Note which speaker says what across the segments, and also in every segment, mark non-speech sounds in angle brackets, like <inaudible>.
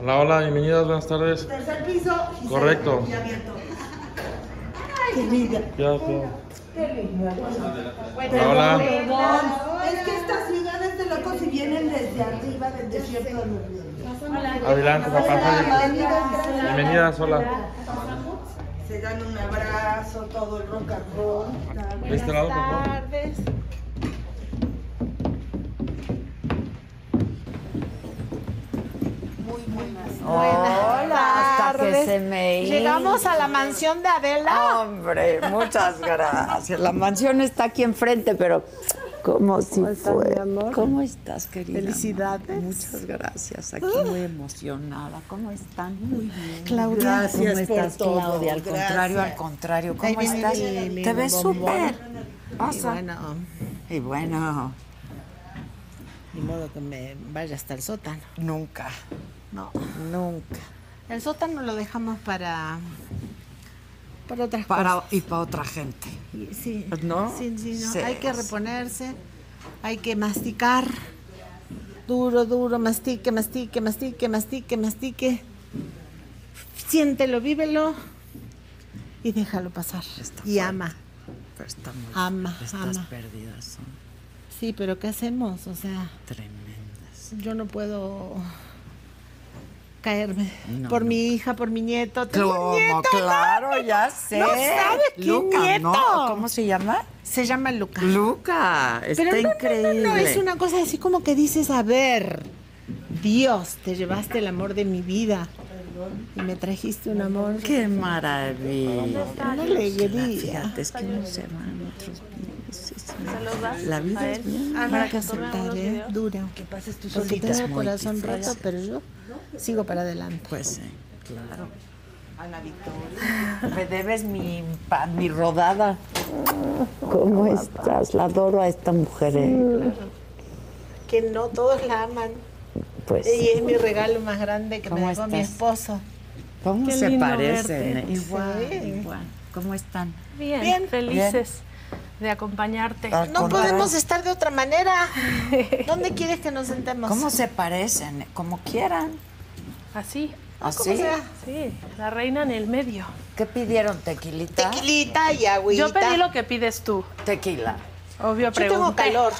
Speaker 1: Hola, hola, bienvenidas, buenas tardes.
Speaker 2: Tercer piso. Gisela,
Speaker 1: Correcto.
Speaker 2: Y abierto. Ay, qué linda.
Speaker 1: Ya, ya.
Speaker 2: Qué linda.
Speaker 1: Hola,
Speaker 2: Bueno,
Speaker 1: hola.
Speaker 2: perdón. Es que estas ciudades de locos si vienen desde arriba del desierto de los ríos.
Speaker 1: Adelante, papá. soy-
Speaker 2: Bienvenidas.
Speaker 1: Bienvenidas, hola.
Speaker 2: Se dan un abrazo, todo el rock and roll.
Speaker 1: De este lado, por favor.
Speaker 3: Hola,
Speaker 4: Hasta que se me hizo.
Speaker 3: Llegamos a la mansión de Adela.
Speaker 4: Hombre, muchas gracias. La mansión está aquí enfrente, pero como si fue. ¿Cómo estás, querida?
Speaker 3: Felicidades.
Speaker 4: Muchas gracias. Aquí muy emocionada. ¿Cómo están? Muy bien.
Speaker 3: Claudia.
Speaker 4: ¿Cómo
Speaker 2: Gracias por
Speaker 4: estás,
Speaker 2: todo.
Speaker 4: Claudia? Al
Speaker 2: Gracias.
Speaker 4: contrario, al contrario.
Speaker 3: Ahí
Speaker 4: ¿Cómo
Speaker 3: viene
Speaker 4: estás?
Speaker 3: el
Speaker 4: Te ves
Speaker 3: bombón.
Speaker 4: súper. Pasa.
Speaker 3: bueno,
Speaker 4: Y bueno,
Speaker 3: ni modo que me vaya hasta el sótano.
Speaker 4: nunca,
Speaker 3: No,
Speaker 4: nunca.
Speaker 3: el sótano lo dejamos para para otras
Speaker 4: Para,
Speaker 3: cosas.
Speaker 4: y para otra gente.
Speaker 3: Y- Sí,
Speaker 4: pues, ¿No?
Speaker 3: sí, sí, no.
Speaker 4: Sí.
Speaker 3: Hay que reponerse, hay que masticar. Duro, duro, mastique, mastique, mastique, mastique, mastique. Siéntelo, vívelo y déjalo pasar.
Speaker 4: Está
Speaker 3: y
Speaker 4: fuerte.
Speaker 3: ama.
Speaker 4: Pero está muy-
Speaker 3: Ama,
Speaker 4: Estas
Speaker 3: ama.
Speaker 4: pérdidas son
Speaker 3: Sí, pero ¿qué hacemos? O sea,
Speaker 4: tremendas.
Speaker 3: yo no puedo caerme
Speaker 4: No,
Speaker 3: por
Speaker 4: no.
Speaker 3: mi hija, por mi nieto. Tengo un
Speaker 4: Como,
Speaker 3: nieto,
Speaker 4: claro, ya sé.
Speaker 3: No sabe qué
Speaker 4: Luca,
Speaker 3: nieto.
Speaker 4: ¿no? ¿Cómo se llama?
Speaker 3: Se llama Lucas.
Speaker 4: Luca, está
Speaker 3: Pero no, no,
Speaker 4: increíble.
Speaker 3: no, no, es una cosa así como que dices, a ver, Dios, te llevaste el amor de mi vida y me trajiste un amor.
Speaker 4: Qué maravilla.
Speaker 3: Una alegría.
Speaker 4: Fíjate, es que no se van otros pies. La vida es bien.
Speaker 3: Habrá que aceptar, ¿eh? Dura. Que pases tú Porque tengo el
Speaker 4: muy
Speaker 3: corazón
Speaker 4: difícil.
Speaker 3: roto, pero yo sigo para adelante.
Speaker 4: Pues sí, claro. Ana Victoria. Me debes mi, pa- mi rodada. ¿Cómo estás? La adoro a esta mujer. ¿eh?
Speaker 3: Que no todos la aman.
Speaker 4: Pues
Speaker 3: Y es mi regalo más grande que me
Speaker 4: ¿Cómo
Speaker 3: dejó mi
Speaker 4: estás?
Speaker 3: esposo.
Speaker 4: ¿Cómo
Speaker 5: Qué
Speaker 4: se
Speaker 5: lindo
Speaker 4: parecen?
Speaker 5: verte.
Speaker 4: eh? Igual,
Speaker 3: Sí.
Speaker 4: igual. ¿Cómo están?
Speaker 5: Bien,
Speaker 3: Bien.
Speaker 5: felices de acompañarte.
Speaker 4: Al
Speaker 3: No
Speaker 4: contrario.
Speaker 3: podemos estar de otra
Speaker 4: <laughs>
Speaker 3: manera. ¿Dónde quieres que nos sentemos?
Speaker 4: ¿Cómo se parecen? Como quieran.
Speaker 5: Así,
Speaker 4: ¿Así?
Speaker 3: sea.
Speaker 5: sí, la reina en el medio.
Speaker 4: ¿Qué pidieron? ¿Tequilita?
Speaker 3: Tequilita y agüita.
Speaker 5: Yo pedí lo que pides tú.
Speaker 4: Tequila.
Speaker 5: Obvio,
Speaker 3: Yo tengo
Speaker 5: pregunté.
Speaker 3: calor.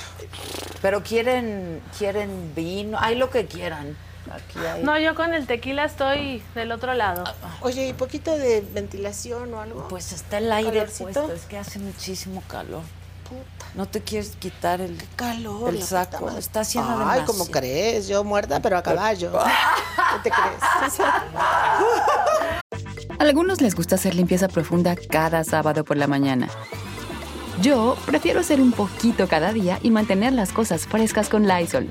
Speaker 4: Pero quieren, quieren vino. Hay lo que quieran. Aquí hay.
Speaker 5: No, yo con el tequila estoy del otro lado.
Speaker 4: Ah,
Speaker 3: Oye, ¿y poquito de ventilación o algo?
Speaker 4: Pues está el aire
Speaker 3: Calorcito.
Speaker 4: puesto. Es que hace muchísimo calor.
Speaker 3: puta.
Speaker 4: No te quieres quitar el
Speaker 3: Calor.
Speaker 4: El
Speaker 3: la
Speaker 4: saco.
Speaker 3: puta madre.
Speaker 4: Está haciendo
Speaker 3: Ay,
Speaker 4: demasiado. Ah.
Speaker 3: ¿cómo crees? Yo muerta, pero a caballo. ¿Qué te
Speaker 4: <laughs>
Speaker 3: crees?
Speaker 6: Algunos les gusta hacer limpieza profunda cada sábado por la mañana. Yo prefiero hacer un poquito cada día y mantener las cosas frescas con Lysol.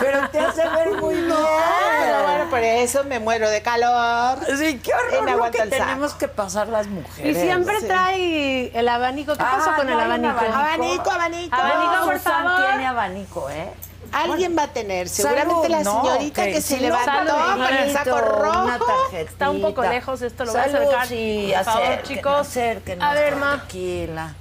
Speaker 4: Pero te hace ver muy
Speaker 3: Ah, Pero
Speaker 4: mal.
Speaker 3: bueno, por eso me muero de calor.
Speaker 4: <laughs> Sí, qué
Speaker 3: Y me
Speaker 4: horror lo
Speaker 3: aguanta
Speaker 4: que
Speaker 3: el saco.
Speaker 4: tenemos que pasar las
Speaker 5: Y
Speaker 4: mujeres.
Speaker 5: siempre
Speaker 3: sí.
Speaker 5: trae el abanico. ¿Qué
Speaker 4: Ah,
Speaker 5: pasó con
Speaker 4: no
Speaker 5: el
Speaker 4: hay un
Speaker 5: abanico?
Speaker 3: Abanico, abanico.
Speaker 5: Abanico, por
Speaker 4: Susan
Speaker 5: favor.
Speaker 4: tiene abanico, ¿eh?
Speaker 3: Alguien va a tener, seguramente
Speaker 4: Salud,
Speaker 3: la
Speaker 4: no,
Speaker 3: señorita que,
Speaker 4: que
Speaker 3: se
Speaker 4: si no,
Speaker 3: levantó
Speaker 5: salud,
Speaker 3: con el saco
Speaker 4: Manito, una
Speaker 3: rojo.
Speaker 4: tarjetita.
Speaker 5: Está un poco lejos esto, lo voy a
Speaker 4: Salud,
Speaker 5: acercar.
Speaker 4: sí,
Speaker 5: Por favor,
Speaker 4: acérquenos,
Speaker 5: chicos.
Speaker 4: acérquenos
Speaker 5: A ver,
Speaker 4: con
Speaker 5: ma.
Speaker 4: Tequila.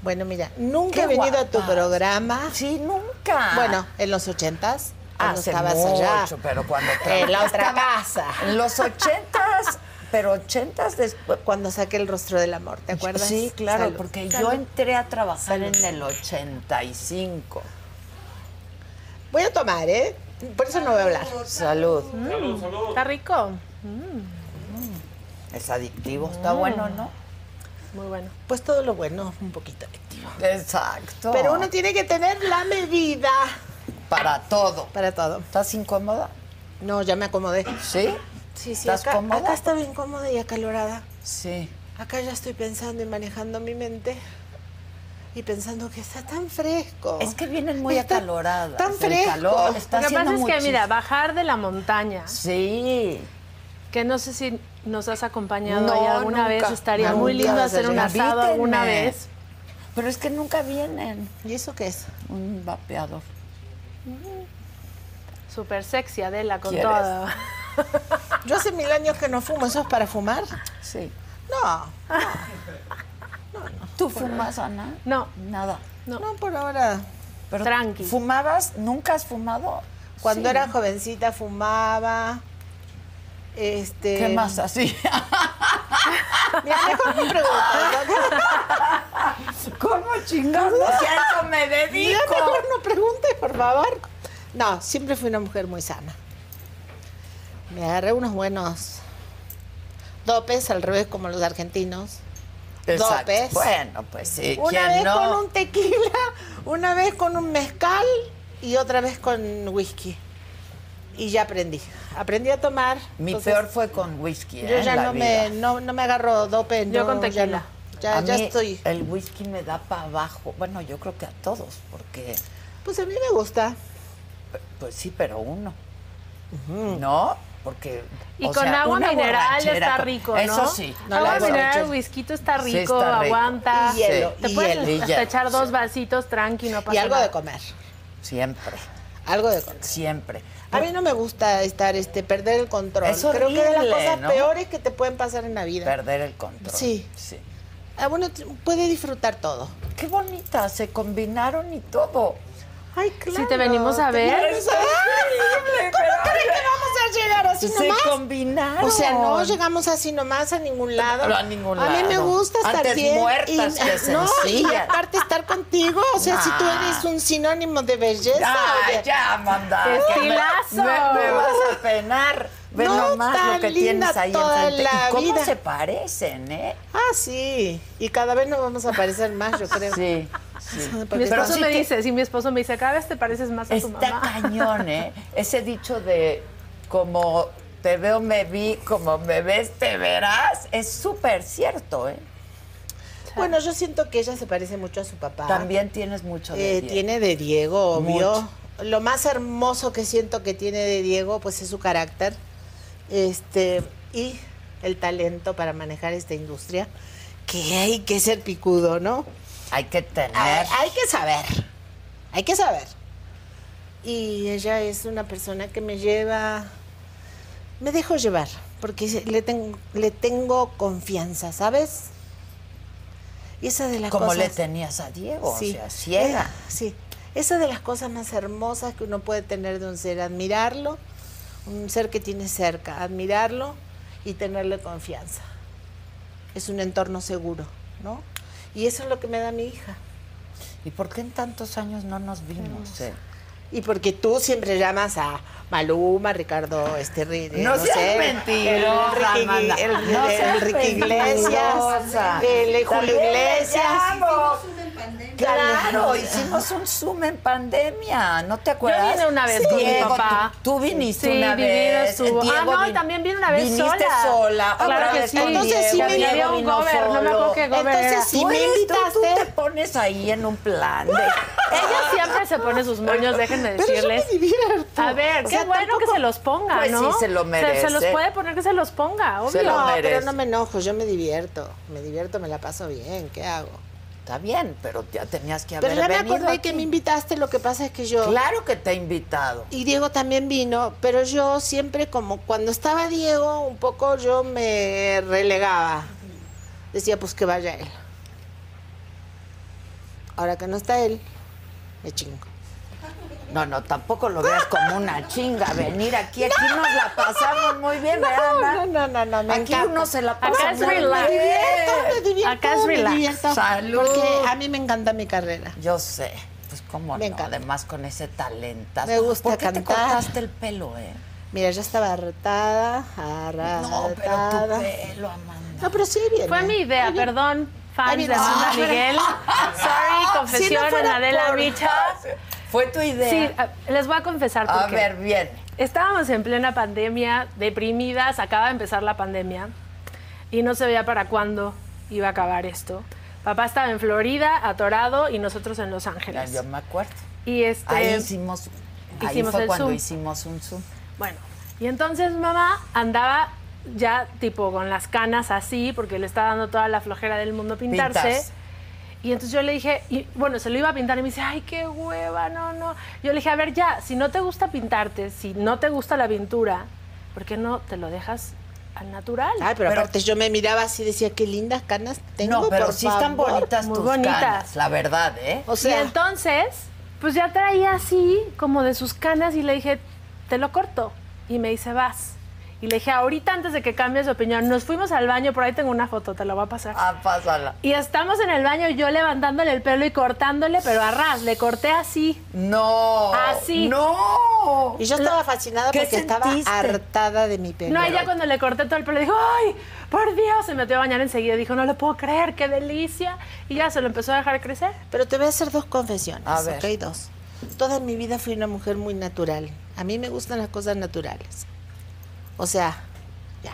Speaker 3: Bueno, mira, nunca
Speaker 4: Qué
Speaker 3: he venido a tu
Speaker 4: guapas.
Speaker 3: programa.
Speaker 4: Sí, nunca.
Speaker 3: Ah. Bueno, en los ochentas, cuando
Speaker 4: hace
Speaker 3: estabas
Speaker 4: mucho,
Speaker 3: allá.
Speaker 4: pero cuando
Speaker 3: En la otra
Speaker 4: estaba-
Speaker 3: casa.
Speaker 4: En los ochentas, pero ochentas después.
Speaker 3: Cuando saqué el rostro del amor, ¿te acuerdas?
Speaker 4: Sí, claro,
Speaker 3: Salud.
Speaker 4: porque yo
Speaker 3: Salud.
Speaker 4: entré a trabajar
Speaker 3: Salud.
Speaker 4: en el 85.
Speaker 3: Voy a tomar, ¿eh? Por eso no voy a hablar.
Speaker 4: Salud.
Speaker 1: Saludos, saludos.
Speaker 5: Está rico.
Speaker 4: Es adictivo, está bueno, ¿no?
Speaker 5: Muy bueno.
Speaker 3: Pues todo lo bueno, un poquito adictivo.
Speaker 4: Exacto.
Speaker 3: Pero uno tiene que tener la medida
Speaker 4: para todo.
Speaker 3: para todo.
Speaker 4: ¿Estás incómoda?
Speaker 3: No, ya me acomodé.
Speaker 4: ¿Sí?
Speaker 3: Sí, sí,
Speaker 4: ¿Estás
Speaker 3: acá,
Speaker 4: cómoda?
Speaker 3: acá estaba incómoda y acalorada.
Speaker 4: Sí.
Speaker 3: Acá ya estoy pensando y manejando mi mente y pensando que está tan fresco.
Speaker 4: Es que vienen muy
Speaker 3: Está
Speaker 4: acaloradas.
Speaker 3: Tan
Speaker 4: el
Speaker 3: fresco.
Speaker 4: calor está
Speaker 5: Lo que
Speaker 4: haciendo
Speaker 5: pasa es que,
Speaker 4: muchísimo.
Speaker 5: mira, bajar de la montaña,
Speaker 4: Sí.
Speaker 5: que no sé si nos has acompañado
Speaker 4: No,
Speaker 5: ahí alguna
Speaker 4: nunca.
Speaker 5: vez, estaría
Speaker 3: No,
Speaker 5: muy
Speaker 3: nunca
Speaker 5: lindo
Speaker 3: vas a
Speaker 5: hacer un
Speaker 3: llegar.
Speaker 5: asado alguna
Speaker 4: Invítenme.
Speaker 5: vez.
Speaker 4: Pero es que nunca vienen
Speaker 3: ¿Y eso qué es?
Speaker 4: un vapeador.
Speaker 5: Súper sexy, Adela, con
Speaker 4: ¿Quieres?
Speaker 5: todo. <laughs>
Speaker 3: Yo hace mil años que no fumo. ¿Eso es para fumar?
Speaker 4: Sí.
Speaker 3: No,
Speaker 4: ¿Tú fumas, Ana?
Speaker 5: No,
Speaker 4: Nada.
Speaker 3: no por ahora.
Speaker 4: Pero
Speaker 5: Tranqui.
Speaker 4: ¿Fumabas? ¿Nunca has fumado?
Speaker 3: Cuando
Speaker 4: Sí.
Speaker 3: era jovencita fumaba. Este,
Speaker 4: ¿Qué <laughs> más así?
Speaker 3: Mira, mejor me
Speaker 4: <laughs>
Speaker 3: preguntes.
Speaker 4: ¿Cómo <laughs> chingados? Si a eso me
Speaker 3: Mira,
Speaker 4: dedico.
Speaker 3: mejor no preguntes, por favor. No, siempre fui una mujer muy sana. Me agarré unos buenos dopes, al revés como los argentinos.
Speaker 4: Exacto.
Speaker 3: Dopes.
Speaker 4: Bueno, pues sí.
Speaker 3: Una
Speaker 4: ¿quién
Speaker 3: vez
Speaker 4: no?
Speaker 3: con un tequila, una vez con un mezcal y otra vez con whisky. Y ya aprendí. Aprendí a tomar.
Speaker 4: Mi
Speaker 3: entonces,
Speaker 4: peor fue con whisky. ¿eh?
Speaker 3: Yo ya
Speaker 4: en la
Speaker 3: no
Speaker 4: vida.
Speaker 3: me, no, no me agarro dope.
Speaker 5: Yo
Speaker 3: no,
Speaker 5: con
Speaker 3: ya
Speaker 5: tequila.
Speaker 3: no. Ya,
Speaker 4: A
Speaker 3: ya
Speaker 4: mí eh,
Speaker 3: estoy.
Speaker 4: El whisky me da para abajo. Bueno, yo creo que a todos, porque.
Speaker 3: Pues a mí me gusta.
Speaker 4: Pues sí, pero uno. ¿No? Porque.
Speaker 5: Y
Speaker 4: o
Speaker 5: con
Speaker 4: sea,
Speaker 5: agua
Speaker 4: una
Speaker 5: mineral
Speaker 4: borrachera
Speaker 5: está
Speaker 4: con-
Speaker 5: rico,
Speaker 4: Eso
Speaker 5: ¿no?
Speaker 4: sí.
Speaker 3: No la
Speaker 5: agua
Speaker 3: hago.
Speaker 5: mineral, whisky está rico,
Speaker 4: Sí, está rico.
Speaker 5: aguanta.
Speaker 3: Y hielo,
Speaker 5: Te
Speaker 3: y
Speaker 5: puedes
Speaker 3: hielo.
Speaker 5: hasta
Speaker 4: Y hielo,
Speaker 5: echar dos
Speaker 4: sí.
Speaker 5: vasitos tranqui, no pasa
Speaker 3: Y algo
Speaker 5: nada.
Speaker 3: de comer.
Speaker 4: Siempre,
Speaker 3: Algo de comer.
Speaker 4: siempre.
Speaker 3: A mí no me gusta estar, este, perder el control.
Speaker 4: Es
Speaker 3: Creo que es de las
Speaker 4: horrible,
Speaker 3: cosas
Speaker 4: ¿no?
Speaker 3: peores que te pueden pasar en la vida.
Speaker 4: Perder el control.
Speaker 3: Sí.
Speaker 4: sí.
Speaker 3: Ah, bueno, t- puede disfrutar todo.
Speaker 4: Qué bonita, se combinaron y todo.
Speaker 3: Ay,
Speaker 5: Si te venimos a ver.
Speaker 3: <laughs> venimos a ver. ¿Cómo crees que vamos a llegar así
Speaker 4: se
Speaker 3: nomás?
Speaker 4: combinaron.
Speaker 3: O sea, no llegamos así nomás a ningún lado.
Speaker 4: No, a ningún
Speaker 3: mí me
Speaker 4: lado.
Speaker 3: gusta estar
Speaker 4: Antes
Speaker 3: bien.
Speaker 4: muertas que
Speaker 3: <laughs> no, y
Speaker 4: sencillas.
Speaker 3: aparte estar contigo. O sea, si tú eres un sinónimo de belleza.
Speaker 4: Ay,
Speaker 3: oye,
Speaker 4: Ah, ya, Amanda.
Speaker 5: ¡Qué
Speaker 4: que me-
Speaker 5: estilazo!
Speaker 4: Me, me vas a penar. Ve
Speaker 3: No,
Speaker 4: nomás
Speaker 3: tan
Speaker 4: lo que
Speaker 3: linda
Speaker 4: tienes ahí
Speaker 3: toda
Speaker 4: enfrente.
Speaker 3: la
Speaker 4: ¿Y cómo
Speaker 3: vida.
Speaker 4: se parecen, eh?
Speaker 3: Ah, sí. Y cada vez nos vamos a parecer más, yo creo.
Speaker 4: Sí, sí.
Speaker 3: Porque
Speaker 5: Mi esposo
Speaker 3: estamos-
Speaker 5: me
Speaker 4: sí te-
Speaker 5: dice, sí, mi esposo me dice, cada vez te pareces más a tu
Speaker 4: Está
Speaker 5: mamá.
Speaker 4: cañón, ¿eh? Ese dicho de como te veo, me vi, como me ves, te verás, es súper cierto, ¿eh?
Speaker 3: Bueno, yo siento que ella se parece mucho a su papá.
Speaker 4: También tienes mucho de
Speaker 3: Ah. Eh,
Speaker 4: ti.
Speaker 3: tiene de Diego, obvio.
Speaker 4: Mucho.
Speaker 3: Lo más hermoso que siento que tiene de Diego, pues es su carácter. Este, y el talento para manejar esta industria. Que hay que ser picudo, ¿no?
Speaker 4: Hay que tener.
Speaker 3: Hay, hay que saber. Hay que saber. Y ella es una persona que me lleva. Me dejo llevar. porque se- le, ten- le tengo confianza, ¿sabes? Y esa de las
Speaker 4: Como
Speaker 3: cosas...
Speaker 4: le tenías a Diego, o
Speaker 3: Sí.
Speaker 4: sea, ciega.
Speaker 3: Eh, sí. Esa de las cosas más hermosas que uno puede tener de un ser, admirarlo, un ser que tiene cerca, admirarlo y tenerle confianza. Es un entorno seguro, ¿no? Y eso es lo que me da mi hija.
Speaker 4: ¿Y por qué en tantos años no nos vimos? eh?
Speaker 3: Y porque tú siempre llamas a Maluma, Ricardo, este Ri- eh,
Speaker 4: No seas
Speaker 3: sé,
Speaker 4: mentirosa,
Speaker 3: el Ricky-
Speaker 4: Amanda.
Speaker 3: el-
Speaker 4: No
Speaker 3: el
Speaker 4: seas
Speaker 3: Ricky Iglesias,
Speaker 4: mentirosa.
Speaker 3: el, eh, Julio
Speaker 4: También le
Speaker 3: Iglesias.
Speaker 4: llamo. Claro,
Speaker 3: Claro.
Speaker 4: hicimos un Zoom en pandemia, ¿no te acuerdas?
Speaker 5: Yo vine una vez con mi
Speaker 4: Diego,
Speaker 5: papá.
Speaker 4: Tú, tú viniste
Speaker 5: Sí,
Speaker 4: una
Speaker 5: viví
Speaker 4: vez. eh,
Speaker 5: dos, hubo- Ah, no,
Speaker 4: vin-
Speaker 5: también vine una vez
Speaker 4: viniste
Speaker 5: sola.
Speaker 4: sola.
Speaker 5: Claro
Speaker 4: otra
Speaker 5: que
Speaker 4: vez
Speaker 5: sí.
Speaker 4: con
Speaker 3: Entonces
Speaker 4: Diego,
Speaker 3: sí me
Speaker 4: Diego
Speaker 3: dio
Speaker 5: un
Speaker 4: vino
Speaker 5: cover, no me acuerdo
Speaker 4: solo.
Speaker 5: qué cover
Speaker 3: Entonces,
Speaker 5: era.
Speaker 3: si
Speaker 4: Tú
Speaker 3: me
Speaker 4: eres- tú- tú te
Speaker 3: invitaste,
Speaker 4: pones ahí en un plan de...
Speaker 5: Ella siempre se pone sus moños, déjenme
Speaker 3: pero yo
Speaker 5: decirles.
Speaker 3: me divierto.
Speaker 5: A ver,
Speaker 3: O
Speaker 5: qué
Speaker 3: sea,
Speaker 5: bueno que
Speaker 3: tampoco-
Speaker 5: se los ponga,
Speaker 4: Pues sí,
Speaker 5: ¿no?
Speaker 4: se lo
Speaker 5: Se,
Speaker 4: merece.
Speaker 5: los puede poner que se los ponga, obvio.
Speaker 4: Se lo
Speaker 3: No, pero
Speaker 4: merece.
Speaker 3: no me enojo, yo me divierto. Me divierto, me la paso bien, ¿qué hago?
Speaker 4: Está bien, pero ya tenías que haber
Speaker 3: Pero ya me
Speaker 4: venido
Speaker 3: acordé
Speaker 4: aquí.
Speaker 3: que me invitaste, lo que pasa es que yo...
Speaker 4: Claro que te he invitado.
Speaker 3: Y Diego también vino, pero yo siempre como cuando estaba Diego, un poco yo me relegaba. Decía, pues que vaya él. Ahora que no está él, me chingo.
Speaker 4: No, no, tampoco lo veas como una chinga venir aquí.
Speaker 5: <laughs>
Speaker 4: Aquí nos la pasamos muy bien, ¿verdad? Ana?
Speaker 3: no, no, no, me
Speaker 4: aquí
Speaker 3: encanta.
Speaker 4: uno se la
Speaker 5: Acá
Speaker 4: pasa
Speaker 5: es
Speaker 4: muy
Speaker 5: relax.
Speaker 3: Me
Speaker 4: bien.
Speaker 3: divierto,
Speaker 5: Acá es
Speaker 3: me
Speaker 5: relax.
Speaker 3: divierto,
Speaker 4: Salud.
Speaker 3: Porque a mí me encanta mi carrera.
Speaker 4: Yo sé, pues cómo
Speaker 3: Me
Speaker 4: no,
Speaker 3: encanta.
Speaker 4: además con ese talentazo.
Speaker 3: Me gusta
Speaker 4: ¿Por qué te
Speaker 3: cantar.
Speaker 4: cortaste el pelo, eh?
Speaker 3: Mira, yo estaba hartada, hartada.
Speaker 4: No, pero tu pelo, Amanda.
Speaker 3: No, pero sí viene.
Speaker 5: Fue mi idea, perdón, fans
Speaker 3: Ay,
Speaker 5: de
Speaker 3: no.
Speaker 5: Amanda
Speaker 3: Ay,
Speaker 4: <laughs>
Speaker 5: Miguel. Sorry, confesión
Speaker 4: Si no
Speaker 5: en
Speaker 4: fuera
Speaker 5: Adela
Speaker 4: por-
Speaker 5: Micha.
Speaker 4: Fue tu idea.
Speaker 5: Sí, a- les voy a confesar
Speaker 4: A
Speaker 5: porque
Speaker 4: ver, bien.
Speaker 5: estábamos en plena pandemia, deprimidas, acaba de empezar la pandemia y no se veía para cuándo iba a acabar esto. Papá estaba en Florida, atorado, y nosotros en Los
Speaker 4: Ya,
Speaker 5: Ángeles.
Speaker 4: yo me acuerdo.
Speaker 5: Y este,
Speaker 4: Ahí hicimos, ahí
Speaker 5: hicimos
Speaker 4: fue
Speaker 5: el
Speaker 4: cuando
Speaker 5: Zoom.
Speaker 4: hicimos un Zoom.
Speaker 5: Bueno, y entonces mamá andaba ya tipo con las canas así, porque le está dando toda la flojera del mundo pintarse.
Speaker 4: Pintarse.
Speaker 5: Y entonces yo le dije, y bueno, se lo iba a pintar y me dice, ay, qué hueva, no, no. Yo le dije, a ver, ya, si no te gusta pintarte, si no te gusta la pintura, ¿por qué no te lo dejas al natural?
Speaker 3: Ay, pero,
Speaker 4: Pero-
Speaker 3: aparte yo me miraba así y decía, qué lindas canas tengo,
Speaker 4: no, pero
Speaker 3: por
Speaker 4: sí están
Speaker 3: favor".
Speaker 4: bonitas
Speaker 5: Muy
Speaker 4: tus
Speaker 5: bonitas.
Speaker 4: canas, la verdad, ¿eh?
Speaker 3: O sea,
Speaker 5: y entonces, pues ya traía así como de sus canas y le dije, te lo corto. Y me dice, vas. Y le dije, ahorita antes de que cambies de opinión, nos fuimos al baño, por ahí tengo una foto, te la voy a pasar.
Speaker 4: Ah, pásala.
Speaker 5: Y estamos en el baño yo levantándole el pelo y cortándole, pero a ras, le corté así.
Speaker 4: No.
Speaker 5: Así.
Speaker 4: No.
Speaker 3: y yo estaba fascinada
Speaker 4: ¿Qué
Speaker 3: porque estaba
Speaker 4: sentiste?
Speaker 3: hartada de mi pelo.
Speaker 5: No, ella cuando le corté todo el pelo dijo, ¡ay! ¡Por Dios! Se metió a bañar enseguida, dijo, no lo puedo creer, qué delicia. Y ya se lo empezó a dejar crecer.
Speaker 3: Pero te voy a hacer dos confesiones,
Speaker 4: A ver.
Speaker 3: ¿ok? Dos. Toda mi vida fui una mujer muy natural. A mí me gustan las cosas naturales. O sea, ya.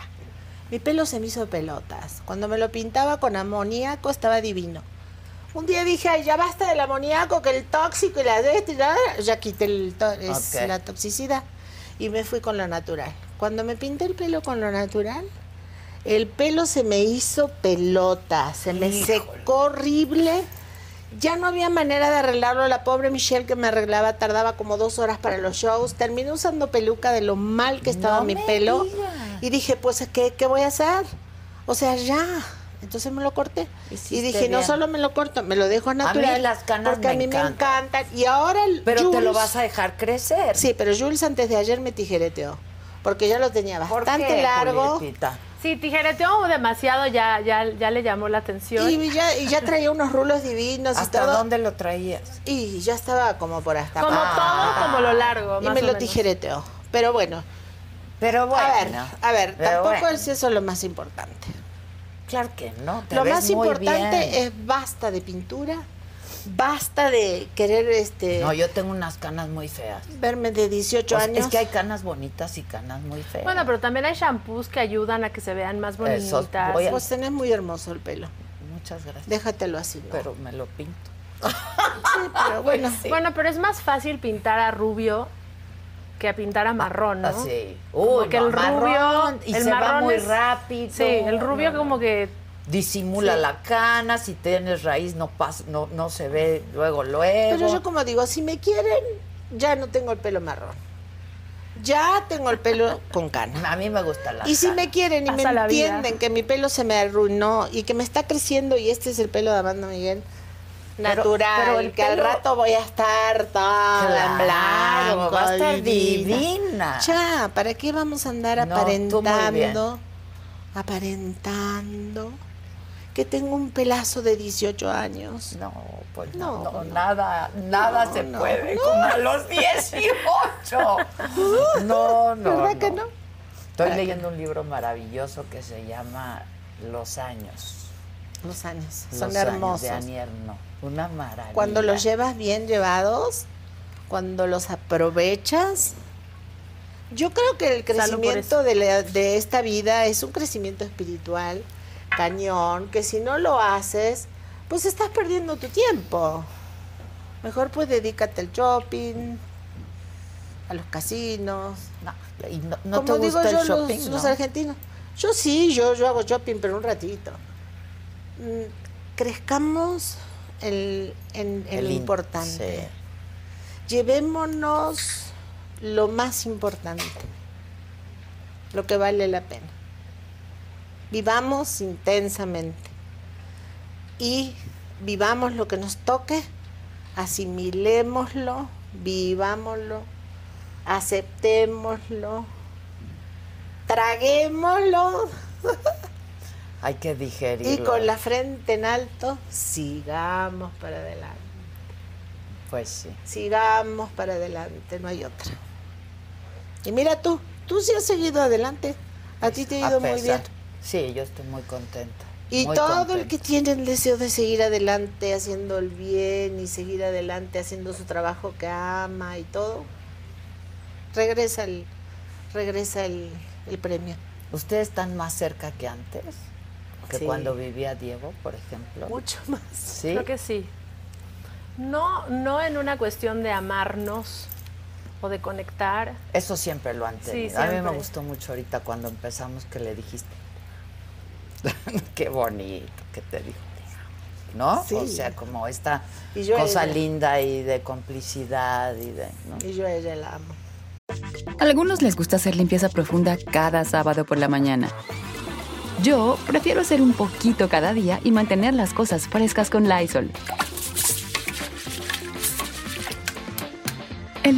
Speaker 3: Mi pelo se me hizo pelotas. Cuando me lo pintaba con amoníaco estaba divino. Un día dije, "Ay, ya basta del amoníaco, que el tóxico y la de esto y la de-". Ya quité el to- es
Speaker 4: Ok.
Speaker 3: la toxicidad y me fui con lo natural. Cuando me pinté el pelo con lo natural, el pelo se me hizo pelota, se me secó horrible. Ya no había manera de arreglarlo. La pobre Michelle que me arreglaba tardaba como dos horas para los shows. Terminé usando peluca de lo mal que estaba
Speaker 4: No
Speaker 3: mi
Speaker 4: me
Speaker 3: pelo.
Speaker 4: digas.
Speaker 3: Y dije, pues, ¿qué, ¿qué voy a hacer? O sea, ya. Entonces me lo corté.
Speaker 4: Hiciste
Speaker 3: y dije, no
Speaker 4: bien.
Speaker 3: solo me lo corto, me lo dejo natural.
Speaker 4: las canas
Speaker 3: porque a
Speaker 4: me
Speaker 3: mí
Speaker 4: encantan.
Speaker 3: me encantan. Y ahora el
Speaker 4: Pero te lo
Speaker 3: Jules-
Speaker 4: vas a dejar crecer.
Speaker 3: Sí, pero Jules antes de ayer me tijereteó. Porque ya lo tenía
Speaker 4: ¿Por
Speaker 3: bastante
Speaker 4: qué,
Speaker 3: largo.
Speaker 4: Julietita?
Speaker 5: Sí, tijereteó demasiado, ya, ya, ya le llamó la atención.
Speaker 3: Y ya, y ya traía unos rulos divinos y
Speaker 4: ¿Hasta
Speaker 3: todo.
Speaker 4: dónde lo traías?
Speaker 3: Y ya estaba como por hasta
Speaker 5: Como
Speaker 3: acá.
Speaker 5: todo, como lo largo.
Speaker 3: Ah. Y
Speaker 5: más
Speaker 3: me
Speaker 5: o
Speaker 3: lo
Speaker 5: menos.
Speaker 3: tijereteó. Pero bueno,
Speaker 4: Pero bueno.
Speaker 3: a ver, a ver,
Speaker 4: pero
Speaker 3: tampoco
Speaker 4: bueno,
Speaker 3: es eso lo más importante.
Speaker 4: Claro que no. te
Speaker 3: lo
Speaker 4: ves
Speaker 3: más
Speaker 4: muy
Speaker 3: importante
Speaker 4: bien.
Speaker 3: es basta de pintura, basta de querer este
Speaker 4: No, yo tengo unas canas muy feas.
Speaker 3: verme de 18
Speaker 4: O sea,
Speaker 3: años.
Speaker 4: Es que hay canas bonitas y canas muy feas.
Speaker 5: Bueno, pero también hay shampoos que ayudan a que se vean más bonitas.
Speaker 4: Esos voy a-
Speaker 3: Pues tenés muy hermoso el pelo.
Speaker 4: Muchas gracias.
Speaker 3: Déjatelo así. ¿no?
Speaker 4: Pero me lo pinto.
Speaker 3: Sí, pero bueno.
Speaker 4: <laughs>
Speaker 5: Bueno, pero es más fácil pintar a rubio que a pintar a marrón, ¿no?
Speaker 4: Así. Uy,
Speaker 5: Porque que
Speaker 4: no,
Speaker 5: el rubio,
Speaker 4: marrón, y
Speaker 5: el
Speaker 4: se
Speaker 5: marrón
Speaker 4: va muy
Speaker 5: es-
Speaker 4: rápido.
Speaker 5: Sí, el rubio
Speaker 4: No, no.
Speaker 5: como que
Speaker 4: disimula
Speaker 5: Sí.
Speaker 4: la cana, si tienes raíz no pas- no no se ve luego luego.
Speaker 3: Pero yo como digo, si me quieren, ya no tengo el pelo marrón. ya tengo el pelo con cana.
Speaker 4: A mí me gusta la
Speaker 3: Y si me quieren y me
Speaker 5: Pasa la vida.
Speaker 3: entienden que mi pelo se me arruinó y que me está creciendo y este es el pelo de Amanda Miguel
Speaker 4: Pero-
Speaker 3: natural,
Speaker 4: pero el
Speaker 3: que al
Speaker 4: pelo-
Speaker 3: rato voy a estar toda
Speaker 4: Claro,
Speaker 3: blanco,
Speaker 4: va a estar divina.
Speaker 3: Ya, ¿para qué vamos a andar
Speaker 4: No, tú muy bien.
Speaker 3: aparentando? Aparentando que tengo un pelazo de 18 años.
Speaker 4: No, pues
Speaker 3: No,
Speaker 4: no, no,
Speaker 3: no.
Speaker 4: nada, nada se
Speaker 3: no,
Speaker 4: puede como a los 18.
Speaker 3: <laughs>
Speaker 4: No, no.
Speaker 3: ¿Verdad que no?
Speaker 4: Estoy leyendo un libro maravilloso que se llama Los años.
Speaker 3: Los años
Speaker 4: Los
Speaker 3: son
Speaker 4: años
Speaker 3: hermosos.
Speaker 4: de Anierno. Una maravilla.
Speaker 3: Cuando los llevas bien llevados, cuando los aprovechas. Yo creo que el
Speaker 5: Salud por
Speaker 3: crecimiento de, la- de esta vida es un crecimiento espiritual, cañón, que si no lo haces, pues estás perdiendo tu tiempo. Mejor pues dedícate al shopping, a los casinos.
Speaker 4: No, y no, no
Speaker 3: Como
Speaker 4: te
Speaker 3: digo
Speaker 4: gusta
Speaker 3: yo,
Speaker 4: el shopping,
Speaker 3: los,
Speaker 4: ¿no?
Speaker 3: los argentinos. Yo sí, yo, yo hago shopping, pero un ratito. Mm, Crezcamos el, en, en
Speaker 4: El
Speaker 3: lo
Speaker 4: in-
Speaker 3: importante.
Speaker 4: sí.
Speaker 3: Llevémonos lo más importante, lo que vale la pena. Vivamos intensamente y vivamos lo que nos toque, asimilémoslo, vivámoslo, aceptémoslo, traguémoslo
Speaker 4: Hay que digerirlo.
Speaker 3: y con la frente en alto sigamos para adelante,
Speaker 4: Pues sí.
Speaker 3: sigamos para adelante, no hay otra. Y mira tú, tú sí has seguido adelante, a ti te ha
Speaker 4: A
Speaker 3: ido muy
Speaker 4: pesar.
Speaker 3: bien.
Speaker 4: Sí, yo estoy muy contenta.
Speaker 3: Y
Speaker 4: muy
Speaker 3: todo el
Speaker 4: contenta.
Speaker 3: que tiene el deseo de seguir adelante haciendo el bien y seguir adelante haciendo su trabajo que ama y todo, regresa el, regresa el, el premio.
Speaker 4: ¿Ustedes están más cerca que antes? Que
Speaker 3: Sí.
Speaker 4: cuando vivía Diego, por ejemplo.
Speaker 3: Mucho <laughs> más.
Speaker 4: Sí.
Speaker 5: Creo que sí. No, no en una cuestión de amarnos o de conectar.
Speaker 4: Eso siempre lo han tenido.
Speaker 5: Sí,
Speaker 4: A mí me
Speaker 5: siempre.
Speaker 4: gustó mucho ahorita cuando empezamos que le dijiste. <laughs> Qué bonito que te dijo. "Te amo", ¿No?
Speaker 3: Sí.
Speaker 4: O sea, como esta
Speaker 3: Y yo a
Speaker 4: cosa
Speaker 3: ella.
Speaker 4: linda y de complicidad y de. ¿no?
Speaker 3: Y yo a ella la amo.
Speaker 6: Algunos les gusta hacer limpieza profunda cada sábado por la mañana. Yo prefiero hacer un poquito cada día y mantener las cosas frescas con Lysol. El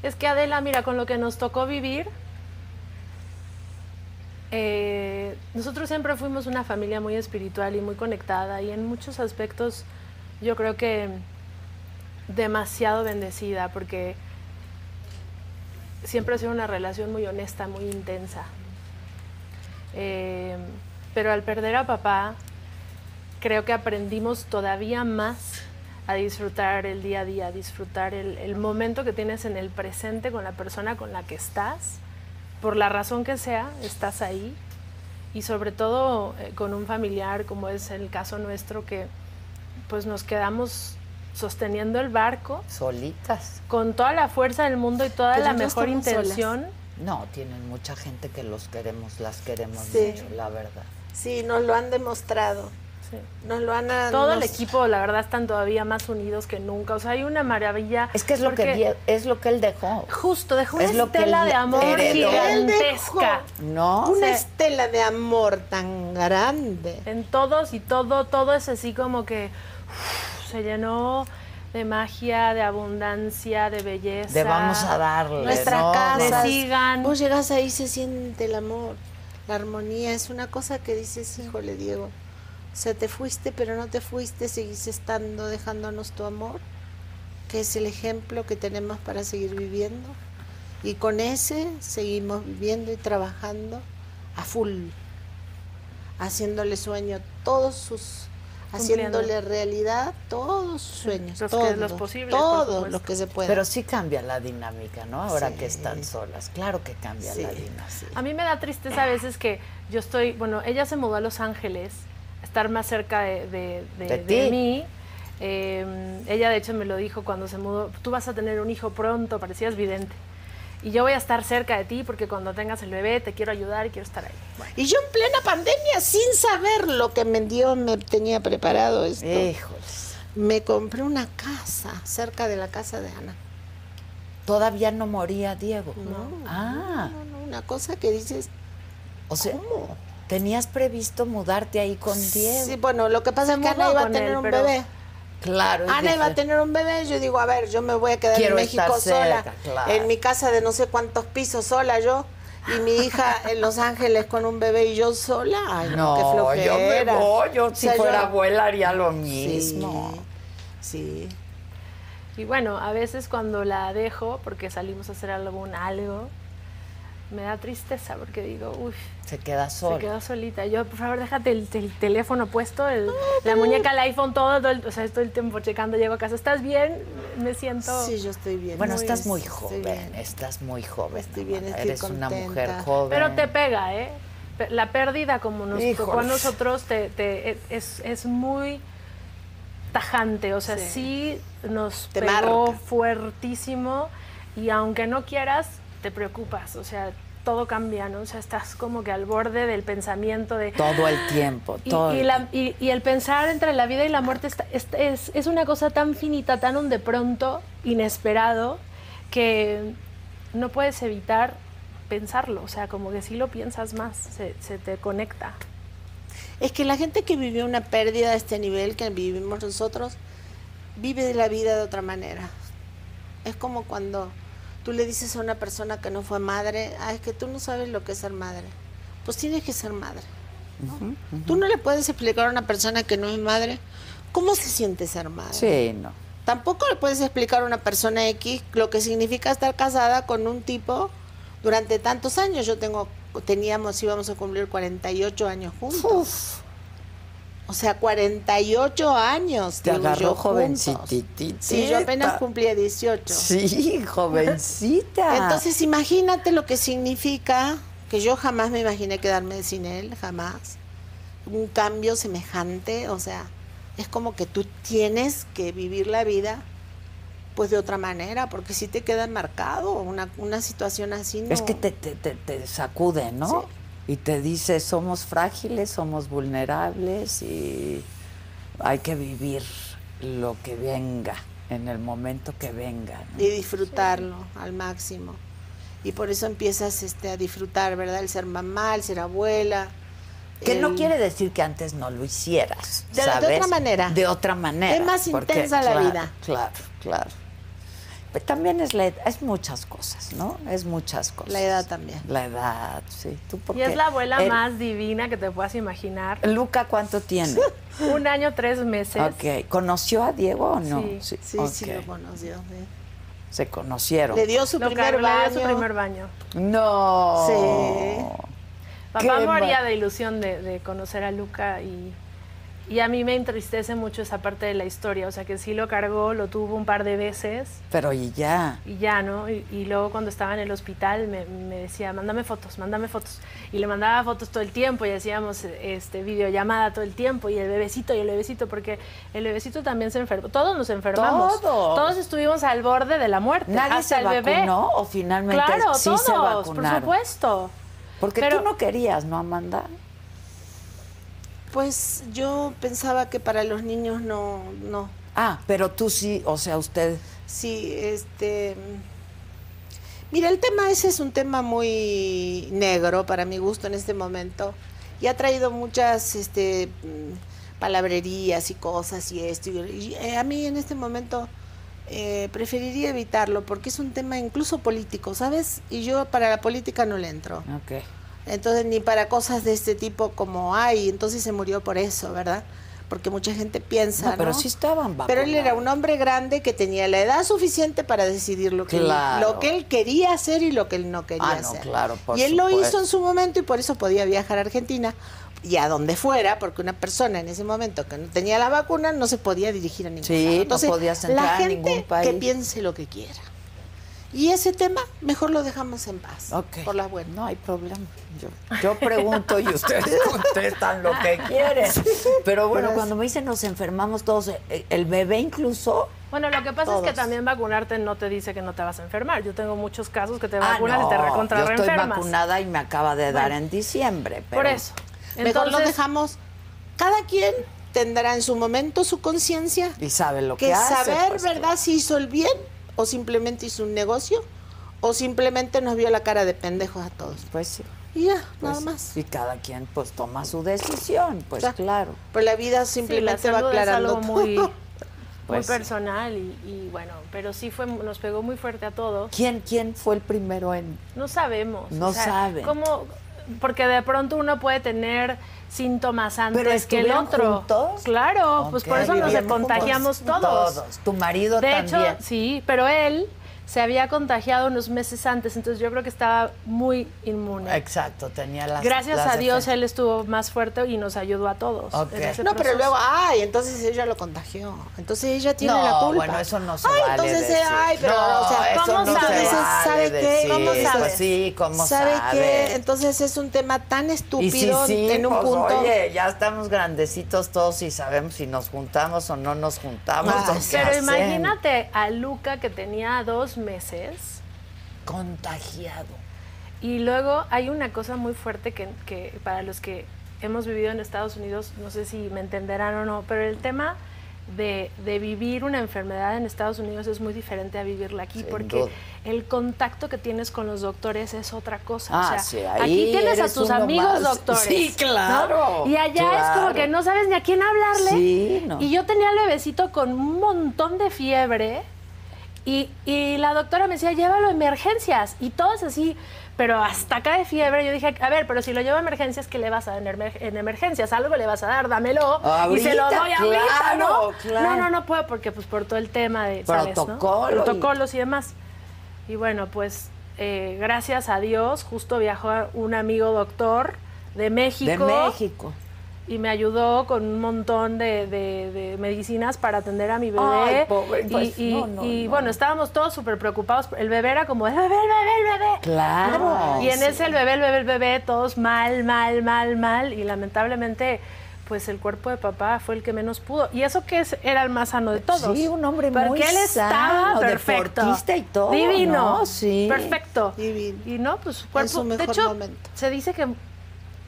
Speaker 5: Es que Adela, mira, con lo que nos tocó vivir, eh, nosotros siempre fuimos una familia muy espiritual y muy conectada y en muchos aspectos yo creo que demasiado bendecida porque siempre ha sido una relación muy honesta, muy intensa. Eh, pero al perder a papá, creo que aprendimos todavía más a disfrutar el día a día, a disfrutar el, el momento que tienes en el presente con la persona con la que estás, por la razón que sea, estás ahí, y sobre todo eh, con un familiar como es el caso nuestro que pues nos quedamos sosteniendo el barco
Speaker 4: Solitas.
Speaker 5: con toda la fuerza del mundo y toda
Speaker 4: Pues
Speaker 3: Pero
Speaker 5: la
Speaker 3: no
Speaker 5: mejor
Speaker 3: estamos solas.
Speaker 5: intención.
Speaker 4: No, tienen mucha gente que los queremos, las queremos
Speaker 3: Sí.
Speaker 4: mucho, la verdad.
Speaker 3: Sí, nos lo han demostrado.
Speaker 5: Sí.
Speaker 3: Nos lo han... a-
Speaker 5: Todo el
Speaker 3: nos-
Speaker 5: equipo, la verdad, están todavía más unidos que nunca. O sea, hay una maravilla.
Speaker 4: Es que es lo que
Speaker 5: porque
Speaker 4: die- es lo que él dejó.
Speaker 5: Justo, dejó
Speaker 4: es
Speaker 5: una
Speaker 4: lo que
Speaker 5: estela
Speaker 4: él
Speaker 5: de amor
Speaker 4: heredó.
Speaker 5: gigantesca.
Speaker 4: No.
Speaker 3: Una
Speaker 5: Sí.
Speaker 3: estela de amor tan grande.
Speaker 5: En todos y todo, todo es así como que uf, se llenó de magia, de abundancia, de belleza.
Speaker 4: De vamos a darle.
Speaker 3: Nuestra
Speaker 4: ¿no?
Speaker 3: casa.
Speaker 5: De sigan.
Speaker 3: Vos llegas ahí se siente el amor, la armonía. Es una cosa que dices, híjole, Diego. O sea, te fuiste, pero no te fuiste, seguís estando, dejándonos tu amor. que es el ejemplo que tenemos para seguir viviendo. Y con ese seguimos viviendo y trabajando a full, haciéndole sueño todos sus,
Speaker 5: Cumpliendo.
Speaker 3: haciéndole realidad todos sus sueños,
Speaker 5: los que-
Speaker 3: todos,
Speaker 5: los posibles, por
Speaker 3: todos
Speaker 5: supuesto.
Speaker 3: los que se puedan.
Speaker 4: Pero sí cambia la dinámica, ¿no? Ahora
Speaker 3: Sí.
Speaker 4: que están solas. Claro que cambia
Speaker 3: Sí,
Speaker 4: la dinámica.
Speaker 3: sí.
Speaker 5: A mí me da tristeza a veces que yo estoy, bueno, ella se mudó a Los Ángeles, a estar más cerca de, de- de-
Speaker 4: De
Speaker 5: de
Speaker 4: ti.
Speaker 5: mí. Eh, ella de hecho me lo dijo cuando se mudó, tú vas a tener un hijo pronto, parecías vidente. Y yo voy a estar cerca de ti porque cuando tengas el bebé te quiero ayudar y quiero estar ahí. Bueno,
Speaker 3: Y yo en plena pandemia, sin saber lo que me Dios me tenía preparado esto,
Speaker 4: Eh. Híjoles.
Speaker 3: me compré una casa cerca de la casa de Ana.
Speaker 4: Todavía no moría Diego.
Speaker 3: No,
Speaker 4: Ah,
Speaker 3: no, no, una cosa que dices,
Speaker 4: o sea, tenías previsto mudarte ahí con Diego.
Speaker 3: sí, bueno, lo que pasa es
Speaker 5: Se
Speaker 3: que Ana
Speaker 5: mudó
Speaker 3: iba a
Speaker 5: con
Speaker 3: tener
Speaker 5: él,
Speaker 3: un
Speaker 5: pero-
Speaker 3: bebé.
Speaker 4: Claro. y
Speaker 3: Ana Ah, iba a
Speaker 4: dije,
Speaker 3: tener un bebé, yo digo, a ver, yo me voy a quedar
Speaker 4: Quiero
Speaker 3: en México
Speaker 4: estar cerca,
Speaker 3: sola,
Speaker 4: claro.
Speaker 3: en mi casa de no sé cuántos pisos sola yo, y mi hija
Speaker 4: <laughs>
Speaker 3: en Los Ángeles con un bebé y yo sola. Ay, no, qué
Speaker 4: No,
Speaker 3: flojera.
Speaker 4: yo me voy. Yo,
Speaker 3: O
Speaker 4: si
Speaker 3: sea, yo-
Speaker 4: fuera abuela, haría lo
Speaker 3: Sí,
Speaker 4: mismo.
Speaker 3: sí.
Speaker 5: y bueno, a veces cuando la dejo porque salimos a hacer algún algo, me da tristeza porque digo, uy,
Speaker 4: Se queda sola.
Speaker 5: Se quedó solita. Yo, por favor, déjate el, el teléfono puesto, el- la muñeca, el iPhone, todo, todo el- o sea, todo el tiempo checando. Llego a casa, ¿estás bien? Me siento...
Speaker 3: Sí, yo estoy bien.
Speaker 4: Bueno,
Speaker 5: Muy-
Speaker 4: estás muy
Speaker 3: estoy
Speaker 4: joven,
Speaker 3: bien.
Speaker 4: estás muy joven.
Speaker 3: este Estoy bien,
Speaker 4: Amanda.
Speaker 3: estoy
Speaker 4: Eres una mujer
Speaker 3: contenta.
Speaker 4: joven.
Speaker 5: Pero te pega, ¿eh? Pe- La pérdida, como nos tocó a
Speaker 4: Híjole.
Speaker 5: nosotros, te, te- e- es, es muy tajante. O sea, sí, nos
Speaker 3: Te
Speaker 5: pegó
Speaker 3: marca.
Speaker 5: fuertísimo y aunque no quieras, te preocupas. O sea, todo cambia, ¿no? O sea, estás como que al borde del pensamiento de...
Speaker 4: Todo el tiempo,
Speaker 5: Y,
Speaker 4: todo.
Speaker 5: y
Speaker 4: el
Speaker 5: la- y- y el pensar entre la vida y la muerte está- es, es- es una cosa tan finita, tan un de pronto, inesperado, que no puedes evitar pensarlo. O sea, como que si lo piensas más, se, se te conecta.
Speaker 3: Es que la gente que vivió una pérdida de este nivel que vivimos nosotros, vive la vida de otra manera. Es como cuando tú le dices a una persona que no fue madre, ah, es que tú no sabes lo que es ser madre. Pues tienes que ser madre. ¿no? Tú no le puedes explicar a una persona que no es madre cómo se siente ser madre.
Speaker 4: Sí, no.
Speaker 3: Tampoco le puedes explicar a una persona X lo que significa estar casada con un tipo durante tantos años. Yo tengo, teníamos, íbamos a cumplir 48 años juntos. O sea, 48 años.
Speaker 4: Te
Speaker 3: digo
Speaker 4: agarró
Speaker 3: yo, juntos.
Speaker 4: jovencititita.
Speaker 3: Sí, yo apenas cumplía 18.
Speaker 4: Sí, jovencita.
Speaker 3: Entonces, imagínate lo que significa, que yo jamás me imaginé quedarme sin él, jamás. Un cambio semejante, o sea, es como que tú tienes que vivir la vida pues de otra manera, porque si te queda marcado una, una situación así. No,
Speaker 4: Es que te, te- te- te sacude, ¿no? Y te dice, somos frágiles, somos vulnerables y hay que vivir lo que venga, en el momento que venga. ¿no?
Speaker 3: Y disfrutarlo al máximo. Y por eso empiezas este, a disfrutar, ¿verdad? El ser mamá, el ser abuela.
Speaker 4: Que no
Speaker 3: el-
Speaker 4: quiere decir que antes no lo hicieras.
Speaker 3: Eh, De- de
Speaker 4: ¿sabes?
Speaker 3: otra manera.
Speaker 4: De otra manera.
Speaker 3: Es más intensa la
Speaker 4: claro,
Speaker 3: vida.
Speaker 4: Claro, claro. Pero también es la edad, es muchas cosas, ¿no? Es muchas cosas.
Speaker 3: La edad también.
Speaker 4: La edad, sí. Tú porque
Speaker 5: y es la abuela
Speaker 4: el-
Speaker 5: más divina que te
Speaker 4: <laughs>
Speaker 5: puedas imaginar.
Speaker 4: Luca, ¿cuánto tiene?
Speaker 5: Un año, <laughs> tres meses.
Speaker 4: ok. ¿Conoció a Diego o no?
Speaker 5: Sí.
Speaker 3: Sí, sí,
Speaker 4: ok.
Speaker 3: lo conoció. sí.
Speaker 4: Se conocieron.
Speaker 3: Le dio su
Speaker 5: Lo
Speaker 3: primer
Speaker 5: cargó a
Speaker 3: baño.
Speaker 5: su primer baño.
Speaker 4: No.
Speaker 3: Sí.
Speaker 5: Papá
Speaker 4: Qué
Speaker 5: moría
Speaker 4: mal.
Speaker 5: de ilusión de, de conocer a Luca y, y a mí me entristece mucho esa parte de la historia. O sea, que sí lo cargó, lo tuvo un par de veces
Speaker 4: Pero y ya.
Speaker 5: y ya, ¿no? Y, y luego cuando estaba en el hospital me, me decía, mándame fotos, mándame fotos. Y le mandaba fotos todo el tiempo y hacíamos este, videollamada todo el tiempo y el bebecito y el bebecito, porque el bebecito también se enfermó. Todos nos enfermamos.
Speaker 4: Todos.
Speaker 5: estuvimos al borde de la muerte.
Speaker 4: ¿Nadie
Speaker 5: hasta
Speaker 4: se
Speaker 5: el bebé.
Speaker 4: vacunó o finalmente
Speaker 5: Claro,
Speaker 4: sí
Speaker 5: todos,
Speaker 4: se
Speaker 5: por
Speaker 4: vacunaron?
Speaker 5: supuesto.
Speaker 4: Porque
Speaker 5: Pero-
Speaker 4: tú no querías, ¿no, Amanda?
Speaker 3: Pues yo pensaba que para los niños no, no.
Speaker 4: Ah, pero tú sí, o sea, usted.
Speaker 3: Sí, este. Mira, el tema ese es un tema muy negro para mi gusto en este momento. Y ha traído muchas este, mm, palabrerías y cosas y esto. Y, y, eh, a mí en este momento eh, preferiría evitarlo porque es un tema incluso político, ¿sabes? Y yo para la política no le entro.
Speaker 4: Ok.
Speaker 3: Entonces, ni para cosas de este tipo como, ay, entonces se murió por eso, ¿verdad? porque mucha gente piensa,
Speaker 4: No, pero
Speaker 3: ¿no?
Speaker 4: sí estaban vacunados.
Speaker 3: Pero él era un hombre grande que tenía la edad suficiente para decidir lo que,
Speaker 4: Claro.
Speaker 3: lo que él quería hacer y lo que él no quería
Speaker 4: Ah, no,
Speaker 3: hacer.
Speaker 4: claro, por
Speaker 3: y él lo
Speaker 4: supuesto.
Speaker 3: hizo en su momento y por eso podía viajar a Argentina y a donde fuera, porque una persona en ese momento que no tenía la vacuna no se podía dirigir a ningún
Speaker 4: Sí,
Speaker 3: lado.
Speaker 4: no
Speaker 3: Entonces,
Speaker 4: podías entrar
Speaker 3: la
Speaker 4: a
Speaker 3: gente
Speaker 4: ningún
Speaker 3: que
Speaker 4: país.
Speaker 3: piense lo que quiera. Y ese tema mejor lo dejamos en paz.
Speaker 4: Ok.
Speaker 3: Por las buenas.
Speaker 4: No hay problema. Yo, yo pregunto y <laughs> Ah, ustedes contestan lo que quieren. Pero bueno, cuando me dicen nos enfermamos todos, eh, el bebé incluso.
Speaker 5: Bueno, lo que pasa es
Speaker 4: Todos.
Speaker 5: que también vacunarte no te dice que no te vas a enfermar. Yo tengo muchos casos que te
Speaker 4: Ah,
Speaker 5: vacunan y te
Speaker 4: no,
Speaker 5: recontra
Speaker 4: yo estoy
Speaker 5: reenfermas.
Speaker 4: vacunada y me acaba de dar en diciembre. Pero
Speaker 5: Por eso.
Speaker 3: Mejor lo
Speaker 5: Entonces,
Speaker 3: dejamos. Cada quien tendrá en su momento su conciencia
Speaker 4: Y sabe lo que,
Speaker 3: que
Speaker 4: hace.
Speaker 3: saber,
Speaker 4: pues,
Speaker 3: ¿verdad?, si hizo el bien o simplemente hizo un negocio o simplemente nos vio la cara de pendejos a todos.
Speaker 4: Pues sí.
Speaker 3: Y ya,
Speaker 4: pues
Speaker 3: nada
Speaker 4: sí.
Speaker 3: más.
Speaker 4: Y cada quien pues toma su decisión, pues
Speaker 3: Ya.
Speaker 4: claro.
Speaker 3: Pero la vida
Speaker 5: sí, la
Speaker 3: simplemente va
Speaker 5: salud es
Speaker 3: aclarando
Speaker 5: algo muy,
Speaker 3: todo. <laughs>
Speaker 5: muy
Speaker 4: Pues sí.
Speaker 5: personal y, y bueno, pero sí fue, nos pegó muy fuerte a todos.
Speaker 4: ¿Quién, ¿Quién fue el primero en...?
Speaker 5: No sabemos.
Speaker 4: No saben.
Speaker 5: ¿Cómo? Porque de pronto uno puede tener síntomas antes
Speaker 4: ¿Pero
Speaker 5: que el
Speaker 4: estuvieron
Speaker 5: otro.
Speaker 4: juntos?
Speaker 5: Claro, pues
Speaker 4: Ok,
Speaker 5: por eso nos
Speaker 4: vivían
Speaker 5: contagiamos
Speaker 4: juntos.
Speaker 5: todos.
Speaker 4: Tu marido
Speaker 5: De hecho,
Speaker 4: también.
Speaker 5: sí, pero él se había contagiado unos meses antes, entonces yo creo que estaba muy inmune.
Speaker 4: Exacto, tenía las
Speaker 5: Gracias
Speaker 4: las
Speaker 5: a Dios
Speaker 4: defensas.
Speaker 5: él estuvo más fuerte y nos ayudó a todos.
Speaker 4: Ok.
Speaker 5: en ese
Speaker 3: No, pero
Speaker 5: proceso.
Speaker 3: luego, ay, entonces ella lo contagió. Entonces ella tiene
Speaker 4: No,
Speaker 3: la culpa.
Speaker 4: bueno, eso no se
Speaker 3: ay,
Speaker 4: vale
Speaker 3: entonces, eh,
Speaker 4: decir.
Speaker 3: ay, pero,
Speaker 4: No,
Speaker 3: o sea,
Speaker 4: eso
Speaker 3: ¿cómo
Speaker 5: no se
Speaker 3: sabe? Entonces,
Speaker 4: vale
Speaker 3: ¿sabe qué?
Speaker 4: decir,
Speaker 3: ¿Cómo
Speaker 5: pues
Speaker 3: sabe?
Speaker 4: sí, ¿cómo
Speaker 3: ¿Sabe
Speaker 4: sabe?
Speaker 3: qué? Entonces es un tema tan
Speaker 4: Y si
Speaker 3: estúpido
Speaker 4: sí,
Speaker 3: en un
Speaker 4: pues,
Speaker 3: punto.
Speaker 4: oye, ya estamos grandecitos todos y sabemos si nos juntamos o no nos juntamos.
Speaker 3: Ay,
Speaker 4: o qué
Speaker 5: Pero
Speaker 4: hacemos.
Speaker 5: imagínate a Luca que tenía dos meses
Speaker 4: Contagiado.
Speaker 5: y luego hay una cosa muy fuerte que, que para los que hemos vivido en Estados Unidos, no sé si me entenderán o no, pero el tema de, de vivir una enfermedad en Estados Unidos es muy diferente a vivirla aquí
Speaker 4: Sin
Speaker 5: porque
Speaker 4: duda.
Speaker 5: el contacto que tienes con los doctores es otra cosa.
Speaker 4: Ah,
Speaker 5: o sea,
Speaker 4: sí, ahí
Speaker 5: aquí tienes a
Speaker 4: eres
Speaker 5: tus
Speaker 4: uno
Speaker 5: amigos
Speaker 4: más.
Speaker 5: doctores.
Speaker 4: Sí, claro,
Speaker 5: ¿no? Y allá es
Speaker 4: claro.
Speaker 5: como que no sabes ni a quién hablarle.
Speaker 4: Sí, no.
Speaker 5: Y yo tenía al bebecito con un montón de fiebre. Y, y la doctora me decía, llévalo a emergencias. Y todos así, pero hasta acá de fiebre. Yo dije, a ver, pero si lo llevo a emergencias, ¿qué le vas a dar en, emer- en emergencias? Algo le vas a dar, dámelo. y se lo
Speaker 4: Ahorita,
Speaker 5: doy ahorita,
Speaker 4: claro,
Speaker 5: ¿no?
Speaker 4: claro.
Speaker 5: No, no, no puedo porque pues por todo el tema de, ¿sabes, no?
Speaker 4: Protocolo y-
Speaker 5: Protocolos y demás. Y bueno, pues eh, gracias a Dios, justo viajó un amigo doctor de México.
Speaker 4: De México.
Speaker 5: Y me ayudó con un montón de, de- de medicinas para atender a mi bebé.
Speaker 4: Ay, pobre, pues,
Speaker 5: y y-
Speaker 4: no, no,
Speaker 5: y,
Speaker 4: no.
Speaker 5: bueno, estábamos todos súper preocupados. El bebé era como, el bebé, el bebé, el bebé.
Speaker 4: Claro,
Speaker 5: ¿no? Y en
Speaker 4: sí.
Speaker 5: ese el bebé, el bebé, el bebé, todos mal, mal, mal, mal. Y lamentablemente, pues el cuerpo de papá fue el que menos pudo. Y eso que es- era el más sano de todos.
Speaker 4: Sí, un hombre
Speaker 5: Porque
Speaker 4: muy
Speaker 5: él
Speaker 4: sano,
Speaker 5: estaba perfecto.
Speaker 4: deportista y todo,
Speaker 5: Divino.
Speaker 4: ¿no? Sí.
Speaker 5: Perfecto.
Speaker 3: Divino.
Speaker 5: Y no, pues su cuerpo.
Speaker 3: su mejor
Speaker 5: de hecho,
Speaker 3: momento.
Speaker 5: se dice que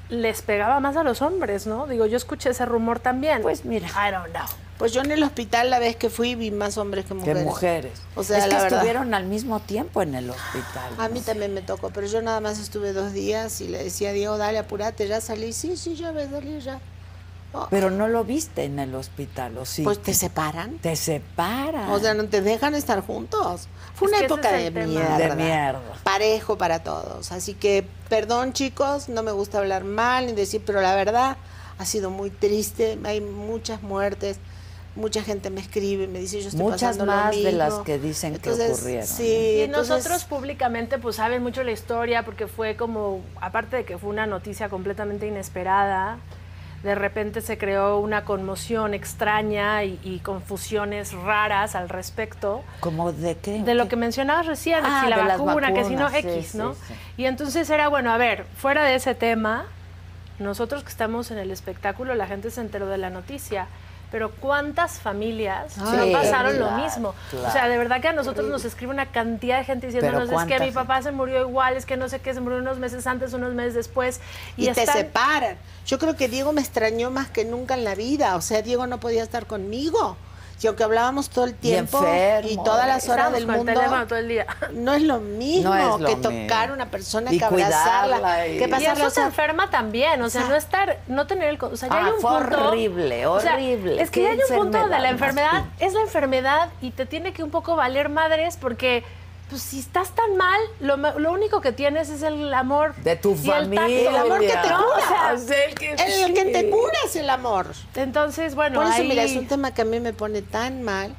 Speaker 5: les pegaba más a los hombres, ¿no? Digo, yo escuché ese rumor también.
Speaker 4: Pues mira.
Speaker 5: I don't know.
Speaker 3: Pues yo en el hospital la vez que fui vi más hombres que
Speaker 4: Que
Speaker 3: mujeres.
Speaker 4: mujeres.
Speaker 3: O sea,
Speaker 4: es que
Speaker 3: la verdad.
Speaker 4: estuvieron al mismo tiempo en el hospital.
Speaker 3: A mí
Speaker 4: ¿no?
Speaker 3: también me tocó, pero yo nada más estuve dos días y le decía a Diego, dale, apurate, ya salí. Sí, sí, ya me salí, ya. Oh,
Speaker 4: Pero no lo viste en el hospital, ¿o Pues sí?
Speaker 3: pues te separan.
Speaker 4: te separan.
Speaker 3: O sea, no te dejan estar juntos. Fue
Speaker 5: Es
Speaker 3: una
Speaker 5: que ese
Speaker 3: época
Speaker 5: es
Speaker 3: de
Speaker 5: el tema.
Speaker 3: mierda.
Speaker 4: De mierda.
Speaker 3: Parejo para todos. Así que, perdón chicos, no me gusta hablar mal ni decir, pero la verdad ha sido muy triste. Hay muchas muertes. Mucha gente me escribe, me dice, yo estoy
Speaker 4: Muchas
Speaker 3: pasando lo
Speaker 4: más de
Speaker 3: mismo".
Speaker 4: las que dicen que ocurrieron,
Speaker 3: Sí,
Speaker 5: Y
Speaker 3: entonces-
Speaker 5: nosotros públicamente pues saben mucho la historia porque fue como, aparte de que fue una noticia completamente inesperada, de repente se creó una conmoción extraña y, y confusiones raras al respecto.
Speaker 4: ¿Como de qué?
Speaker 5: De lo que mencionabas recién,
Speaker 4: Ah,
Speaker 5: si la
Speaker 4: de las
Speaker 5: vacuna, que si no
Speaker 4: vacunas, sí,
Speaker 5: X, ¿no?
Speaker 4: sí, sí.
Speaker 5: Y entonces era, bueno, a ver, fuera de ese tema, nosotros que estamos en el espectáculo, la gente se enteró de la noticia. Pero cuántas familias
Speaker 4: Sí,
Speaker 5: no pasaron lo
Speaker 4: claro,
Speaker 5: mismo. O sea,
Speaker 4: claro.
Speaker 5: de verdad que a nosotros nos escribe una cantidad de gente diciéndonos, es
Speaker 4: cuánta
Speaker 5: que mi
Speaker 4: gente.
Speaker 5: papá se murió igual, es que no sé qué, se murió unos meses antes, unos meses después.
Speaker 3: y,
Speaker 5: Y,
Speaker 3: te
Speaker 5: están-
Speaker 3: separan. Yo creo que Diego me extrañó más que nunca en la vida. O sea, Diego no podía estar conmigo. Y aunque hablábamos todo el tiempo
Speaker 4: enfermo,
Speaker 3: y, todas las horas
Speaker 5: Estábamos
Speaker 3: del
Speaker 5: con
Speaker 3: mundo,
Speaker 5: el teléfono todo el día.
Speaker 3: no es lo mismo
Speaker 4: No es lo
Speaker 3: que
Speaker 4: mismo.
Speaker 3: tocar a una persona,
Speaker 4: Y
Speaker 3: que abrazarla,
Speaker 4: cuidarla y-
Speaker 3: que
Speaker 4: Y
Speaker 5: Y
Speaker 3: pasarla.
Speaker 5: eso
Speaker 3: o
Speaker 5: se
Speaker 3: sea,
Speaker 5: enferma también, o sea, no estar, no tener el... con- O sea, ya
Speaker 4: Ah,
Speaker 5: hay un
Speaker 4: fue
Speaker 5: punto-
Speaker 4: horrible,
Speaker 5: o sea,
Speaker 4: horrible.
Speaker 5: es que
Speaker 4: Qué
Speaker 5: ya hay un punto
Speaker 4: enfermedad
Speaker 5: de la
Speaker 4: más
Speaker 5: enfermedad,
Speaker 4: pi-
Speaker 5: es la enfermedad y te tiene que un poco valer madres porque Pues si estás tan mal, lo, me- lo único que tienes es el amor.
Speaker 4: De tu
Speaker 5: y el tacto.
Speaker 4: familia.
Speaker 3: El amor que te
Speaker 5: No, o sea,
Speaker 3: cura.
Speaker 4: Es el que-
Speaker 3: El que te cura es el amor.
Speaker 5: entonces, bueno,
Speaker 3: Por eso,
Speaker 5: ahí-
Speaker 3: mira, es un tema que a mí me pone tan mal,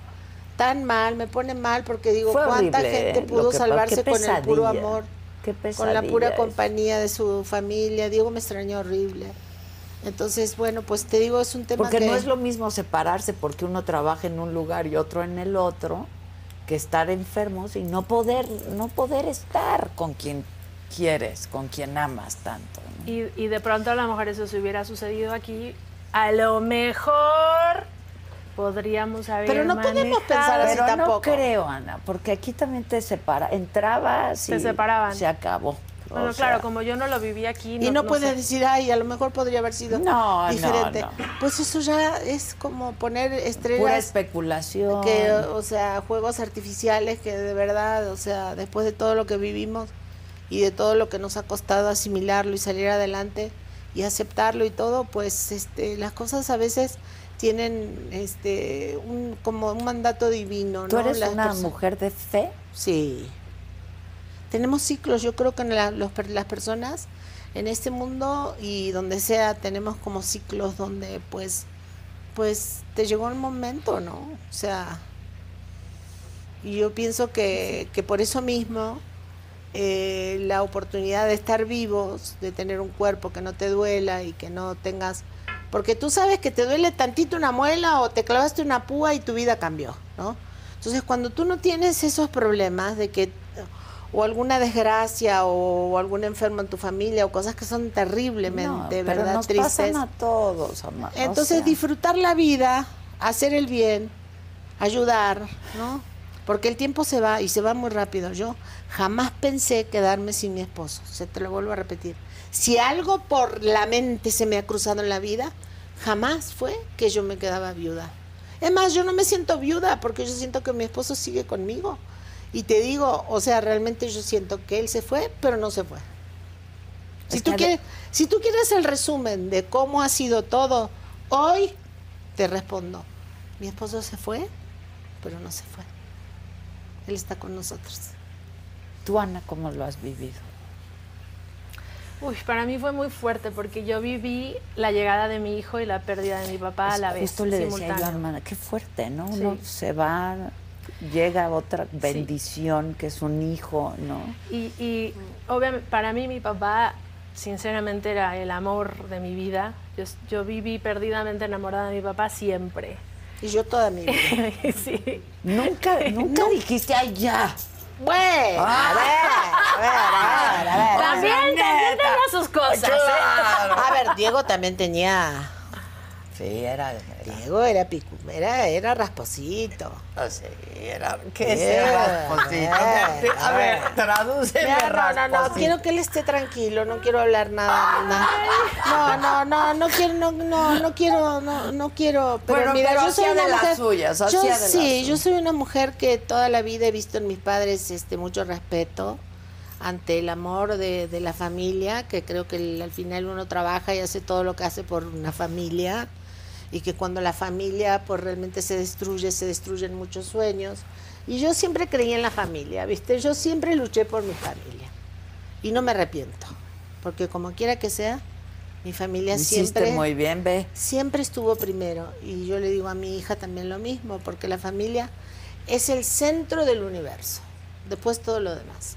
Speaker 3: tan mal, me pone mal porque digo,
Speaker 4: Fue
Speaker 3: ¿cuánta
Speaker 4: horrible,
Speaker 3: gente
Speaker 4: ¿eh?
Speaker 3: pudo
Speaker 4: Lo que-
Speaker 3: salvarse
Speaker 4: qué
Speaker 3: con el puro
Speaker 4: pesadilla,
Speaker 3: amor?
Speaker 4: qué
Speaker 3: con la
Speaker 4: pesadilla
Speaker 3: pura
Speaker 4: es.
Speaker 3: compañía de su familia. Diego me extrañó horrible. Entonces, bueno, pues te digo, es un tema
Speaker 4: Porque
Speaker 3: que...
Speaker 4: no es lo mismo separarse porque uno trabaja en un lugar y otro en el otro que estar enfermos y no poder no poder estar con quien quieres, con quien amas tanto. ¿no?
Speaker 5: Y, y de pronto a lo mejor eso se hubiera sucedido aquí, a lo mejor podríamos haber
Speaker 3: Pero no podemos pensar así
Speaker 4: Pero no
Speaker 3: tampoco.
Speaker 4: creo, Ana, porque aquí también te separa, entrabas y
Speaker 5: Te separaban.
Speaker 4: se acabó. O
Speaker 5: Bueno,
Speaker 4: sea,
Speaker 5: claro, como yo no lo viví aquí.
Speaker 3: Y no,
Speaker 5: no
Speaker 3: puedes
Speaker 5: sé.
Speaker 3: decir, ay, a lo mejor podría haber sido
Speaker 4: No, no,
Speaker 3: diferente.
Speaker 4: no.
Speaker 3: Pues eso ya es como poner
Speaker 4: pura
Speaker 3: estrellas
Speaker 4: especulación.
Speaker 3: que, oh, o sea, juegos artificiales que de verdad, o sea, después de todo lo que vivimos y de todo lo que nos ha costado asimilarlo y salir adelante y aceptarlo y todo, pues este, las cosas a veces tienen este un, como un mandato divino,
Speaker 4: Tú
Speaker 3: ¿no?
Speaker 4: eres
Speaker 3: Las
Speaker 4: una
Speaker 3: perso-
Speaker 4: mujer de fe.
Speaker 3: Sí. Tenemos ciclos, yo creo que en la- los per- las personas en este mundo y donde sea tenemos como ciclos donde pues pues te llegó el momento, ¿no? O sea, y yo pienso que, que por eso mismo eh, la oportunidad de estar vivos, de tener un cuerpo que no te duela y que no tengas... Porque tú sabes que te duele tantito una muela o te clavaste una púa y tu vida cambió, ¿no? Entonces, cuando tú no tienes esos problemas de que o alguna desgracia o, algún enfermo en tu familia o cosas que son
Speaker 4: No,
Speaker 3: terriblemente,
Speaker 4: pero
Speaker 3: ¿verdad?
Speaker 4: nos
Speaker 3: Tristes.
Speaker 4: pasan a todos, Amar.
Speaker 3: Entonces, disfrutar la vida, hacer el bien, ayudar, ¿no? Porque el tiempo se va y se va muy rápido. Yo jamás pensé quedarme sin mi esposo, se te lo vuelvo a repetir. Si algo por la mente se me ha cruzado en la vida, jamás fue que yo me quedaba viuda. Es más, yo no me siento viuda porque yo siento que mi esposo sigue conmigo. Y te digo, o sea, realmente yo siento que él se fue, pero no se fue. Si
Speaker 4: Está
Speaker 3: tú,
Speaker 4: de-
Speaker 3: quieres, si tú quieres el resumen de cómo ha sido todo hoy, te respondo. Mi esposo se fue, pero no se fue. Él está con nosotros.
Speaker 4: Tú, Ana, ¿cómo lo has vivido?
Speaker 5: Uy, para mí fue muy fuerte porque yo viví la llegada de mi hijo y la pérdida de mi papá a la vez.
Speaker 4: Esto le decía yo a
Speaker 5: simultáneo.
Speaker 4: hermana, qué fuerte, ¿no?
Speaker 5: Sí.
Speaker 4: Uno se va, llega otra bendición que es un hijo, ¿no?
Speaker 5: Y, y obviamente, para mí mi papá, sinceramente, era el amor de mi vida. Yo, yo viví perdidamente enamorada de mi papá siempre. <laughs>
Speaker 3: Y yo toda mi vida.
Speaker 5: sí.
Speaker 4: Nunca, nunca dijiste, ay, ya.
Speaker 3: Bueno, a ver, a ver, a ver, a ver.
Speaker 5: También, también tenía sus cosas. ¿eh?
Speaker 3: A ver, Diego también tenía.
Speaker 4: Sí, era,
Speaker 3: Diego era picu, era, era rasposito.
Speaker 4: Ah, sí, era, ¿qué
Speaker 3: es ser rasposito?
Speaker 4: A ver, traduce
Speaker 3: Mira, no, no, no, quiero que él esté tranquilo, no quiero hablar nada, nada. No, no, no, no quiero, no, no, no quiero, no, no quiero. Pero
Speaker 4: Bueno,
Speaker 3: mira,
Speaker 4: pero
Speaker 3: yo soy
Speaker 4: hacía
Speaker 3: una
Speaker 4: de las
Speaker 3: mujer,
Speaker 4: suyas,
Speaker 3: yo
Speaker 4: hacía de las
Speaker 3: sí,
Speaker 4: suyas.
Speaker 3: yo soy una mujer que toda la vida he visto en mis padres este mucho respeto ante el amor de, de la familia, que creo que el- al final uno trabaja y hace todo lo que hace por una familia y que cuando la familia pues realmente se destruye, se destruyen muchos sueños. Y yo siempre creí en la familia, ¿viste? Yo siempre luché por mi familia y no me arrepiento, porque como quiera que sea, mi familia
Speaker 4: Hiciste
Speaker 3: siempre
Speaker 4: muy bien, ve.
Speaker 3: siempre estuvo primero y yo le digo a mi hija también lo mismo, porque la familia es el centro del universo, después todo lo demás.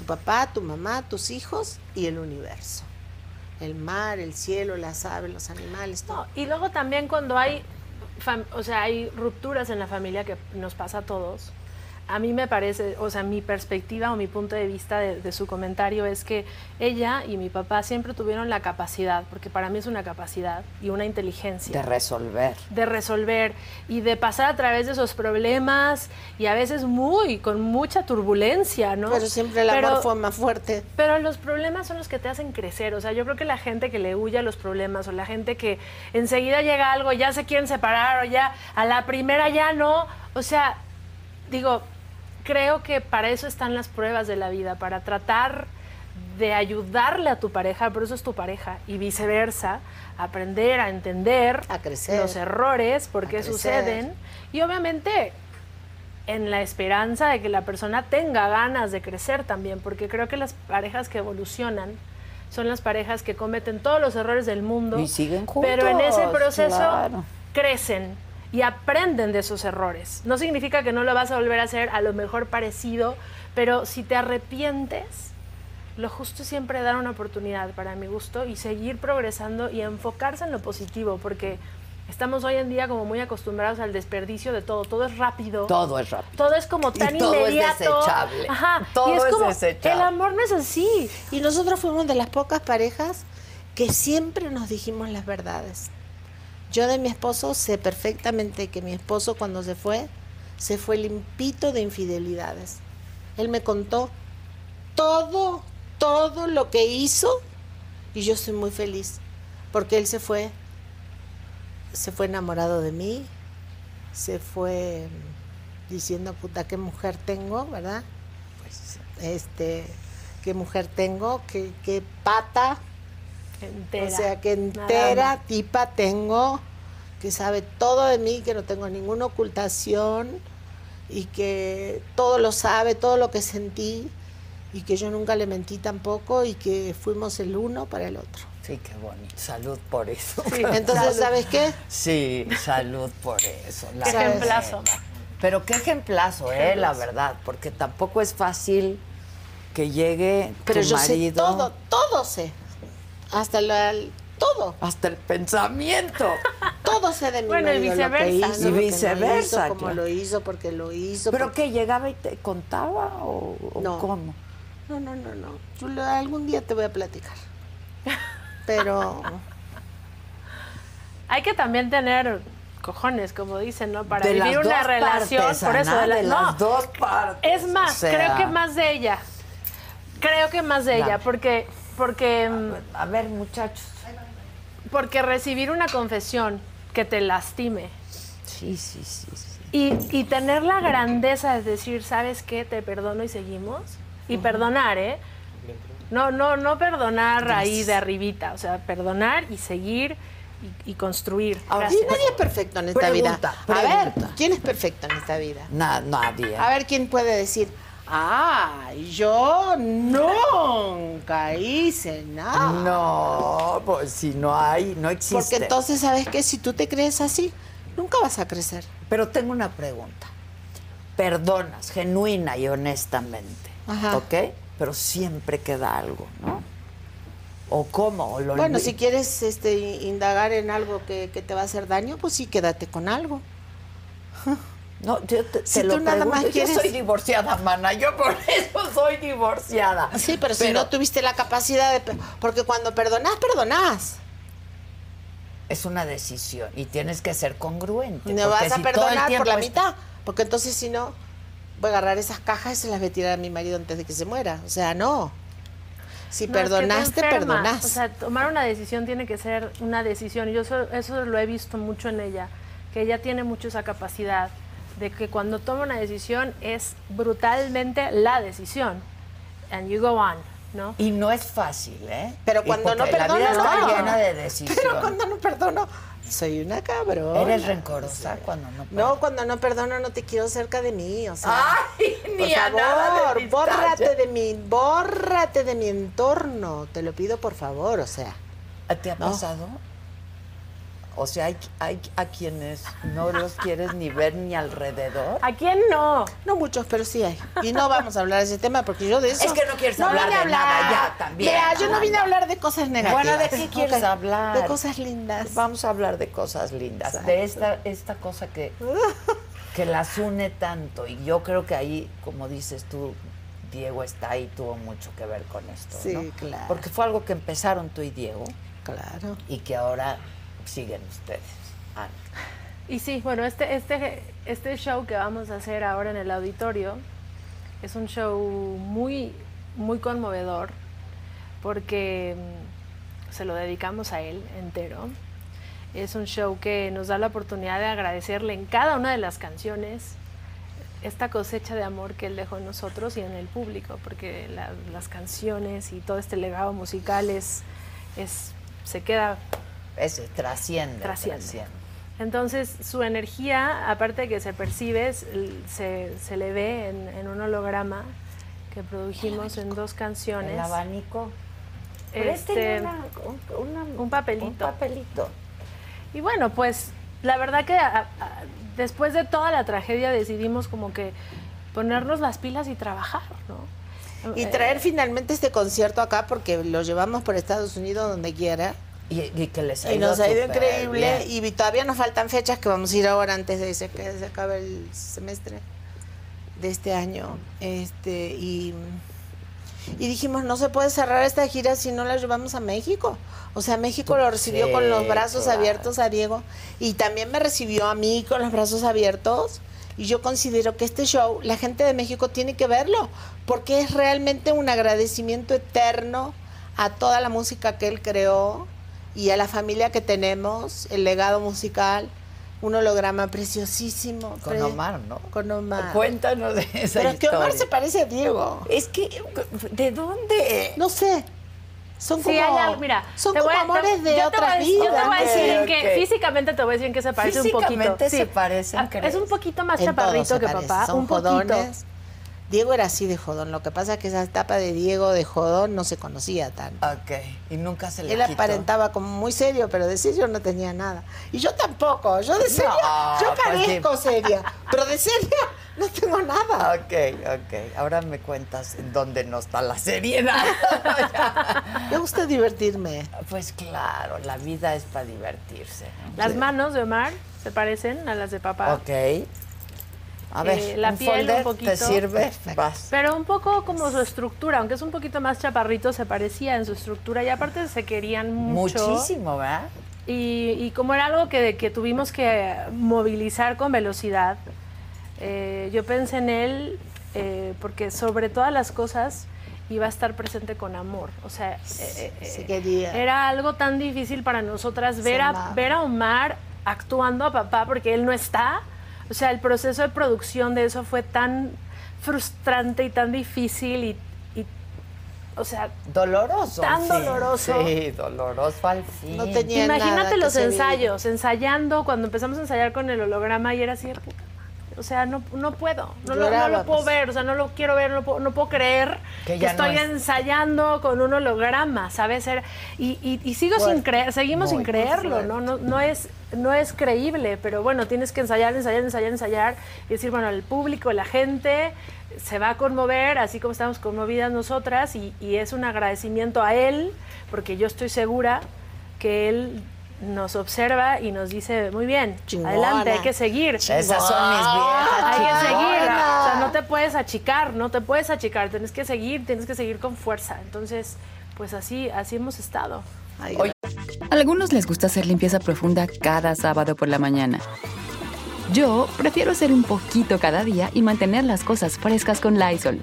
Speaker 3: Tu papá, tu mamá, tus hijos y el universo. El mar, el cielo, las aves, los animales, todo.
Speaker 5: No, y luego también cuando hay, fam- o sea, hay rupturas en la familia que nos pasa a todos. A mí me parece, o sea, mi perspectiva o mi punto de vista de, de su comentario es que ella y mi papá siempre tuvieron la capacidad, porque para mí es una capacidad y una inteligencia
Speaker 4: De resolver.
Speaker 5: de resolver y de pasar a través de esos problemas y a veces muy, con mucha turbulencia, ¿no?
Speaker 3: Pero siempre el amor
Speaker 5: Pero-
Speaker 3: fue más fuerte.
Speaker 5: pero los problemas son los que te hacen crecer. O sea, yo creo que la gente que le huye a los problemas o la gente que enseguida llega algo, ya se quieren separar o ya a la primera ya no. O sea, digo, creo que para eso están las pruebas de la vida, para tratar de ayudarle a tu pareja, por eso es tu pareja, y viceversa, aprender a entender
Speaker 3: A crecer.
Speaker 5: los errores, por
Speaker 3: A
Speaker 5: qué
Speaker 3: crecer.
Speaker 5: suceden, y obviamente en la esperanza de que la persona tenga ganas de crecer también, porque creo que las parejas que evolucionan son las parejas que cometen todos los errores del mundo,
Speaker 4: Y siguen
Speaker 5: pero en ese
Speaker 4: juntos,
Speaker 5: proceso
Speaker 4: claro.
Speaker 5: crecen y aprenden de esos errores. No significa que no lo vas a volver a hacer, a lo mejor parecido, pero si te arrepientes, lo justo es siempre dar una oportunidad para mi gusto y seguir progresando y enfocarse en lo positivo, porque estamos hoy en día como muy acostumbrados al desperdicio de todo, todo es rápido.
Speaker 4: Todo es rápido.
Speaker 5: Todo es como
Speaker 4: Y
Speaker 5: tan
Speaker 4: todo es
Speaker 5: inmediato.
Speaker 4: desechable.
Speaker 5: Ajá.
Speaker 4: Todo
Speaker 5: y es,
Speaker 4: es
Speaker 5: como,
Speaker 4: desechable.
Speaker 5: El amor no es así.
Speaker 3: Y nosotros fuimos de las pocas parejas que siempre nos dijimos las verdades. Yo de mi esposo sé perfectamente que mi esposo cuando se fue, se fue limpito de infidelidades. Él me contó todo, todo lo que hizo y yo soy muy feliz porque él se fue, se fue enamorado de mí, se fue mm, diciendo, puta, qué mujer tengo, ¿verdad? este qué mujer tengo, qué, qué pata,
Speaker 5: Entera.
Speaker 3: o sea, que
Speaker 5: nada
Speaker 3: entera
Speaker 5: más.
Speaker 3: tipa tengo, que sabe todo de mí, que no tengo ninguna ocultación y que todo lo sabe, todo lo que sentí y que yo nunca le mentí tampoco y que fuimos el uno para el otro.
Speaker 4: Sí, qué bonito. Salud por eso.
Speaker 5: Sí.
Speaker 3: <laughs> Entonces, ¿sabes qué?
Speaker 4: Sí, salud por eso. la
Speaker 3: Qué
Speaker 5: ejemplazo.
Speaker 4: verdad. Pero qué ejemplazo, eh, la verdad, porque tampoco es fácil que llegue
Speaker 3: Pero
Speaker 4: tu
Speaker 3: yo sé
Speaker 4: marido
Speaker 3: todo, todo sé. Hasta la- el- todo,
Speaker 4: hasta el pensamiento.
Speaker 3: todo sé de mi
Speaker 5: Bueno, y
Speaker 3: marido, lo que
Speaker 5: viceversa,
Speaker 3: hizo,
Speaker 5: ¿no?
Speaker 3: lo que
Speaker 4: Y viceversa,
Speaker 3: hizo, cómo
Speaker 4: claro.
Speaker 3: lo hizo, porque lo hizo.
Speaker 4: Pero
Speaker 3: porque-
Speaker 4: que llegaba y te contaba o, o
Speaker 3: No.
Speaker 4: cómo.
Speaker 3: No, no, no, no. Yo lo- algún día te voy a platicar.
Speaker 4: <laughs>
Speaker 3: Pero
Speaker 5: Hay que también tener cojones, como dicen, ¿no? Para
Speaker 4: de
Speaker 5: vivir
Speaker 4: las
Speaker 5: una
Speaker 4: dos
Speaker 5: relación.
Speaker 4: partes,
Speaker 5: por eso,
Speaker 4: Ana,
Speaker 5: la-
Speaker 4: de
Speaker 5: no,
Speaker 4: las dos partes.
Speaker 5: Es más,
Speaker 4: o sea,
Speaker 5: creo que más de ella. Creo que más de ella,
Speaker 4: Dame.
Speaker 5: porque,
Speaker 4: Ah,
Speaker 5: porque, mm,
Speaker 4: A ver, muchachos.
Speaker 5: porque recibir una confesión que te lastime
Speaker 4: Sí, sí, sí, sí.
Speaker 5: y, y tener la grandeza de decir, ¿sabes qué? Te perdono y seguimos. Y perdonar, ¿eh? No, no, no perdonar ahí de arribita, o sea, perdonar y seguir y, y construir.
Speaker 4: Ahora,
Speaker 5: Gracias.
Speaker 3: y nadie es perfecto en esta
Speaker 4: Pregunta,
Speaker 3: vida. A ver,
Speaker 4: pregunta.
Speaker 3: ¿quién es perfecto en esta vida?
Speaker 4: Na- nadie.
Speaker 3: A ver, ¿quién puede decir, ah, yo nunca hice nada?
Speaker 4: No, pues si no hay, no existe.
Speaker 3: Porque entonces, ¿sabes qué? Si tú te crees así, nunca vas a crecer.
Speaker 4: Pero tengo una pregunta. Perdonas, genuina y honestamente.
Speaker 3: Ajá.
Speaker 4: ¿Ok? Pero siempre queda algo, ¿no? ¿O cómo? ¿O lo
Speaker 3: Bueno,
Speaker 4: olvi-
Speaker 3: si quieres este, indagar en algo que, que te va a hacer daño, pues sí, quédate con algo.
Speaker 4: No, yo te,
Speaker 3: si
Speaker 4: te lo
Speaker 3: tú nada más
Speaker 4: pregunto.
Speaker 3: quieres-
Speaker 4: Yo soy divorciada, mana. Yo por <laughs> eso soy divorciada.
Speaker 3: Sí, pero, si no tuviste la capacidad de... pe- Porque cuando perdonás, perdonás.
Speaker 4: Es una decisión y tienes que ser congruente.
Speaker 3: Me
Speaker 4: porque
Speaker 3: vas a
Speaker 4: si todo el
Speaker 3: perdonar por
Speaker 4: tiempo
Speaker 3: la
Speaker 4: es-
Speaker 3: mitad, porque entonces si no, voy a agarrar esas cajas y se las voy a tirar a mi marido antes de que se muera. O sea, no. Si
Speaker 5: No, es que te
Speaker 3: perdonaste,
Speaker 5: enferma.
Speaker 3: perdonás.
Speaker 5: O sea, tomar una decisión tiene que ser una decisión. Yo eso, eso lo he visto mucho en ella, que ella tiene mucho esa capacidad de que cuando toma una decisión es brutalmente la decisión. And you go on, ¿no?
Speaker 4: Y no es fácil, ¿eh?
Speaker 3: Pero
Speaker 4: Y
Speaker 3: cuando no
Speaker 4: porque La vida
Speaker 3: perdonas,
Speaker 4: está
Speaker 3: no.
Speaker 4: llena de decisiones.
Speaker 3: <laughs> pero <laughs> cuando no perdono, soy una cabrón.
Speaker 4: Eres rencorosa cuando no
Speaker 3: No, cuando no perdono, no te quiero cerca de mí. O sea,
Speaker 4: Ay,
Speaker 3: por
Speaker 4: ni a nada
Speaker 3: favor,
Speaker 4: de
Speaker 3: bórrate de mi, bórrate de mi entorno. Te lo pido por favor, o sea.
Speaker 4: de... ¿Te ha
Speaker 3: No.
Speaker 4: pasado? O sea, hay, hay a quienes no los quieres ni ver ni alrededor.
Speaker 5: ¿A quién no?
Speaker 3: No muchos, pero sí hay. Y no vamos a hablar de ese tema porque yo de eso.
Speaker 4: Es que no quieres hablar
Speaker 3: vine a
Speaker 4: de nada ya, también,
Speaker 3: Mira, yo no
Speaker 4: Amanda.
Speaker 3: vine a hablar de cosas negativas.
Speaker 4: Bueno, ¿de qué quieres
Speaker 3: Ok,
Speaker 4: hablar?
Speaker 3: De cosas lindas.
Speaker 4: Vamos a hablar de cosas lindas,
Speaker 3: Exacto.
Speaker 4: de esta, esta cosa que, que las une tanto. Y yo creo que ahí, como dices tú, Diego está ahí, tuvo mucho que ver con esto.
Speaker 3: Sí,
Speaker 4: ¿no?
Speaker 3: claro.
Speaker 4: Porque fue algo que empezaron tú y Diego
Speaker 3: Claro.
Speaker 4: y que ahora siguen ustedes. Ana.
Speaker 5: Y sí, bueno, este, este, este show que vamos a hacer ahora en el auditorio es un show muy, muy conmovedor porque mm, se lo dedicamos a él entero. Es un show que nos da la oportunidad de agradecerle en cada una de las canciones esta cosecha de amor que él dejó en nosotros y en el público, porque la- las canciones y todo este legado musical es, es, se queda
Speaker 4: Es, trasciende,
Speaker 5: Trasciende. Entonces, su energía, aparte de que se percibe, es- se, se le ve en, en un holograma que produjimos en dos
Speaker 4: El
Speaker 5: canciones.
Speaker 4: abanico.
Speaker 5: Este,
Speaker 4: Préstenme una- un- una-
Speaker 5: un papelito.
Speaker 4: Un papelito.
Speaker 5: Y bueno, pues la verdad que a- a- después de toda la tragedia decidimos como que ponernos las pilas y trabajar, ¿no?
Speaker 3: Y
Speaker 5: Eh,
Speaker 3: traer finalmente este concierto acá porque lo llevamos por Estados Unidos donde quiera.
Speaker 4: Y, y que les ha
Speaker 3: Y
Speaker 4: ido
Speaker 3: nos ha ido
Speaker 4: súper
Speaker 3: increíble.
Speaker 4: bien.
Speaker 3: Y todavía nos faltan fechas que vamos a ir ahora antes de ese- que se acabe el semestre de este año. Este, y, y dijimos, no se puede cerrar esta gira si no la llevamos a México. O sea, México lo recibió
Speaker 4: Sí,
Speaker 3: con los brazos
Speaker 4: claro.
Speaker 3: abiertos a Diego. Y también me recibió a mí con los brazos abiertos. Y yo considero que este show, la gente de México tiene que verlo, porque es realmente un agradecimiento eterno a toda la música que él creó y a la familia que tenemos, el legado musical, un holograma preciosísimo.
Speaker 4: Con
Speaker 3: pre-
Speaker 4: Omar, ¿no?
Speaker 3: Con Omar.
Speaker 4: Cuéntanos de esa
Speaker 3: Pero es que Omar
Speaker 4: historia.
Speaker 3: se parece a Diego.
Speaker 4: Es que, ¿de dónde?
Speaker 3: No sé. Son
Speaker 5: Sí,
Speaker 3: como,
Speaker 5: hay algo, mira,
Speaker 3: son
Speaker 5: te
Speaker 3: como
Speaker 5: voy a- te-
Speaker 3: amores de
Speaker 5: yo te voy a
Speaker 3: otras
Speaker 5: decir-
Speaker 3: vidas.
Speaker 5: Yo te voy a decir en
Speaker 4: Ok,
Speaker 5: que
Speaker 4: ok.
Speaker 5: físicamente te voy a decir en que se parece un poquito.
Speaker 4: Físicamente se parecen,
Speaker 5: Ah,
Speaker 4: ¿crees?
Speaker 5: Es un poquito más
Speaker 3: En todo
Speaker 5: chaparrito
Speaker 3: se
Speaker 5: que
Speaker 3: parece,
Speaker 5: papá,
Speaker 3: son
Speaker 5: un poquito.
Speaker 3: jodones. Diego era así de jodón. Lo que pasa es que esa etapa de Diego de jodón no se conocía tanto.
Speaker 4: Ok, y nunca se le
Speaker 3: Él
Speaker 4: quitó.
Speaker 3: aparentaba como muy serio, pero de serio no tenía nada. Y yo tampoco. Yo de serio,
Speaker 4: No,
Speaker 3: yo
Speaker 4: pues
Speaker 3: parezco
Speaker 4: sí.
Speaker 3: seria, pero de seria no tengo nada.
Speaker 4: Ok, ok. Ahora me cuentas en dónde no está
Speaker 3: <laughs>
Speaker 4: la seriedad.
Speaker 3: Me gusta divertirme.
Speaker 4: pues claro, la vida es para divertirse. ¿no?
Speaker 5: Las manos de Omar se parecen a las de papá.
Speaker 4: Ok. A ver,
Speaker 5: Eh, la
Speaker 4: un
Speaker 5: piel un
Speaker 4: folder te
Speaker 5: poquito.
Speaker 4: sirve. Vas.
Speaker 5: Pero un poco como su estructura, aunque es un poquito más chaparrito, se parecía en su estructura y aparte se querían mucho.
Speaker 4: Muchísimo, ¿verdad?
Speaker 5: Y, y como era algo que, que tuvimos que movilizar con velocidad, eh, yo pensé en él eh, porque sobre todas las cosas iba a estar presente con amor. O sea, eh, eh,
Speaker 3: Se
Speaker 5: eh,
Speaker 3: quería.
Speaker 5: era algo tan difícil para nosotras ver a,
Speaker 3: amaba.
Speaker 5: ver a Omar actuando a papá porque él no está. O sea, el proceso de producción de eso fue tan frustrante y tan difícil y, y o sea,
Speaker 4: Doloroso.
Speaker 5: Tan
Speaker 4: sí.
Speaker 5: doloroso.
Speaker 4: Sí, doloroso al fin.
Speaker 3: No tenía- tenía nada
Speaker 5: Imagínate
Speaker 3: que
Speaker 5: los
Speaker 3: se viera.
Speaker 5: ensayos, ensayando, cuando empezamos a ensayar con el holograma y era así, de puta madre, o sea, no, no puedo, no, lo- no lo,
Speaker 3: Llorábamos.
Speaker 5: puedo ver, o sea, no lo quiero ver, no puedo, no puedo creer
Speaker 4: Que
Speaker 5: que,
Speaker 4: ya no
Speaker 5: estoy
Speaker 4: es.
Speaker 5: ensayando con un holograma, ¿sabes? Era- y, y- y sigo sin
Speaker 4: Fuerte,
Speaker 5: creer, seguimos
Speaker 4: muy
Speaker 5: sin creerlo,
Speaker 4: fuerte.
Speaker 5: ¿no? No, no es, no es creíble, pero bueno, tienes que ensayar, ensayar, ensayar, ensayar y decir, bueno, el público, la gente se va a conmover, así como estamos conmovidas nosotras, y, y es un agradecimiento a él, porque yo estoy segura que él nos observa y nos dice, muy bien,
Speaker 3: Chingona.
Speaker 5: adelante, hay que seguir.
Speaker 4: Esas son mis viejas.
Speaker 5: Hay que seguir, o
Speaker 4: chingonas.
Speaker 5: sea, no te puedes achicar, no te puedes achicar, tienes que seguir, tienes que seguir con fuerza. Entonces, pues así, así hemos estado.
Speaker 3: Ay,
Speaker 6: Algunos les gusta hacer limpieza profunda cada sábado por la mañana. Yo prefiero hacer un poquito cada día y mantener las cosas frescas con Lysol.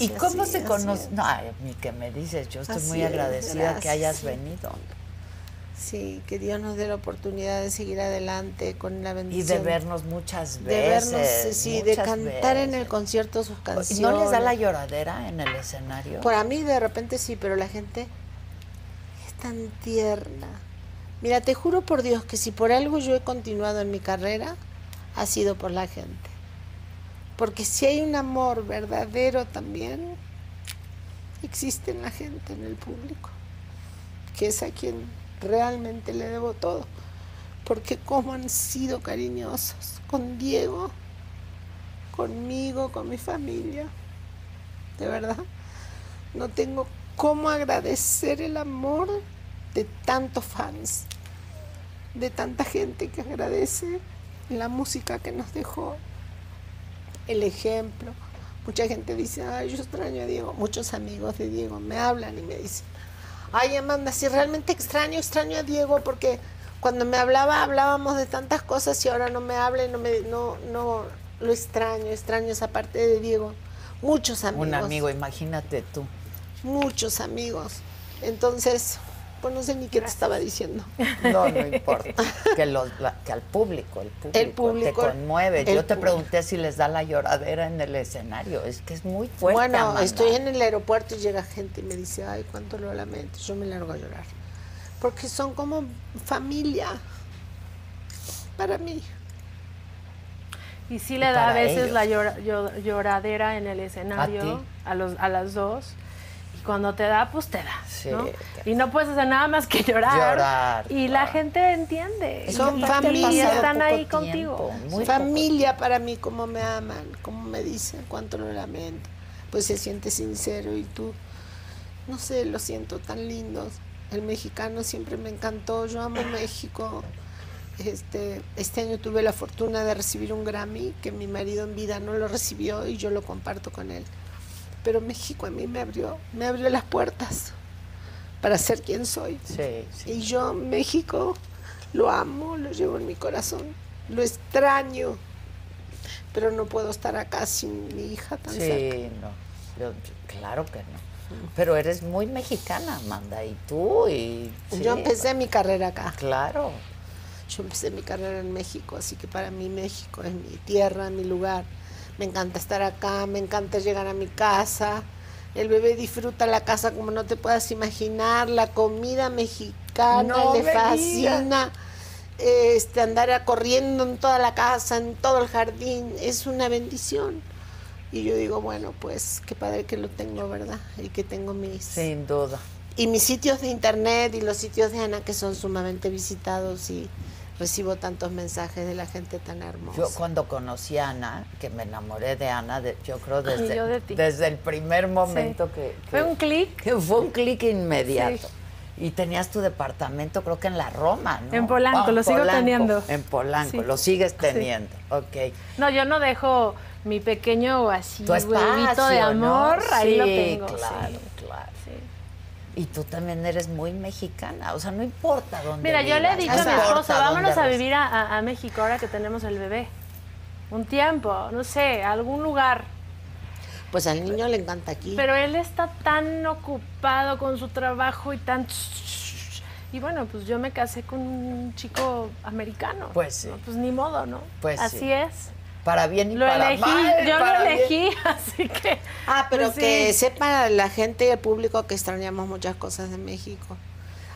Speaker 4: ¿Y
Speaker 3: así,
Speaker 4: cómo
Speaker 3: así,
Speaker 4: se
Speaker 3: así
Speaker 4: conoce?
Speaker 3: es.
Speaker 4: No, ay, ni que me dices, yo estoy
Speaker 3: Así
Speaker 4: muy
Speaker 3: es,
Speaker 4: agradecida que
Speaker 3: gracias,
Speaker 4: hayas
Speaker 3: sí.
Speaker 4: venido.
Speaker 3: Sí, que Dios nos dé la oportunidad de seguir adelante con la
Speaker 4: Y
Speaker 3: bendición.
Speaker 4: de vernos muchas
Speaker 3: De
Speaker 4: veces.
Speaker 3: vernos, sí, de
Speaker 4: muchas
Speaker 3: cantar en el
Speaker 4: veces.
Speaker 3: concierto sus
Speaker 4: ¿Y
Speaker 3: canciones.
Speaker 4: no les da la lloradera en el escenario?
Speaker 3: Por a mí de repente sí, pero la gente es tan tierna. Mira, te juro por Dios que si por algo yo he continuado en mi carrera, ha sido por la gente. Porque si hay un amor verdadero también, existe en la gente, en el público, que es a quien realmente le debo todo. Porque cómo han sido cariñosos con Diego, conmigo, con mi familia, de verdad. No tengo cómo agradecer el amor de tantos fans, de tanta gente que agradece la música que nos dejó, el ejemplo. Mucha gente dice, ay, yo extraño a Diego. Muchos amigos de Diego me hablan y me dicen, ay, Amanda, si realmente extraño, extraño a Diego porque cuando me hablaba hablábamos de tantas cosas y ahora no me habla y no me, no, no, lo extraño, extraño esa parte de Diego. Muchos amigos.
Speaker 4: Un amigo, imagínate tú.
Speaker 3: Muchos amigos. Entonces, pues no sé ni qué te estaba diciendo.
Speaker 4: No, no
Speaker 3: <laughs>
Speaker 4: importa. Que, los, la- que al público, el público,
Speaker 3: El público,
Speaker 4: te conmueve.
Speaker 3: el
Speaker 4: Yo te
Speaker 3: público.
Speaker 4: pregunté si les da la lloradera en el escenario. Es que es muy fuerte.
Speaker 3: bueno,
Speaker 4: Amanda.
Speaker 3: estoy en el aeropuerto y llega gente y me dice, ay, cuánto lo lamento. Yo me largo a llorar. Porque son como familia para mí.
Speaker 5: Y sí le da
Speaker 4: Para
Speaker 5: a veces
Speaker 4: ellos.
Speaker 5: la llora- llor- lloradera en el escenario,
Speaker 4: ti?
Speaker 5: a, los, a las dos. Y cuando te da, pues te da.
Speaker 4: Sí,
Speaker 5: ¿no?
Speaker 4: te-
Speaker 5: Y no puedes hacer nada más que llorar.
Speaker 4: Llorar,
Speaker 5: Y la
Speaker 4: claro.
Speaker 5: gente entiende.
Speaker 3: Son
Speaker 5: y,
Speaker 3: familia.
Speaker 5: Y están
Speaker 4: Poco
Speaker 5: ahí
Speaker 4: tiempo,
Speaker 5: contigo.
Speaker 4: muy
Speaker 3: familia para mí, cómo me aman, cómo me dicen, cuánto lo lamento. Pues se siente sincero y tú, no sé, lo siento tan lindo. El mexicano siempre me encantó, yo amo México. Este, este año tuve la fortuna de recibir un Grammy que mi marido en vida no lo recibió y yo lo comparto con él. Pero México a mí me abrió, me abrió las puertas para ser quien soy.
Speaker 4: Sí, sí.
Speaker 3: Y yo, México, lo amo, lo llevo en mi corazón, lo extraño, pero no puedo estar acá sin mi hija tan cerca.
Speaker 4: Sí, no. Yo- claro que no. Pero eres muy mexicana, Amanda, y tú, y... sí,
Speaker 3: Yo empecé mi carrera acá,
Speaker 4: Claro.
Speaker 3: yo empecé mi carrera en México, así que para mí México es mi tierra, mi lugar. Me encanta estar acá, me encanta llegar a mi casa. El bebé disfruta la casa como no te puedas imaginar, la comida mexicana
Speaker 4: No
Speaker 3: le
Speaker 4: me digas.
Speaker 3: fascina. una, este, andar a- corriendo en toda la casa, en todo el jardín, es una bendición. Y yo digo, bueno, pues qué padre que lo tengo, ¿verdad? Y que tengo mis...
Speaker 4: Sin duda.
Speaker 3: Y mis sitios de internet y los sitios de Ana que son sumamente visitados y recibo tantos mensajes de la gente tan hermosa.
Speaker 4: Yo cuando conocí a Ana, que me enamoré de Ana, de- yo creo desde,
Speaker 5: yo de ti.
Speaker 4: desde el primer momento
Speaker 5: Sí.
Speaker 4: que, que-
Speaker 5: Fue un clic.
Speaker 4: que fue un clic inmediato. Y tenías tu departamento, creo que en la Roma, ¿no?
Speaker 5: En Polanco,
Speaker 4: Ah, en
Speaker 5: lo sigo teniendo.
Speaker 4: En Polanco,
Speaker 5: Sí.
Speaker 4: lo sigues
Speaker 5: Sí.
Speaker 4: teniendo. Ok.
Speaker 5: No, yo no dejo mi pequeño así
Speaker 4: Tu
Speaker 5: huevito
Speaker 4: espacio,
Speaker 5: de
Speaker 4: ¿no?
Speaker 5: amor. Ahí lo
Speaker 4: Sí,
Speaker 5: tengo.
Speaker 4: Claro,
Speaker 5: sí,
Speaker 4: claro.
Speaker 5: sí.
Speaker 4: Y tú también eres muy mexicana, o sea, no importa dónde
Speaker 5: Mira, yo le he
Speaker 4: vivas,
Speaker 5: dicho
Speaker 4: no
Speaker 5: a mi
Speaker 4: importa
Speaker 5: esposo,
Speaker 4: dónde
Speaker 5: vámonos a
Speaker 4: res-
Speaker 5: vivir a, a- a México ahora que tenemos el bebé. Un tiempo, no sé, a algún lugar.
Speaker 3: Pues al niño le encanta aquí.
Speaker 5: Pero él está tan ocupado con su trabajo y tan... Y bueno, pues yo me casé con un chico americano.
Speaker 4: Pues sí.
Speaker 5: ¿no? Pues ni modo, ¿no?
Speaker 4: Pues
Speaker 5: Así
Speaker 4: sí.
Speaker 5: es.
Speaker 4: Para bien y
Speaker 5: Lo
Speaker 4: para
Speaker 5: elegí,
Speaker 4: mal.
Speaker 5: yo lo
Speaker 4: para bien.
Speaker 5: elegí, <laughs> así que...
Speaker 3: Ah, pero
Speaker 5: pues sí.
Speaker 3: que sepa la gente y el público que extrañamos muchas cosas de México.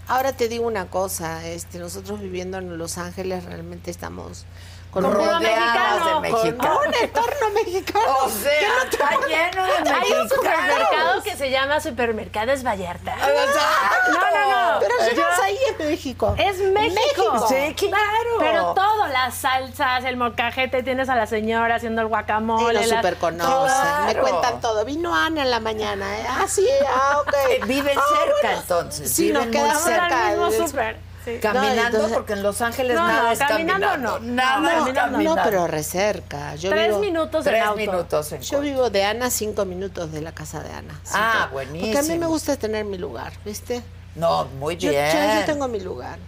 Speaker 3: Ahora te digo una cosa, este, nosotros viviendo en Los Ángeles realmente estamos con
Speaker 4: Como
Speaker 3: un-
Speaker 4: rodeadas de
Speaker 3: con
Speaker 4: mexicanos.
Speaker 3: un entorno <laughs> mexicano.
Speaker 4: O sea, está lleno de mexicanos.
Speaker 5: Hay un supermercado que se llama Supermercados Vallarta.
Speaker 4: Ah, Exacto.
Speaker 5: No, no, no.
Speaker 3: Pero
Speaker 5: Yo-
Speaker 3: llegas ahí en México.
Speaker 5: Es México.
Speaker 4: Sí, claro.
Speaker 5: Pero todo, las salsas, el molcajete, tienes a la señora haciendo
Speaker 3: Y
Speaker 5: el guacamole.
Speaker 3: lo
Speaker 5: la-
Speaker 3: super Me
Speaker 4: Claro.
Speaker 3: cuentan todo. Vino Ana en la mañana. ¿eh? Ah, sí, ah,
Speaker 4: <laughs> Eh,
Speaker 3: ok.
Speaker 4: Viven
Speaker 3: Ah,
Speaker 4: cerca
Speaker 3: bueno.
Speaker 4: entonces.
Speaker 3: Sí, nos
Speaker 4: viven muy
Speaker 3: quedamos
Speaker 5: Vamos al
Speaker 4: cerca.
Speaker 3: cerca.
Speaker 5: mismo
Speaker 3: es-
Speaker 5: súper, sí.
Speaker 4: Caminando,
Speaker 3: No, entonces-
Speaker 4: porque en Los Ángeles
Speaker 5: No,
Speaker 4: nada
Speaker 5: no,
Speaker 4: es
Speaker 5: caminando
Speaker 4: caminando.
Speaker 5: no.
Speaker 4: Nada
Speaker 5: No,
Speaker 4: es
Speaker 3: No,
Speaker 5: caminando.
Speaker 3: no,
Speaker 4: caminando.
Speaker 3: pero re cerca. Yo
Speaker 5: Tres
Speaker 3: vivo,
Speaker 5: minutos en
Speaker 4: Tres
Speaker 5: auto.
Speaker 4: minutos en
Speaker 3: Yo
Speaker 4: coche.
Speaker 3: vivo de Ana cinco minutos de la casa de Ana.
Speaker 4: Ah,
Speaker 3: Cinco. Porque a mí me
Speaker 4: buenísimo.
Speaker 3: gusta tener mi lugar, ¿viste?
Speaker 4: No, muy
Speaker 3: Yo, yo-
Speaker 4: bien.
Speaker 3: yo tengo mi lugar.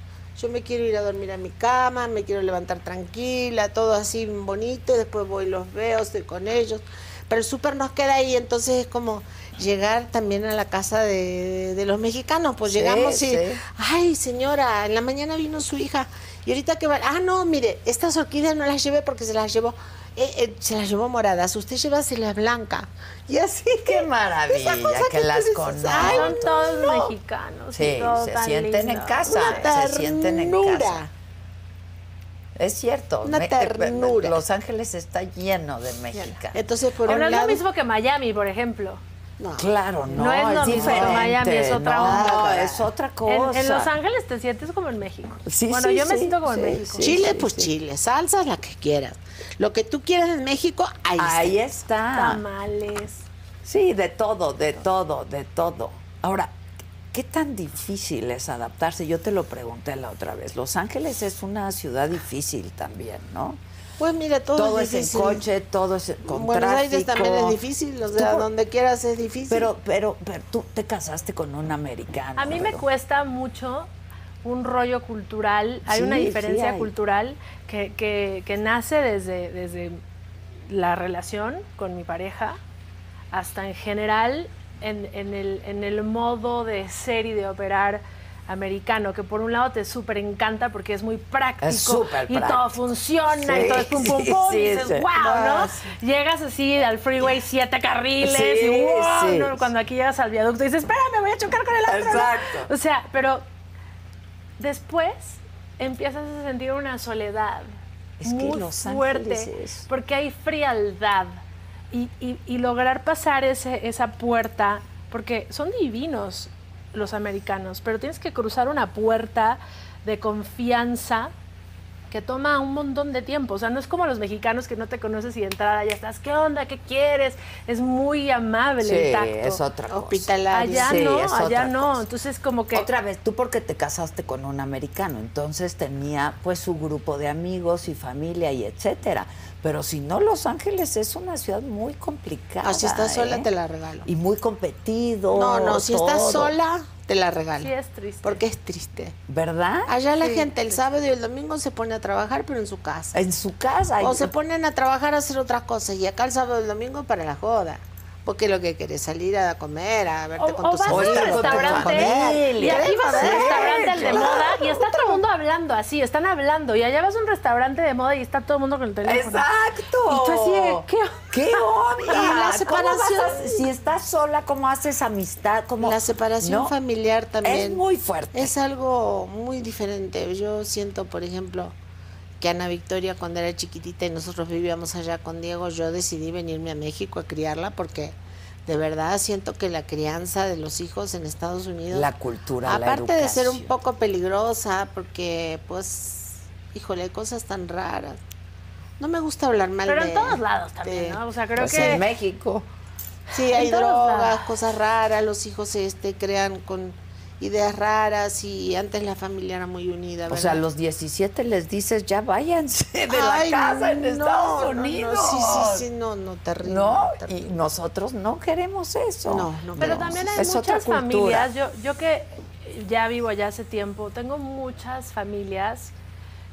Speaker 3: Yo me quiero ir a dormir a mi cama, me quiero levantar tranquila, todo así bonito, y después voy y los veo, estoy con ellos. Pero el súper nos queda ahí, entonces es como llegar también a la casa de, de los mexicanos. Pues
Speaker 4: Sí,
Speaker 3: llegamos y,
Speaker 4: sí.
Speaker 3: ay señora, en la mañana vino su hija y ahorita que va, ah no, mire, estas orquídeas no las llevé porque se las llevó, eh, eh, se las llevó moradas, usted llévaselas blanca. Y así que...
Speaker 4: Qué maravilla
Speaker 3: Esa cosa
Speaker 4: que,
Speaker 3: que
Speaker 4: las
Speaker 3: tú dices, ay,
Speaker 4: conozco.
Speaker 5: Son todos mexicanos. y
Speaker 4: Sí,
Speaker 5: todo
Speaker 4: se
Speaker 5: tan
Speaker 4: sienten
Speaker 5: lindo.
Speaker 4: en casa.
Speaker 3: Una
Speaker 4: Se sienten en casa.
Speaker 3: ternura.
Speaker 4: Es cierto.
Speaker 3: Una
Speaker 4: me- eh,
Speaker 3: ternura.
Speaker 4: Los Ángeles está lleno de mexicanos.
Speaker 3: Entonces, por
Speaker 5: Pero no
Speaker 3: un
Speaker 5: es lo
Speaker 3: lado...
Speaker 5: mismo que Miami, por ejemplo.
Speaker 3: No.
Speaker 4: Claro, no,
Speaker 5: No es lo mismo,
Speaker 4: diferente.
Speaker 5: Miami es otra
Speaker 4: no,
Speaker 5: onda.
Speaker 4: es otra
Speaker 5: En,
Speaker 4: cosa.
Speaker 5: en Los Ángeles te sientes como en México.
Speaker 4: Sí,
Speaker 5: bueno,
Speaker 4: sí,
Speaker 5: yo me
Speaker 4: sí,
Speaker 5: siento como en
Speaker 4: sí,
Speaker 5: México.
Speaker 4: sí.
Speaker 3: Chile, pues chile. Salsas, las que quieras. Lo que tú quieras en México, ahí,
Speaker 4: Ahí
Speaker 3: está.
Speaker 4: está.
Speaker 5: Tamales.
Speaker 4: Sí, de todo, de todo, de todo. Ahora, ¿qué tan difícil es adaptarse? Yo te lo pregunté la otra vez. Los Ángeles es una ciudad difícil también, ¿no?
Speaker 3: Pues mira, todo,
Speaker 4: Todo, es, en
Speaker 3: difícil.
Speaker 4: coche, todo es con
Speaker 3: Buenos
Speaker 4: tráfico.
Speaker 3: Aires también es difícil, o
Speaker 4: Tú
Speaker 3: sea,
Speaker 4: por-
Speaker 3: donde quieras es difícil.
Speaker 4: Pero, pero, pero tú te casaste con un americano.
Speaker 5: A mí me
Speaker 4: ¿verdad?
Speaker 5: cuesta mucho un rollo cultural, hay
Speaker 4: Sí,
Speaker 5: una
Speaker 4: sí
Speaker 5: diferencia
Speaker 4: hay.
Speaker 5: cultural que, que- que nace desde, desde la relación con mi pareja hasta en general en, en el, en el modo de ser y de operar americano, que por un lado te súper encanta porque es muy práctico
Speaker 4: súper
Speaker 5: y todo
Speaker 4: práctico.
Speaker 5: funciona
Speaker 4: Sí,
Speaker 5: y todo es pum pum
Speaker 4: sí,
Speaker 5: pum
Speaker 4: sí,
Speaker 5: y dices,
Speaker 4: sí.
Speaker 5: wow, ¿no?
Speaker 4: Ah, sí.
Speaker 5: Llegas así al freeway siete carriles
Speaker 4: Sí,
Speaker 5: y wow,
Speaker 4: sí.
Speaker 5: ¿no? cuando aquí llegas al viaducto y dices, espérame, voy a chocar con el otro. ¿no?
Speaker 4: Exacto.
Speaker 5: O sea, pero después empiezas a sentir una soledad
Speaker 4: Es que
Speaker 5: muy
Speaker 4: Los
Speaker 5: fuerte
Speaker 4: Ángeles es-
Speaker 5: porque hay frialdad y, y- y lograr pasar ese- esa puerta porque son divinos los americanos, pero tienes que cruzar una puerta de confianza que toma un montón de tiempo. O sea, no es como los mexicanos que no te conoces y de entrada ya estás, ¿qué onda? ¿Qué quieres? Es muy amable
Speaker 4: Sí,
Speaker 5: el tacto.
Speaker 4: es otra cosa.
Speaker 3: Hospitalario.
Speaker 5: Allá
Speaker 4: Sí,
Speaker 5: no,
Speaker 4: es
Speaker 5: allá
Speaker 4: otra
Speaker 5: no.
Speaker 4: cosa.
Speaker 5: Entonces, como que.
Speaker 4: Otra vez, tú porque te casaste con un americano, entonces tenía pues su grupo de amigos y familia y etcétera. Pero si no, Los Ángeles es una ciudad muy complicada.
Speaker 3: Ah, si estás sola,
Speaker 4: ¿eh?
Speaker 3: te la regalo.
Speaker 4: Y muy competido.
Speaker 3: No, no, si estás
Speaker 4: todo.
Speaker 3: sola, te la regalo.
Speaker 5: Sí, es triste.
Speaker 3: Porque es triste.
Speaker 4: ¿Verdad?
Speaker 3: Allá la gente el sábado y el domingo se pone a trabajar, pero en su casa.
Speaker 4: En su casa.
Speaker 3: O se ponen a trabajar a hacer otras cosas. Y acá el sábado y el domingo para la joda. Porque lo que querés salir a comer, a
Speaker 5: O,
Speaker 3: verte con
Speaker 5: o
Speaker 3: tus
Speaker 5: vas a un
Speaker 3: amigos, con tu familia.
Speaker 5: restaurante y
Speaker 4: familia.
Speaker 5: aquí vas a un
Speaker 4: Sí,
Speaker 5: restaurante al de
Speaker 4: claro.
Speaker 5: moda y está todo el mundo hablando así, están hablando y allá vas a un restaurante de moda y está todo el mundo con el teléfono.
Speaker 4: Exacto.
Speaker 5: Y tú así de, ¿qué onda?
Speaker 4: ¿Qué onda?
Speaker 3: Y la
Speaker 4: ¿Cómo vas a-
Speaker 3: separación-
Speaker 4: si estás sola, ¿cómo haces amistad? ¿Cómo?
Speaker 3: La separación
Speaker 4: No,
Speaker 3: familiar
Speaker 4: Es
Speaker 3: también.
Speaker 4: muy fuerte.
Speaker 3: Es algo muy diferente. Yo siento, por ejemplo, que Ana Victoria cuando era chiquitita y nosotros vivíamos allá con Diego, yo decidí venirme a México a criarla porque de verdad siento que la crianza de los hijos en Estados Unidos,
Speaker 4: la cultura, la
Speaker 3: aparte de ser un
Speaker 4: educación.
Speaker 3: poco peligrosa, porque pues, híjole, hay cosas tan raras. No me gusta hablar mal
Speaker 5: Pero en
Speaker 3: de-
Speaker 5: todos lados también,
Speaker 3: de-
Speaker 5: ¿no? O sea, creo
Speaker 4: Pues
Speaker 5: que
Speaker 4: en México.
Speaker 3: Sí, hay
Speaker 5: En todos
Speaker 3: drogas,
Speaker 5: lados.
Speaker 3: cosas raras, los hijos este crean con ideas raras y antes la familia era muy unida,
Speaker 4: O
Speaker 3: ¿verdad?
Speaker 4: sea, a los 17 les dices, ya váyanse de
Speaker 3: Ay,
Speaker 4: la casa en
Speaker 3: no,
Speaker 4: Estados
Speaker 3: no, no,
Speaker 4: Unidos.
Speaker 3: sí, sí, sí, no, no, terrible.
Speaker 4: ¿No? Y
Speaker 3: terrible.
Speaker 4: nosotros no queremos eso.
Speaker 3: No, no
Speaker 5: Pero
Speaker 3: queremos
Speaker 5: también
Speaker 3: eso.
Speaker 5: hay
Speaker 4: Es otra
Speaker 5: muchas
Speaker 4: cultura.
Speaker 5: familias, yo, yo que ya vivo allá hace tiempo, tengo muchas familias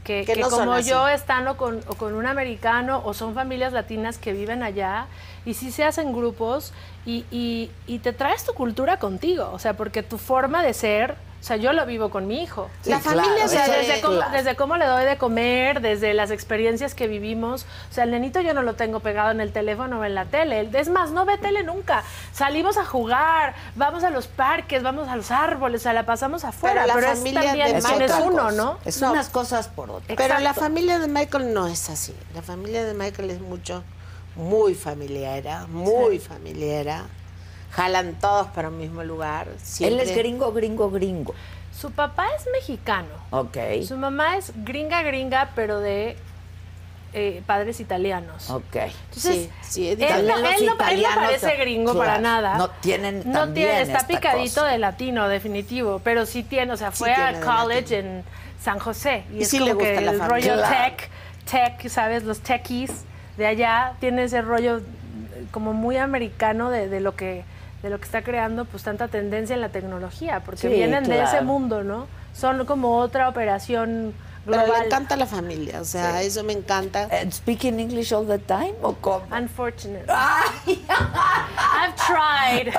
Speaker 5: que,
Speaker 3: Que
Speaker 5: que
Speaker 3: no son
Speaker 5: como
Speaker 3: así.
Speaker 5: yo están o con, o con un americano o son familias latinas que viven allá y sí se hacen grupos y, y- y te traes tu cultura contigo, o sea, porque tu forma de ser, o sea, yo lo vivo con mi hijo.
Speaker 4: Sí,
Speaker 3: La
Speaker 4: claro,
Speaker 3: familia
Speaker 5: O sea,
Speaker 3: se-
Speaker 4: eso es
Speaker 5: desde, cómo,
Speaker 4: claro.
Speaker 5: desde cómo le doy de comer, desde las experiencias que vivimos. O sea, el nenito yo no lo tengo pegado en el teléfono o en la tele. El- Es más, no ve tele nunca. Salimos a jugar, vamos a los parques, vamos a los árboles, o sea, la pasamos afuera.
Speaker 3: Pero la
Speaker 5: Pero, es
Speaker 3: familia
Speaker 5: también
Speaker 3: de
Speaker 5: quién es
Speaker 3: Michael
Speaker 5: uno,
Speaker 3: Kors.
Speaker 5: ¿no?
Speaker 4: Es
Speaker 3: No.
Speaker 4: unas cosas por otras.
Speaker 3: Pero la
Speaker 5: Exacto.
Speaker 3: familia de Michael no es así. La familia de Michael es mucho, muy familiera, muy familiera. Jalan todos para un mismo lugar.
Speaker 4: Él
Speaker 3: Siempre.
Speaker 4: es gringo, gringo, gringo.
Speaker 5: Su papá es mexicano.
Speaker 4: Ok.
Speaker 5: Su mamá es gringa, gringa, pero de eh, padres italianos.
Speaker 4: Ok.
Speaker 5: Entonces,
Speaker 3: Sí, sí, es
Speaker 5: él,
Speaker 3: diferente.
Speaker 4: También
Speaker 5: no,
Speaker 4: los
Speaker 5: él no- él no
Speaker 4: italianos,
Speaker 5: parece gringo
Speaker 4: claro,
Speaker 5: para nada.
Speaker 4: no tienen
Speaker 5: No
Speaker 4: también
Speaker 5: tiene, está
Speaker 4: esta
Speaker 5: picadito
Speaker 4: cosa.
Speaker 5: de latino, definitivo, pero sí tiene, o sea,
Speaker 3: Sí
Speaker 5: fue
Speaker 3: tiene
Speaker 5: a
Speaker 3: de
Speaker 5: college en San José. Y,
Speaker 3: Y
Speaker 5: es
Speaker 3: sí
Speaker 5: como
Speaker 3: le gusta
Speaker 5: que
Speaker 3: la
Speaker 5: el
Speaker 3: familia.
Speaker 5: rollo
Speaker 4: Claro.
Speaker 5: tech, tech, ¿sabes? Los techies de allá tiene ese rollo eh, como muy americano de, de lo que de lo que está creando pues tanta tendencia en la tecnología, porque
Speaker 4: Sí,
Speaker 5: vienen de ese
Speaker 4: claro.
Speaker 5: mundo, ¿no? Son como otra operación
Speaker 3: Pero le
Speaker 5: global.
Speaker 3: encanta la familia, o sea, eso me encanta.
Speaker 4: And speaking English all the time o
Speaker 3: <laughs>
Speaker 4: cómo?
Speaker 5: Unfortunate.
Speaker 4: <laughs>
Speaker 5: I've tried.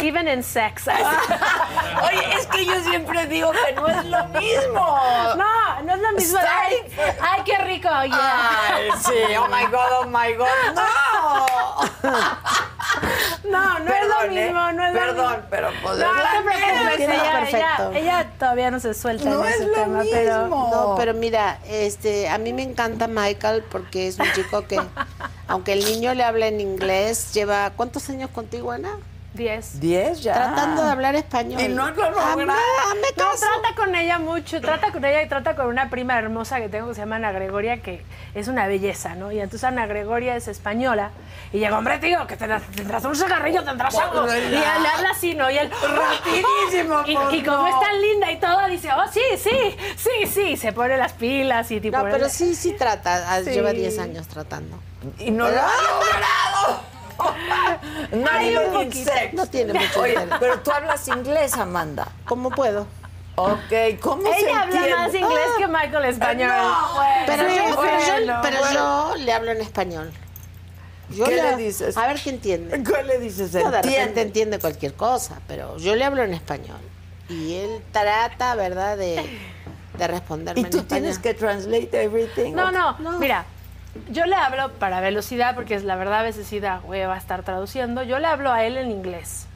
Speaker 5: Even in sex.
Speaker 4: Oh. Oye, es que yo siempre digo que no es lo mismo.
Speaker 5: No, no es lo mismo.
Speaker 4: Está
Speaker 5: Ay,
Speaker 4: bien.
Speaker 5: ay, qué rico. yeah.
Speaker 4: Ay, sí, oh my god, oh my god. No.
Speaker 5: <laughs> No, no es lo
Speaker 4: Perdón, ¿eh?
Speaker 5: mismo, no es lo
Speaker 4: Perdón,
Speaker 5: mismo.
Speaker 4: pero pues,
Speaker 5: no,
Speaker 4: es la
Speaker 5: no te preocupes,
Speaker 3: neta.
Speaker 5: ella,
Speaker 3: Perfecto.
Speaker 5: ella, ella todavía no se suelta
Speaker 4: No
Speaker 5: en
Speaker 4: es
Speaker 5: ese
Speaker 4: lo
Speaker 5: tema, pero
Speaker 4: mismo.
Speaker 3: No, pero mira, este, a mí me encanta Michael porque
Speaker 4: <laughs>
Speaker 3: es un chico que, aunque el niño le habla en inglés, lleva ¿cuántos años contigo, Ana?
Speaker 5: 10.
Speaker 4: Diez ya.
Speaker 7: Tratando de hablar español.
Speaker 4: Ah. Y no lo
Speaker 7: Hazme-
Speaker 4: logra.
Speaker 7: hazme
Speaker 5: No,
Speaker 7: caso.
Speaker 5: trata con ella mucho, trata con ella y trata con una prima hermosa que tengo que se llama Ana Gregoria, que es una belleza, ¿no? Y entonces Ana Gregoria es española y llega, hombre, tío, que tendrás, tendrás un cigarrillo, tendrás algo. Y él le habla así, ¿no? Y él, "Ah,
Speaker 4: Rapidísimo,
Speaker 5: Y,
Speaker 4: pues,
Speaker 5: y como
Speaker 4: no.
Speaker 5: es tan linda y todo, dice, oh, sí, sí, sí, sí, y se pone las pilas y tipo.
Speaker 3: No, pero
Speaker 5: él-
Speaker 3: sí, sí trata. Ah,
Speaker 5: Sí.
Speaker 3: Lleva 10 años tratando.
Speaker 4: Y no
Speaker 3: <laughs>
Speaker 4: lo ha logrado. No
Speaker 5: Ay,
Speaker 4: tiene
Speaker 5: un poquito.
Speaker 4: sex.
Speaker 3: No tiene mucho
Speaker 4: Oye,
Speaker 3: interés.
Speaker 4: pero tú hablas inglés, Amanda.
Speaker 3: ¿Cómo puedo?
Speaker 4: Ok, ¿cómo se
Speaker 5: Ella habla
Speaker 4: entiende?
Speaker 5: más inglés
Speaker 4: <laughs>
Speaker 5: que Michael español.
Speaker 4: No, güey.
Speaker 3: Ah, Pero,
Speaker 4: Sí,
Speaker 3: yo, pero, yo-
Speaker 4: bueno,
Speaker 3: pero yo le hablo en español. Yo
Speaker 4: ¿Qué le dices?
Speaker 3: A ver qué entiende.
Speaker 4: ¿Qué le dices?
Speaker 3: No, de repente
Speaker 4: Entiende.
Speaker 3: entiende cualquier cosa, pero yo le hablo en español. Y él trata, ¿verdad?, de, de responderme
Speaker 4: Y
Speaker 3: en
Speaker 4: tú tienes
Speaker 3: español.
Speaker 4: que translate everything.
Speaker 5: No, no,
Speaker 3: No.
Speaker 5: mira, yo le hablo para velocidad, porque es la verdad a veces sí da hueva estar traduciendo, yo le hablo a él en inglés.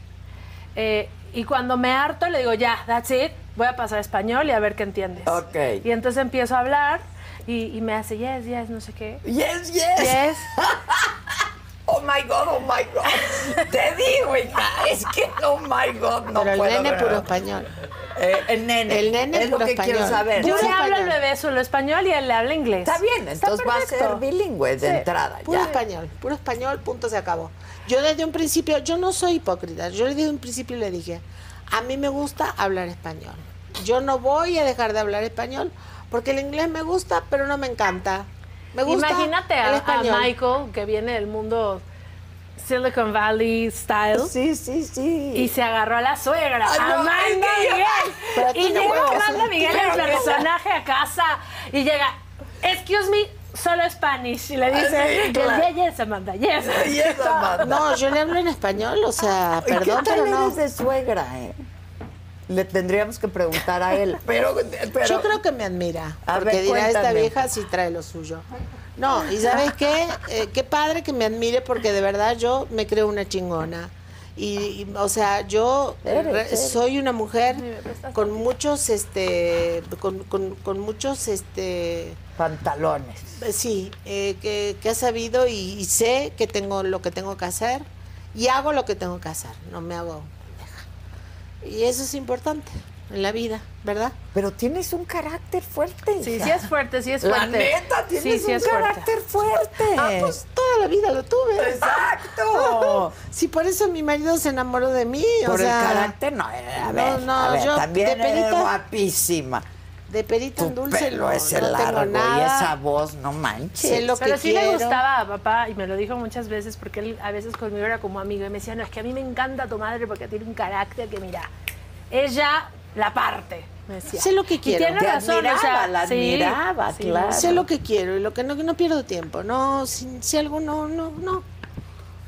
Speaker 5: Eh, y cuando me harto le digo, ya, that's it, voy a pasar a español y a ver qué entiendes.
Speaker 4: Ok.
Speaker 5: Y entonces empiezo a hablar y, y me hace, yes, yes, no sé qué.
Speaker 4: Yes, yes.
Speaker 5: Yes.
Speaker 4: Oh my God, oh my
Speaker 5: <laughs>
Speaker 4: God. Te digo, hija, es que oh my God, no
Speaker 3: Pero el
Speaker 4: puedo.
Speaker 3: nene
Speaker 4: de
Speaker 3: puro
Speaker 4: verdad.
Speaker 3: español.
Speaker 4: Eh, el nene.
Speaker 3: El nene
Speaker 4: es lo
Speaker 3: puro
Speaker 4: que quiero
Speaker 3: español.
Speaker 4: saber.
Speaker 5: Yo
Speaker 3: Puro
Speaker 5: le hablo al
Speaker 3: español.
Speaker 5: bebé solo español y él le habla inglés.
Speaker 4: Está bien, entonces va a ser
Speaker 5: perfecto.
Speaker 4: bilingüe de
Speaker 5: Sí.
Speaker 4: entrada.
Speaker 3: Puro
Speaker 4: ya.
Speaker 3: español, puro español, punto, se acabó. Yo desde un principio, yo no soy hipócrita, yo desde un principio le dije, a mí me gusta hablar español. Yo no voy a dejar de hablar español porque el inglés me gusta, pero no me encanta. Me gusta
Speaker 5: Imagínate
Speaker 3: el
Speaker 5: a, a
Speaker 3: español.
Speaker 5: Michael, que viene del mundo Silicon Valley style.
Speaker 4: Sí, sí, sí. <laughs>
Speaker 5: Y se agarró a la suegra,
Speaker 4: Ay, no,
Speaker 5: Amanda
Speaker 4: es que yo-
Speaker 3: Pero
Speaker 5: Miguel.
Speaker 3: tú
Speaker 5: Y
Speaker 3: no
Speaker 5: llega
Speaker 3: puedes.
Speaker 5: Amanda Miguel, el
Speaker 4: Claro que no.
Speaker 5: personaje, a casa y llega, excuse me, solo Spanish. Y le
Speaker 4: Ah, sí,
Speaker 5: dice,
Speaker 4: claro.
Speaker 5: yes, yes, Amanda, yes.
Speaker 4: Y eso, Amanda.
Speaker 3: No, yo le hablo en español, o sea,
Speaker 4: ¿Y
Speaker 3: perdón,
Speaker 4: ¿Qué tal
Speaker 3: pero no.
Speaker 4: eres de suegra, eh? Le tendríamos que preguntar a él. <laughs> Pero, pero
Speaker 3: Yo creo que me admira,
Speaker 4: A
Speaker 3: porque
Speaker 4: ver,
Speaker 3: dirá esta
Speaker 4: cuéntame.
Speaker 3: vieja sí trae lo suyo. No, y sabes qué, Eh, qué padre que me admire porque de verdad yo me creo una chingona. Y, y, o sea, yo eh,
Speaker 4: Eres,
Speaker 3: re-
Speaker 4: eres.
Speaker 3: soy una mujer con muchos, este, con, con- con muchos, este,
Speaker 4: pantalones.
Speaker 3: eh, sí, eh, que, que ha sabido y, y sé que tengo lo que tengo que hacer y hago lo que tengo que hacer, no me hago pendeja. Y eso es importante en la vida, ¿verdad?
Speaker 4: Pero tienes un carácter fuerte.
Speaker 5: Sí,
Speaker 4: hija.
Speaker 5: sí es fuerte, sí es
Speaker 4: La
Speaker 5: fuerte.
Speaker 4: neta, tienes
Speaker 5: sí, sí
Speaker 4: un
Speaker 5: es fuerte.
Speaker 4: carácter fuerte. Pues,
Speaker 3: Ah, pues toda la vida lo tuve.
Speaker 4: <laughs> Exacto.
Speaker 3: Si por eso mi marido se enamoró de mí, o
Speaker 4: Por
Speaker 3: sea,
Speaker 4: el carácter, no. eh, A
Speaker 3: no,
Speaker 4: ver,
Speaker 3: no,
Speaker 4: a ver,
Speaker 3: yo
Speaker 4: también
Speaker 3: de
Speaker 4: eres
Speaker 3: perita-
Speaker 4: guapísima.
Speaker 3: de perita en
Speaker 4: Tu
Speaker 3: dulce
Speaker 4: pelo
Speaker 3: no,
Speaker 4: es
Speaker 3: no
Speaker 4: el
Speaker 3: tengo
Speaker 4: largo y
Speaker 3: nada.
Speaker 4: esa voz, no manches.
Speaker 3: Sé lo
Speaker 5: Pero
Speaker 3: que
Speaker 5: sí
Speaker 3: quiero.
Speaker 5: le gustaba a papá y me lo dijo muchas veces porque él a veces conmigo era como amigo y me decía, no, es que a mí me encanta tu madre porque tiene un carácter que mira, ella la parte, me decía.
Speaker 3: Sé lo que
Speaker 5: Y
Speaker 3: quiero.
Speaker 5: tiene
Speaker 4: Te
Speaker 5: razón, o sea,
Speaker 4: admiraba, la
Speaker 5: sí,
Speaker 4: admiraba,
Speaker 5: sí.
Speaker 4: claro.
Speaker 3: Sé lo que quiero y lo que no que no pierdo tiempo. No, si, si algo no no no.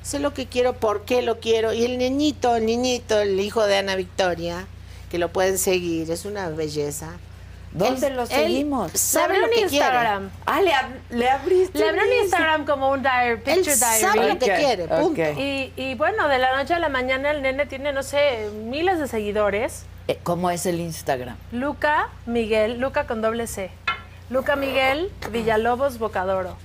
Speaker 3: Sé lo que quiero, por qué lo quiero y el niñito, el niñito, el hijo de Ana Victoria, que lo pueden seguir, es una belleza.
Speaker 4: ¿Dónde
Speaker 3: Él-
Speaker 4: lo
Speaker 3: él
Speaker 4: seguimos?
Speaker 3: Sabe
Speaker 5: Le
Speaker 3: lo
Speaker 5: abrió
Speaker 3: que
Speaker 5: un
Speaker 3: quiere.
Speaker 5: Instagram.
Speaker 4: Ah, le, ab- le abriste.
Speaker 5: Le abrió
Speaker 4: el
Speaker 5: un Instagram como un diary,
Speaker 3: Él
Speaker 5: picture
Speaker 3: sabe
Speaker 5: diary.
Speaker 3: lo que
Speaker 4: Ok,
Speaker 3: quiere, punto.
Speaker 4: ok.
Speaker 5: Y, y bueno, de la noche a la mañana el nene tiene, no sé, miles de seguidores.
Speaker 4: Eh, ¿Cómo es el Instagram?
Speaker 5: Luca Miguel, Luca con doble C. Luca Miguel Villalobos Bocadoro.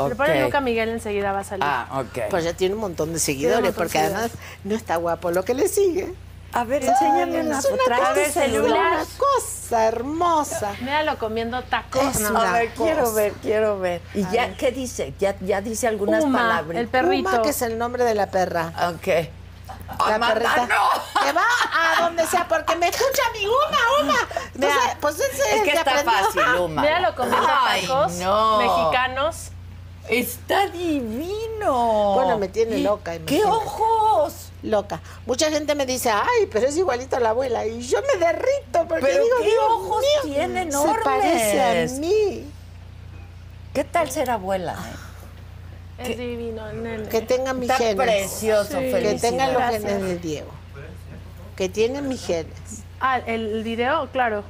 Speaker 5: Si le ponen
Speaker 4: Ok.
Speaker 5: Luca Miguel enseguida va a salir.
Speaker 4: Ah, ok.
Speaker 3: Pues ya tiene un montón de
Speaker 5: Tiene un
Speaker 3: seguidores,
Speaker 5: montón
Speaker 3: porque
Speaker 5: de
Speaker 3: además no está guapo lo que le sigue.
Speaker 4: a ver, enséñame una
Speaker 3: es una
Speaker 4: foto.
Speaker 3: cosa,
Speaker 4: A ver,
Speaker 3: es
Speaker 5: celular.
Speaker 3: una cosa hermosa.
Speaker 5: Míralo comiendo tacos.
Speaker 3: Es
Speaker 5: no.
Speaker 3: una
Speaker 4: A ver,
Speaker 3: cosa.
Speaker 4: quiero ver, quiero ver. ¿Y ya qué dice? ¿Ya, ya dice algunas
Speaker 5: Uma,
Speaker 4: palabras?
Speaker 5: el perrito.
Speaker 3: Puma, que es el nombre de la perra.
Speaker 4: Ok.
Speaker 3: La
Speaker 4: Amanda,
Speaker 3: perrita.
Speaker 4: no.
Speaker 3: Que va a donde sea, porque me escucha mi Uma, Uma. Entonces,
Speaker 4: Mira,
Speaker 3: pues ese
Speaker 4: Es que
Speaker 3: el
Speaker 4: está
Speaker 3: aprendió.
Speaker 4: fácil, Uma.
Speaker 5: Míralo comiendo
Speaker 4: Ay,
Speaker 5: tacos
Speaker 4: no.
Speaker 5: mexicanos.
Speaker 4: Está divino.
Speaker 3: Bueno, me tiene loca,
Speaker 4: ¡Qué
Speaker 3: imagínate.
Speaker 4: ojos!
Speaker 3: <laughs> Loca. Mucha gente me dice, ay, pero es igualito a la abuela. Y yo me derrito porque
Speaker 4: Pero
Speaker 3: digo,
Speaker 4: qué
Speaker 3: Dios
Speaker 4: ojos
Speaker 3: mío,
Speaker 4: tiene
Speaker 3: Se parece
Speaker 4: enormes.
Speaker 3: a mí.
Speaker 4: ¿Qué tal ser abuela? eh?
Speaker 5: Es divino el nene.
Speaker 3: Que tenga mis
Speaker 4: Está
Speaker 3: genes.
Speaker 4: precioso,
Speaker 3: Que
Speaker 4: felicidades.
Speaker 3: tenga los
Speaker 5: Gracias.
Speaker 3: genes de Diego. Que tiene mis genes.
Speaker 5: Ah, el video, claro.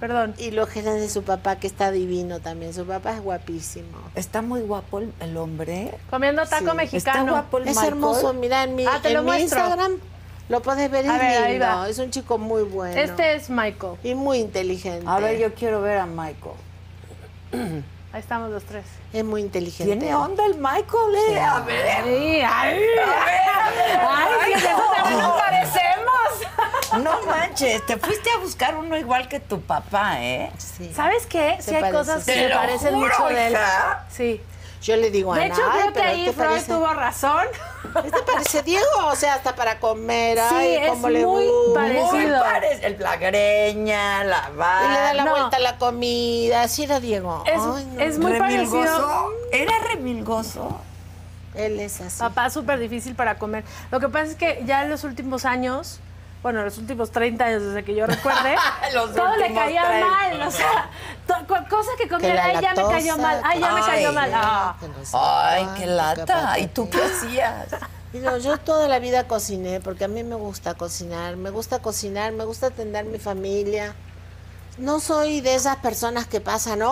Speaker 5: Perdón.
Speaker 3: Y los genes de su papá, que está divino también. Su papá es guapísimo.
Speaker 4: Está muy guapo el, el hombre.
Speaker 5: Comiendo taco
Speaker 3: Sí.
Speaker 5: mexicano.
Speaker 4: Está guapo el
Speaker 3: Es
Speaker 4: Michael.
Speaker 3: hermoso, mira en mi,
Speaker 5: Ah, te lo
Speaker 3: en mi
Speaker 5: muestro.
Speaker 3: Instagram lo puedes ver, es
Speaker 5: A ver, ahí
Speaker 3: lindo.
Speaker 5: va.
Speaker 3: Es un chico muy bueno.
Speaker 5: Este es Michael.
Speaker 3: Y muy inteligente.
Speaker 4: A ver, yo quiero ver a Michael.
Speaker 5: Ahí estamos los tres.
Speaker 3: Es muy inteligente.
Speaker 4: Tiene onda el Michael, ¿eh? A ver.
Speaker 5: Sí, ay,
Speaker 4: <laughs> Ah,
Speaker 5: ay, si de eso también nos parecemos.
Speaker 4: No manches, te fuiste a buscar uno igual que tu papá, ¿eh?
Speaker 3: Sí.
Speaker 5: ¿Sabes qué? Sí
Speaker 3: Te
Speaker 5: hay
Speaker 3: parece.
Speaker 5: cosas que
Speaker 3: Te
Speaker 5: me
Speaker 4: lo
Speaker 5: parecen
Speaker 4: juro,
Speaker 5: mucho de él.
Speaker 4: hija.
Speaker 5: Sí.
Speaker 3: Yo le digo a
Speaker 5: De
Speaker 3: Ana,
Speaker 5: hecho,
Speaker 3: "Ay,
Speaker 5: creo que
Speaker 3: pero
Speaker 5: ahí
Speaker 3: este
Speaker 5: Freud
Speaker 3: parece-
Speaker 5: tuvo razón. <laughs>
Speaker 3: Este parece Diego, o sea, hasta para comer,
Speaker 5: Sí,
Speaker 3: ay,
Speaker 5: es
Speaker 3: cómo le
Speaker 5: muy
Speaker 3: gusta.
Speaker 5: parecido.
Speaker 4: Muy parecido. El- La greña, la
Speaker 3: Y le da
Speaker 4: barba.
Speaker 3: la
Speaker 5: no.
Speaker 3: vuelta a la comida, así era Diego.
Speaker 5: Es,
Speaker 3: Ay, no.
Speaker 5: es muy
Speaker 4: remilgoso.
Speaker 5: parecido.
Speaker 4: Era remilgoso.
Speaker 3: Él es así.
Speaker 5: Papá súper difícil para comer. Lo que pasa es que ya en los últimos años, bueno, los últimos 30 años desde que yo recuerde,
Speaker 4: <laughs> Los
Speaker 5: todo le
Speaker 4: últimos
Speaker 5: caía
Speaker 4: 30.
Speaker 5: mal. O sea, <laughs> to- co- cosa que
Speaker 3: Que
Speaker 5: comía,
Speaker 3: la
Speaker 5: ay, ya me cayó
Speaker 3: lactosa,
Speaker 5: mal, ay, ya me
Speaker 4: que-
Speaker 5: cayó
Speaker 4: Ay,
Speaker 5: mal.
Speaker 4: no.
Speaker 5: Ah.
Speaker 3: que no sé
Speaker 4: Ay,
Speaker 3: cuánto,
Speaker 4: qué
Speaker 3: que
Speaker 4: lata.
Speaker 3: Pues, papá,
Speaker 4: ¿Y tú
Speaker 3: que-
Speaker 4: qué hacías?
Speaker 3: Digo, yo toda la vida cociné porque a mí me gusta cocinar, me gusta cocinar, me gusta atender mi familia. No soy de esas personas que pasan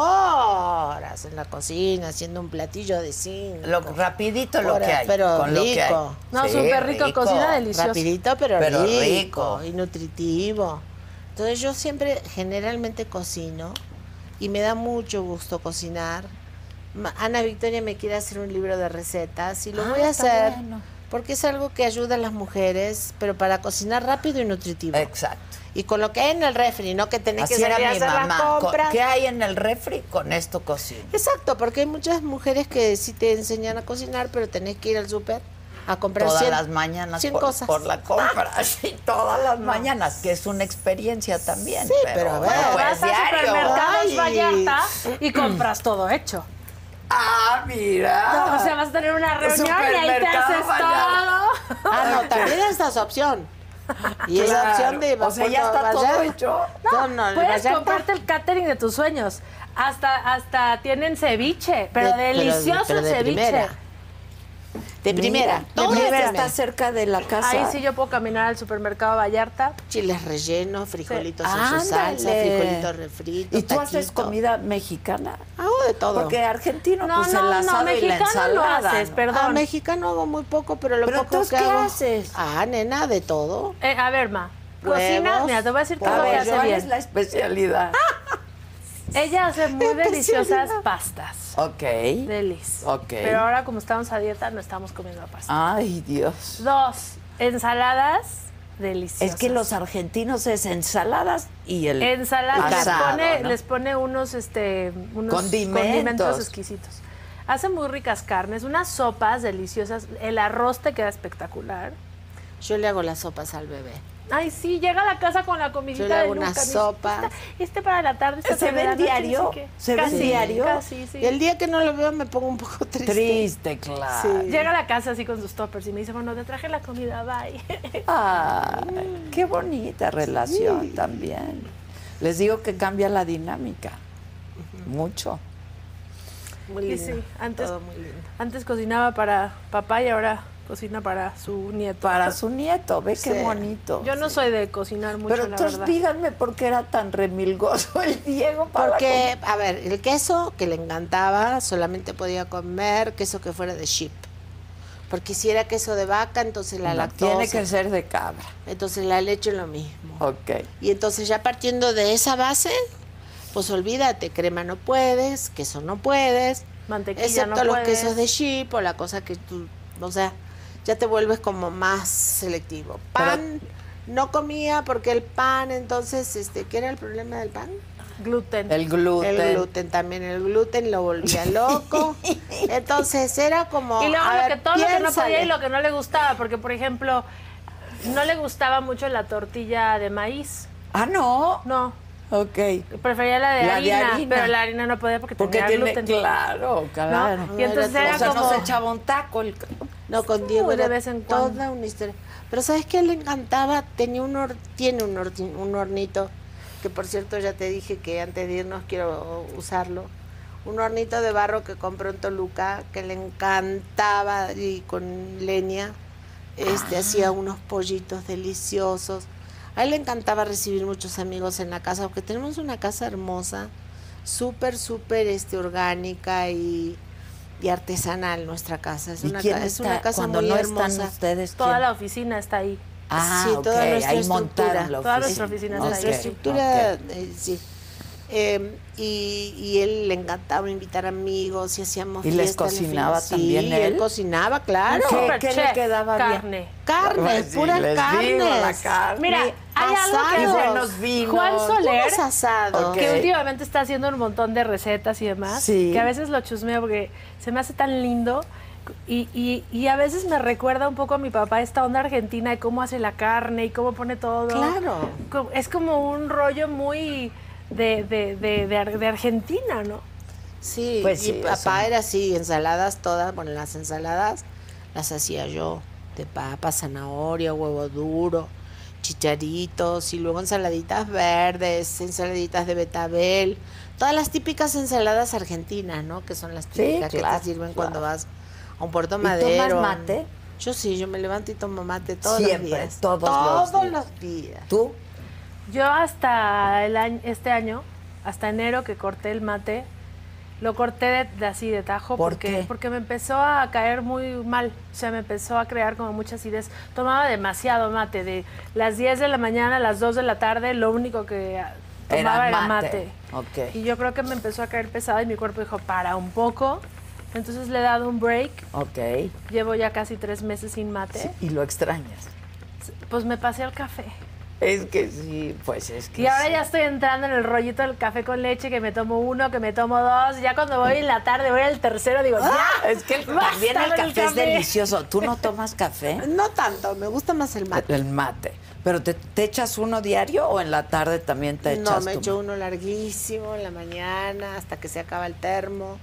Speaker 3: horas en la cocina haciendo un platillo de cinco.
Speaker 4: Lo, rapidito lo
Speaker 3: Ahora,
Speaker 4: que hay.
Speaker 3: pero
Speaker 4: con lo que hay.
Speaker 3: rico.
Speaker 5: No, súper rico, cocina del- delicioso.
Speaker 3: Rapidito, pero,
Speaker 4: Pero
Speaker 3: rico,
Speaker 4: rico.
Speaker 3: y nutritivo. Entonces yo siempre generalmente cocino y me da mucho gusto cocinar. Ma- Ana Victoria me quiere hacer un libro de recetas y lo
Speaker 4: Ah,
Speaker 3: voy a
Speaker 4: está
Speaker 3: hacer
Speaker 4: bueno.
Speaker 3: porque es algo que ayuda a las mujeres, pero para cocinar rápido y nutritivo.
Speaker 4: Exacto.
Speaker 3: Y con lo que hay en el refri, no que tenés
Speaker 4: Eh. Así
Speaker 3: que salir
Speaker 4: era
Speaker 3: a
Speaker 4: mi
Speaker 3: hacer las
Speaker 4: mamá. Con-
Speaker 3: compras.
Speaker 4: ¿Qué hay en el refri? Con esto cocino.
Speaker 3: Exacto, porque hay muchas mujeres que sí te enseñan a cocinar, pero tenés que ir al súper a comprar
Speaker 4: todas
Speaker 3: 100
Speaker 4: las mañanas
Speaker 3: 100
Speaker 4: por,
Speaker 3: cosas.
Speaker 4: por la compra. <laughs> Sí, todas las mañanas, que es una experiencia también.
Speaker 3: Sí, pero a ver.
Speaker 4: no, pues,
Speaker 5: Vas a
Speaker 4: diario.
Speaker 5: supermercados
Speaker 3: Ay.
Speaker 5: Vallarta y compras todo hecho.
Speaker 4: Ah, mira.
Speaker 5: O sea, vas a tener una reunión y ahí te
Speaker 4: Supermercado
Speaker 5: haces
Speaker 4: Vallarta.
Speaker 5: todo.
Speaker 3: Ah, no, también esta es opción. Y es
Speaker 4: Claro.
Speaker 3: opción de
Speaker 4: O sea, ya
Speaker 3: Puerto
Speaker 4: está todo
Speaker 3: Vallarta.
Speaker 4: hecho.
Speaker 3: No, no, el
Speaker 5: Puedes
Speaker 3: Vallarta-
Speaker 5: comprarte el catering de tus sueños. Hasta, hasta tienen ceviche, pero
Speaker 3: de-
Speaker 5: delicioso
Speaker 3: pero
Speaker 5: el
Speaker 3: de
Speaker 5: ceviche.
Speaker 3: primera. De primera.
Speaker 4: Mira,
Speaker 3: todo
Speaker 4: mi
Speaker 3: es de
Speaker 4: bebé
Speaker 3: primera.
Speaker 4: este está cerca de la casa.
Speaker 5: Ahí sí yo puedo caminar al supermercado Vallarta.
Speaker 3: Chiles rellenos, frijolitos en
Speaker 4: Ándale.
Speaker 3: su salsa, frijolitos refritos.
Speaker 4: ¿Y tú haces
Speaker 3: taquitos.
Speaker 4: comida mexicana?
Speaker 3: Hago de todo.
Speaker 4: Porque argentino,
Speaker 5: No,
Speaker 4: pues
Speaker 5: no,
Speaker 4: el
Speaker 5: no,
Speaker 4: asado y la
Speaker 5: mexicano lo
Speaker 4: ensalada.
Speaker 5: haces,
Speaker 4: ¿no?
Speaker 5: perdón.
Speaker 3: Ah, mexicano hago muy poco, pero lo
Speaker 4: Pero
Speaker 3: poco
Speaker 4: entonces,
Speaker 3: que
Speaker 4: ¿qué
Speaker 3: hago.
Speaker 4: haces?
Speaker 3: Ah, nena, de todo.
Speaker 5: Eh, a ver, ma. Cocina,
Speaker 3: Huevos,
Speaker 5: mira, te voy a decir todo
Speaker 4: A
Speaker 5: lo que
Speaker 4: ver,
Speaker 5: hace
Speaker 4: ¿cuál es
Speaker 5: bien.
Speaker 4: la especialidad?
Speaker 5: Ella hace muy
Speaker 3: Especialidad.
Speaker 5: deliciosas pastas.
Speaker 4: Ok.
Speaker 5: Delis.
Speaker 4: Ok.
Speaker 5: Pero ahora, como estamos a dieta, no estamos comiendo pasta.
Speaker 4: Ay, Dios.
Speaker 5: Dos, ensaladas deliciosas.
Speaker 4: Es que los argentinos es ensaladas y el
Speaker 5: Ensaladas les
Speaker 4: asado,
Speaker 5: pone,
Speaker 4: ¿no?
Speaker 5: les pone unos, este, unos
Speaker 4: Condimentos.
Speaker 5: exquisitos. Hacen muy ricas carnes, unas sopas deliciosas. El arroz te queda espectacular.
Speaker 3: Yo le hago las sopas al bebé.
Speaker 5: Ay, sí, llega a la casa con la comidita
Speaker 3: Yo le hago
Speaker 5: de nunca.
Speaker 3: unas
Speaker 5: me dice,
Speaker 3: sopas.
Speaker 5: Este, este para la tarde, este
Speaker 4: ¿Se
Speaker 5: para
Speaker 4: ven
Speaker 5: la noche, no sé
Speaker 4: diario?
Speaker 5: qué".
Speaker 4: ¿Se ven
Speaker 5: Casi,
Speaker 4: diario?
Speaker 5: Casi, sí.
Speaker 3: Y el día que no lo veo me pongo un poco triste.
Speaker 4: Triste, claro.
Speaker 3: Sí.
Speaker 5: Llega a la casa así con sus toppers y me dice, bueno, te traje la comida, bye. <laughs>
Speaker 4: Ay, qué bonita relación también. Les digo que cambia la dinámica. Mucho.
Speaker 3: Muy
Speaker 5: Y
Speaker 3: lindo.
Speaker 5: sí, antes,
Speaker 3: Todo muy lindo.
Speaker 5: antes cocinaba para papá y ahora cocina para su nieto.
Speaker 4: Para su nieto, ve qué
Speaker 3: Sí.
Speaker 4: bonito.
Speaker 5: Yo no soy de cocinar mucho,
Speaker 4: Pero
Speaker 5: la
Speaker 4: entonces
Speaker 5: verdad.
Speaker 4: díganme por qué era tan remilgoso el Diego para
Speaker 3: Porque, a ver, el queso que le encantaba solamente podía comer queso que fuera de sheep. Porque si era queso de vaca, entonces la
Speaker 4: la no,
Speaker 3: lactosa.
Speaker 4: Tiene que ser de cabra.
Speaker 3: Entonces la leche lo mismo.
Speaker 4: Ok.
Speaker 3: Y entonces ya partiendo de esa base, pues olvídate, crema no puedes, queso no puedes,
Speaker 5: Mantequilla
Speaker 3: excepto
Speaker 5: no
Speaker 3: los
Speaker 5: puedes.
Speaker 3: quesos de sheep o la cosa que tú, o sea, ya te vuelves como más selectivo. Pan no comía porque el pan, entonces, este, ¿qué era el problema del pan?
Speaker 5: Gluten.
Speaker 4: El gluten.
Speaker 3: El gluten también, el gluten lo volvía
Speaker 5: <laughs>
Speaker 3: loco. Entonces era como.
Speaker 5: Y luego
Speaker 3: a
Speaker 5: lo
Speaker 3: ver,
Speaker 5: que todo lo que no podía
Speaker 3: piénsale.
Speaker 5: y lo que no le gustaba, porque por ejemplo, no le gustaba mucho la tortilla de maíz.
Speaker 4: Ah, no.
Speaker 5: No,
Speaker 4: Ok.
Speaker 5: prefería la de,
Speaker 4: La de
Speaker 5: harina,
Speaker 4: harina.
Speaker 5: pero la harina no podía porque,
Speaker 4: Porque
Speaker 5: tenía
Speaker 4: tiene,
Speaker 5: gluten.
Speaker 4: claro, claro.
Speaker 5: ¿No? Y entonces
Speaker 3: Era
Speaker 5: era
Speaker 4: o sea,
Speaker 5: como
Speaker 4: no se echaba un taco. el-
Speaker 3: No, con
Speaker 5: Sí,
Speaker 3: Diego
Speaker 5: uh, de
Speaker 3: era
Speaker 5: vez en cuando.
Speaker 3: toda una historia. Pero ¿sabes qué le encantaba? Tenía un hor- tiene un, hor- un hornito, que por cierto ya te dije que antes de irnos quiero usarlo. Un hornito de barro que compró en Toluca, que le encantaba y con leña.
Speaker 5: Ah.
Speaker 3: Este, hacía unos pollitos deliciosos. A él le encantaba recibir muchos amigos en la casa, porque tenemos una casa hermosa, súper, súper este, orgánica y, y artesanal nuestra casa. Es
Speaker 4: ¿Y
Speaker 3: una,
Speaker 4: quién
Speaker 3: ca- es
Speaker 4: está-
Speaker 3: una casa
Speaker 4: cuando
Speaker 3: muy
Speaker 4: no están
Speaker 3: hermosa.
Speaker 4: ustedes?
Speaker 5: toda
Speaker 4: quién?
Speaker 5: la oficina está ahí.
Speaker 4: Ah,
Speaker 3: Sí,
Speaker 4: ok,
Speaker 3: toda nuestra
Speaker 4: ahí montaron
Speaker 3: estructura.
Speaker 4: la
Speaker 5: Toda nuestra oficina está
Speaker 3: Nuestra
Speaker 5: ahí.
Speaker 4: Ok,
Speaker 3: estructura,
Speaker 4: ok.
Speaker 3: eh, sí. Eh, y, y él le encantaba invitar amigos y hacíamos
Speaker 4: ¿Y les
Speaker 3: fiesta, le
Speaker 4: cocinaba
Speaker 3: fin-
Speaker 4: también
Speaker 3: sí,
Speaker 4: él?
Speaker 3: cocinaba, claro.
Speaker 4: ¿Qué-
Speaker 5: Super
Speaker 4: qué le
Speaker 5: chef,
Speaker 4: quedaba bien?
Speaker 5: carne.
Speaker 3: Carne,
Speaker 4: Pues sí,
Speaker 3: pura
Speaker 4: les
Speaker 3: carne.
Speaker 4: digo, la carne.
Speaker 5: Mira, hay algo que
Speaker 4: Y
Speaker 3: asados.
Speaker 4: buenos vinos.
Speaker 5: Juan Soler,
Speaker 3: Puros asados.
Speaker 4: Ok.
Speaker 5: que últimamente está haciendo un montón de recetas y demás,
Speaker 4: Sí.
Speaker 5: que a veces lo chusmeo porque se me hace tan lindo y, y- y a veces me recuerda un poco a mi papá esta onda argentina de cómo hace la carne y cómo pone todo.
Speaker 3: Claro.
Speaker 5: Co- Es como un rollo muy de, de- de- de Ar- de Argentina, ¿no?
Speaker 3: Sí,
Speaker 4: Pues
Speaker 3: y
Speaker 4: sí,
Speaker 3: papá
Speaker 4: eso.
Speaker 3: era así, ensaladas todas, bueno, las ensaladas las hacía yo, de papa, zanahoria, huevo duro, chicharitos, y luego ensaladitas verdes, ensaladitas de betabel, todas las típicas ensaladas argentinas, ¿no? Que son las típicas que
Speaker 4: claro,
Speaker 3: te sirven
Speaker 4: claro.
Speaker 3: cuando vas a un puerto
Speaker 4: tomas
Speaker 3: madero.
Speaker 4: mate?
Speaker 3: Yo sí, yo me levanto y tomo mate todos
Speaker 4: Siempre,
Speaker 3: los días.
Speaker 4: todos los días.
Speaker 3: los días.
Speaker 4: ¿Tú?
Speaker 5: Yo hasta el año, este año, hasta enero que corté el mate, lo corté de, de así de tajo
Speaker 4: ¿Por
Speaker 5: porque
Speaker 4: qué?
Speaker 5: porque me empezó a caer muy mal, o sea, me empezó a crear como mucha acidez. Tomaba demasiado mate de las 10 de la mañana a las 2 de la tarde, lo único que ah,
Speaker 4: Era
Speaker 5: tomaba era
Speaker 4: mate.
Speaker 5: mate.
Speaker 4: Ok.
Speaker 5: Y yo creo que me empezó a caer pesado y mi cuerpo dijo, "Para un poco." Entonces le he dado un break.
Speaker 4: Ok.
Speaker 5: Llevo ya casi tres meses sin mate.
Speaker 4: Y lo extrañas.
Speaker 5: Pues me pasé al café.
Speaker 4: Es que sí, pues es que
Speaker 5: Y ahora
Speaker 4: sí.
Speaker 5: ya estoy entrando en el rollito del café con leche, que me tomo uno, que me tomo dos. Ya cuando voy en la tarde, voy al tercero, digo,
Speaker 4: Ah,
Speaker 5: ya.
Speaker 4: Es que
Speaker 5: <laughs> basta
Speaker 4: también el
Speaker 5: con
Speaker 4: café, es delicioso. ¿Tú no
Speaker 3: <laughs>
Speaker 4: tomas café?
Speaker 3: No tanto, me gusta más el mate.
Speaker 4: El mate. ¿Pero te, te echas uno diario o en la tarde también te echas
Speaker 3: No, me
Speaker 4: tu
Speaker 3: echo
Speaker 4: ma-
Speaker 3: uno larguísimo en la mañana hasta que se acaba el termo.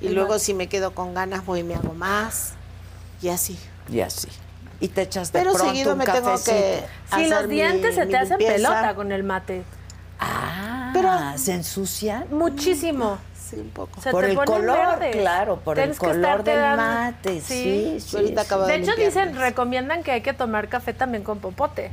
Speaker 3: Y
Speaker 5: El
Speaker 3: luego
Speaker 5: mate.
Speaker 3: si me quedo con ganas voy y me hago más. Y así.
Speaker 4: Y así. Y te echas de
Speaker 3: Pero
Speaker 4: pronto
Speaker 3: seguido
Speaker 4: un
Speaker 3: me tengo
Speaker 4: cafecito.
Speaker 3: que
Speaker 5: Si
Speaker 3: hacer
Speaker 5: los
Speaker 3: mi-
Speaker 5: dientes se
Speaker 3: mi
Speaker 5: te hacen
Speaker 3: limpieza.
Speaker 5: pelota con el mate.
Speaker 4: Ah,
Speaker 3: Pero-
Speaker 4: ¿se ensucian?
Speaker 5: Muchísimo.
Speaker 3: Sí, un poco.
Speaker 5: Se
Speaker 4: Mm. por
Speaker 5: te
Speaker 4: el
Speaker 5: ponen
Speaker 4: color,
Speaker 5: verdes.
Speaker 4: claro, por
Speaker 5: Tienes
Speaker 4: el
Speaker 5: que
Speaker 4: color
Speaker 5: estarte
Speaker 4: del
Speaker 5: dando-
Speaker 4: mate. Sí, sí.
Speaker 3: Yo ahorita
Speaker 4: sí.
Speaker 3: acabo
Speaker 5: De hecho,
Speaker 3: limpiarme.
Speaker 5: dicen, recomiendan que hay que tomar café también con popote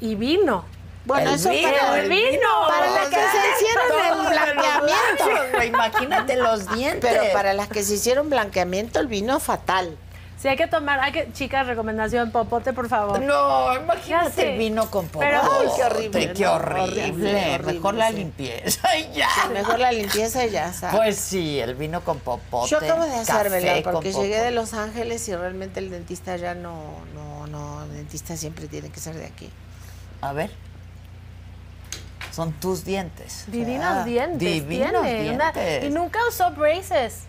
Speaker 5: y vino.
Speaker 3: Bueno,
Speaker 4: El
Speaker 3: eso
Speaker 4: vino,
Speaker 3: para
Speaker 5: el vino.
Speaker 3: Para
Speaker 5: Te
Speaker 3: las que se
Speaker 5: quedas
Speaker 3: hicieron el blanqueamiento.
Speaker 4: Pero Imagínate los dientes.
Speaker 3: Pero para las que se hicieron blanqueamiento, el vino fatal.
Speaker 5: Si hay que tomar, hay que, chicas, recomendación, popote, por favor.
Speaker 4: No,
Speaker 5: Ya sé.
Speaker 4: imagínate el vino con popote.
Speaker 5: Pero- Ay,
Speaker 3: qué horrible,
Speaker 4: Qué
Speaker 3: no,
Speaker 4: horrible.
Speaker 3: horrible, horrible,
Speaker 4: Mejor la
Speaker 3: sí.
Speaker 4: limpieza y ya.
Speaker 5: Ah,
Speaker 3: Mejor la limpieza y ya sabes.
Speaker 4: Pues sí, el vino con popote.
Speaker 3: Yo acabo de
Speaker 4: café
Speaker 3: hacérmela
Speaker 4: con
Speaker 3: porque llegué
Speaker 4: popote.
Speaker 3: de Los Ángeles y realmente el dentista ya no, no, no, el dentista siempre tiene que ser de aquí.
Speaker 4: A ver. Son tus dientes.
Speaker 5: Divinos dientes.
Speaker 4: ah, Divinos
Speaker 5: tiene. Una-
Speaker 4: dientes.
Speaker 5: y nunca usó braces.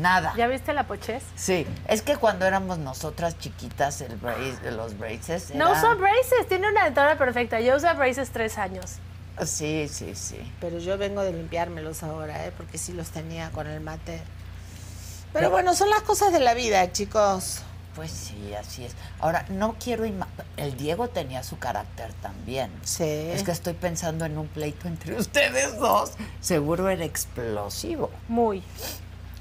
Speaker 4: Nada.
Speaker 5: ¿Ya viste la pochez?
Speaker 4: Sí, es que cuando éramos nosotras chiquitas, el brace, los braces.
Speaker 5: No
Speaker 4: eran-
Speaker 5: usó braces, tiene una dentadura perfecta. Yo usé braces tres años.
Speaker 4: Sí, sí, sí.
Speaker 3: Pero yo vengo de limpiármelos ahora, ¿eh? porque sí los tenía con el mate. Pero bueno, son las cosas de la vida, chicos.
Speaker 4: Pues sí, así es. Ahora, no quiero. ima- El Diego tenía su carácter también.
Speaker 3: Sí.
Speaker 4: Es que estoy pensando en un pleito entre <laughs> ustedes dos. Seguro era explosivo.
Speaker 5: Muy.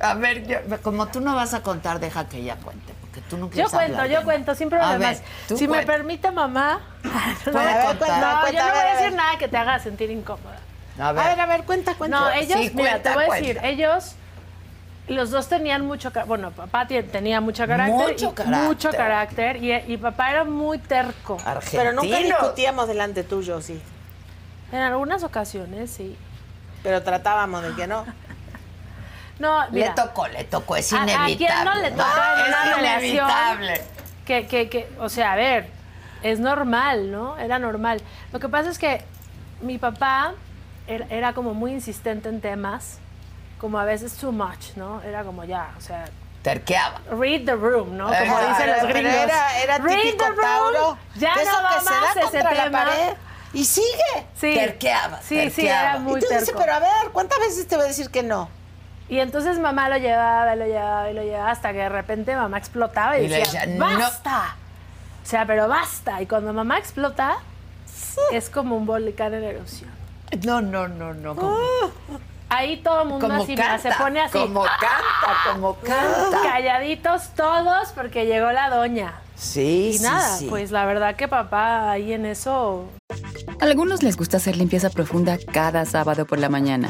Speaker 4: A ver, yo- como tú no vas a contar, deja que ella cuente, porque tú no
Speaker 5: Yo
Speaker 4: quieres
Speaker 5: cuento,
Speaker 4: hablar
Speaker 5: yo
Speaker 4: de
Speaker 5: cuento, sin
Speaker 4: nada. A
Speaker 5: problemas.
Speaker 4: ver, tú
Speaker 5: Si me
Speaker 4: cuenta.
Speaker 5: permite, mamá. <laughs> No,
Speaker 4: A ver,
Speaker 5: no,
Speaker 4: cuenta,
Speaker 3: cuenta,
Speaker 5: yo no
Speaker 3: a
Speaker 5: voy
Speaker 3: ver,
Speaker 5: a
Speaker 3: a
Speaker 5: decir
Speaker 3: ver.
Speaker 5: nada que te haga sentir incómoda.
Speaker 4: A ver.
Speaker 3: A ver, a ver, cuenta, cuenta.
Speaker 5: No, ellos,
Speaker 4: Sí,
Speaker 5: mira,
Speaker 4: cuenta,
Speaker 5: te voy a decir,
Speaker 4: cuenta.
Speaker 5: ellos, los dos tenían mucho, ca- bueno, papá tie- tenía mucho carácter.
Speaker 4: Mucho
Speaker 5: y-
Speaker 4: carácter.
Speaker 5: Mucho carácter. Y, y papá era muy terco.
Speaker 4: Argentino.
Speaker 3: Pero nunca discutíamos delante tuyo, sí.
Speaker 5: En algunas ocasiones, sí.
Speaker 3: Pero tratábamos de que no.
Speaker 5: No, mira.
Speaker 4: Le tocó, le tocó, es
Speaker 5: ¿A- a quién no
Speaker 4: inevitable.
Speaker 5: le toca en una
Speaker 4: es
Speaker 5: relación?
Speaker 4: inevitable.
Speaker 5: que, que, que, o sea, a ver, es normal, ¿no? Era normal. Lo que pasa es que mi papá era, era como muy insistente en temas, como a veces too much, ¿no? Era como ya, o sea,
Speaker 4: Terqueaba.
Speaker 5: read the room, ¿no? Como
Speaker 4: Exacto.
Speaker 5: dicen los
Speaker 3: Eh, Pero
Speaker 5: gringos.
Speaker 3: Era, era
Speaker 5: read
Speaker 3: típico
Speaker 5: the room,
Speaker 3: Tauro.
Speaker 5: ya
Speaker 3: de
Speaker 5: no
Speaker 3: eso
Speaker 5: va
Speaker 3: que se da
Speaker 5: más ese
Speaker 3: contra la
Speaker 5: tema.
Speaker 3: pared y sigue.
Speaker 5: Sí.
Speaker 4: Terqueaba,
Speaker 5: Sí, sí,
Speaker 4: terqueaba.
Speaker 5: era
Speaker 3: Y
Speaker 5: muy
Speaker 3: tú dices,
Speaker 5: terco.
Speaker 3: pero a ver, ¿cuántas veces te voy a decir que no?
Speaker 5: Y entonces mamá lo llevaba, lo llevaba y lo llevaba hasta que de repente mamá explotaba y,
Speaker 4: Y le
Speaker 5: decía,
Speaker 4: decía, "No".
Speaker 5: ¡basta! O sea, pero basta. Y cuando mamá explota, es como un volcán en erupción.
Speaker 4: No, no, no, no. Como,
Speaker 5: Ahí todo el mundo
Speaker 4: como
Speaker 5: así, mira,
Speaker 4: canta.
Speaker 5: se pone así,
Speaker 4: Como canta, como canta.
Speaker 5: calladitos todos porque llegó la doña.
Speaker 4: Sí,
Speaker 5: Y
Speaker 4: sí,
Speaker 5: nada,
Speaker 4: sí.
Speaker 5: pues la verdad que papá ahí en eso
Speaker 6: Algunos les gusta hacer limpieza profunda cada sábado por la mañana.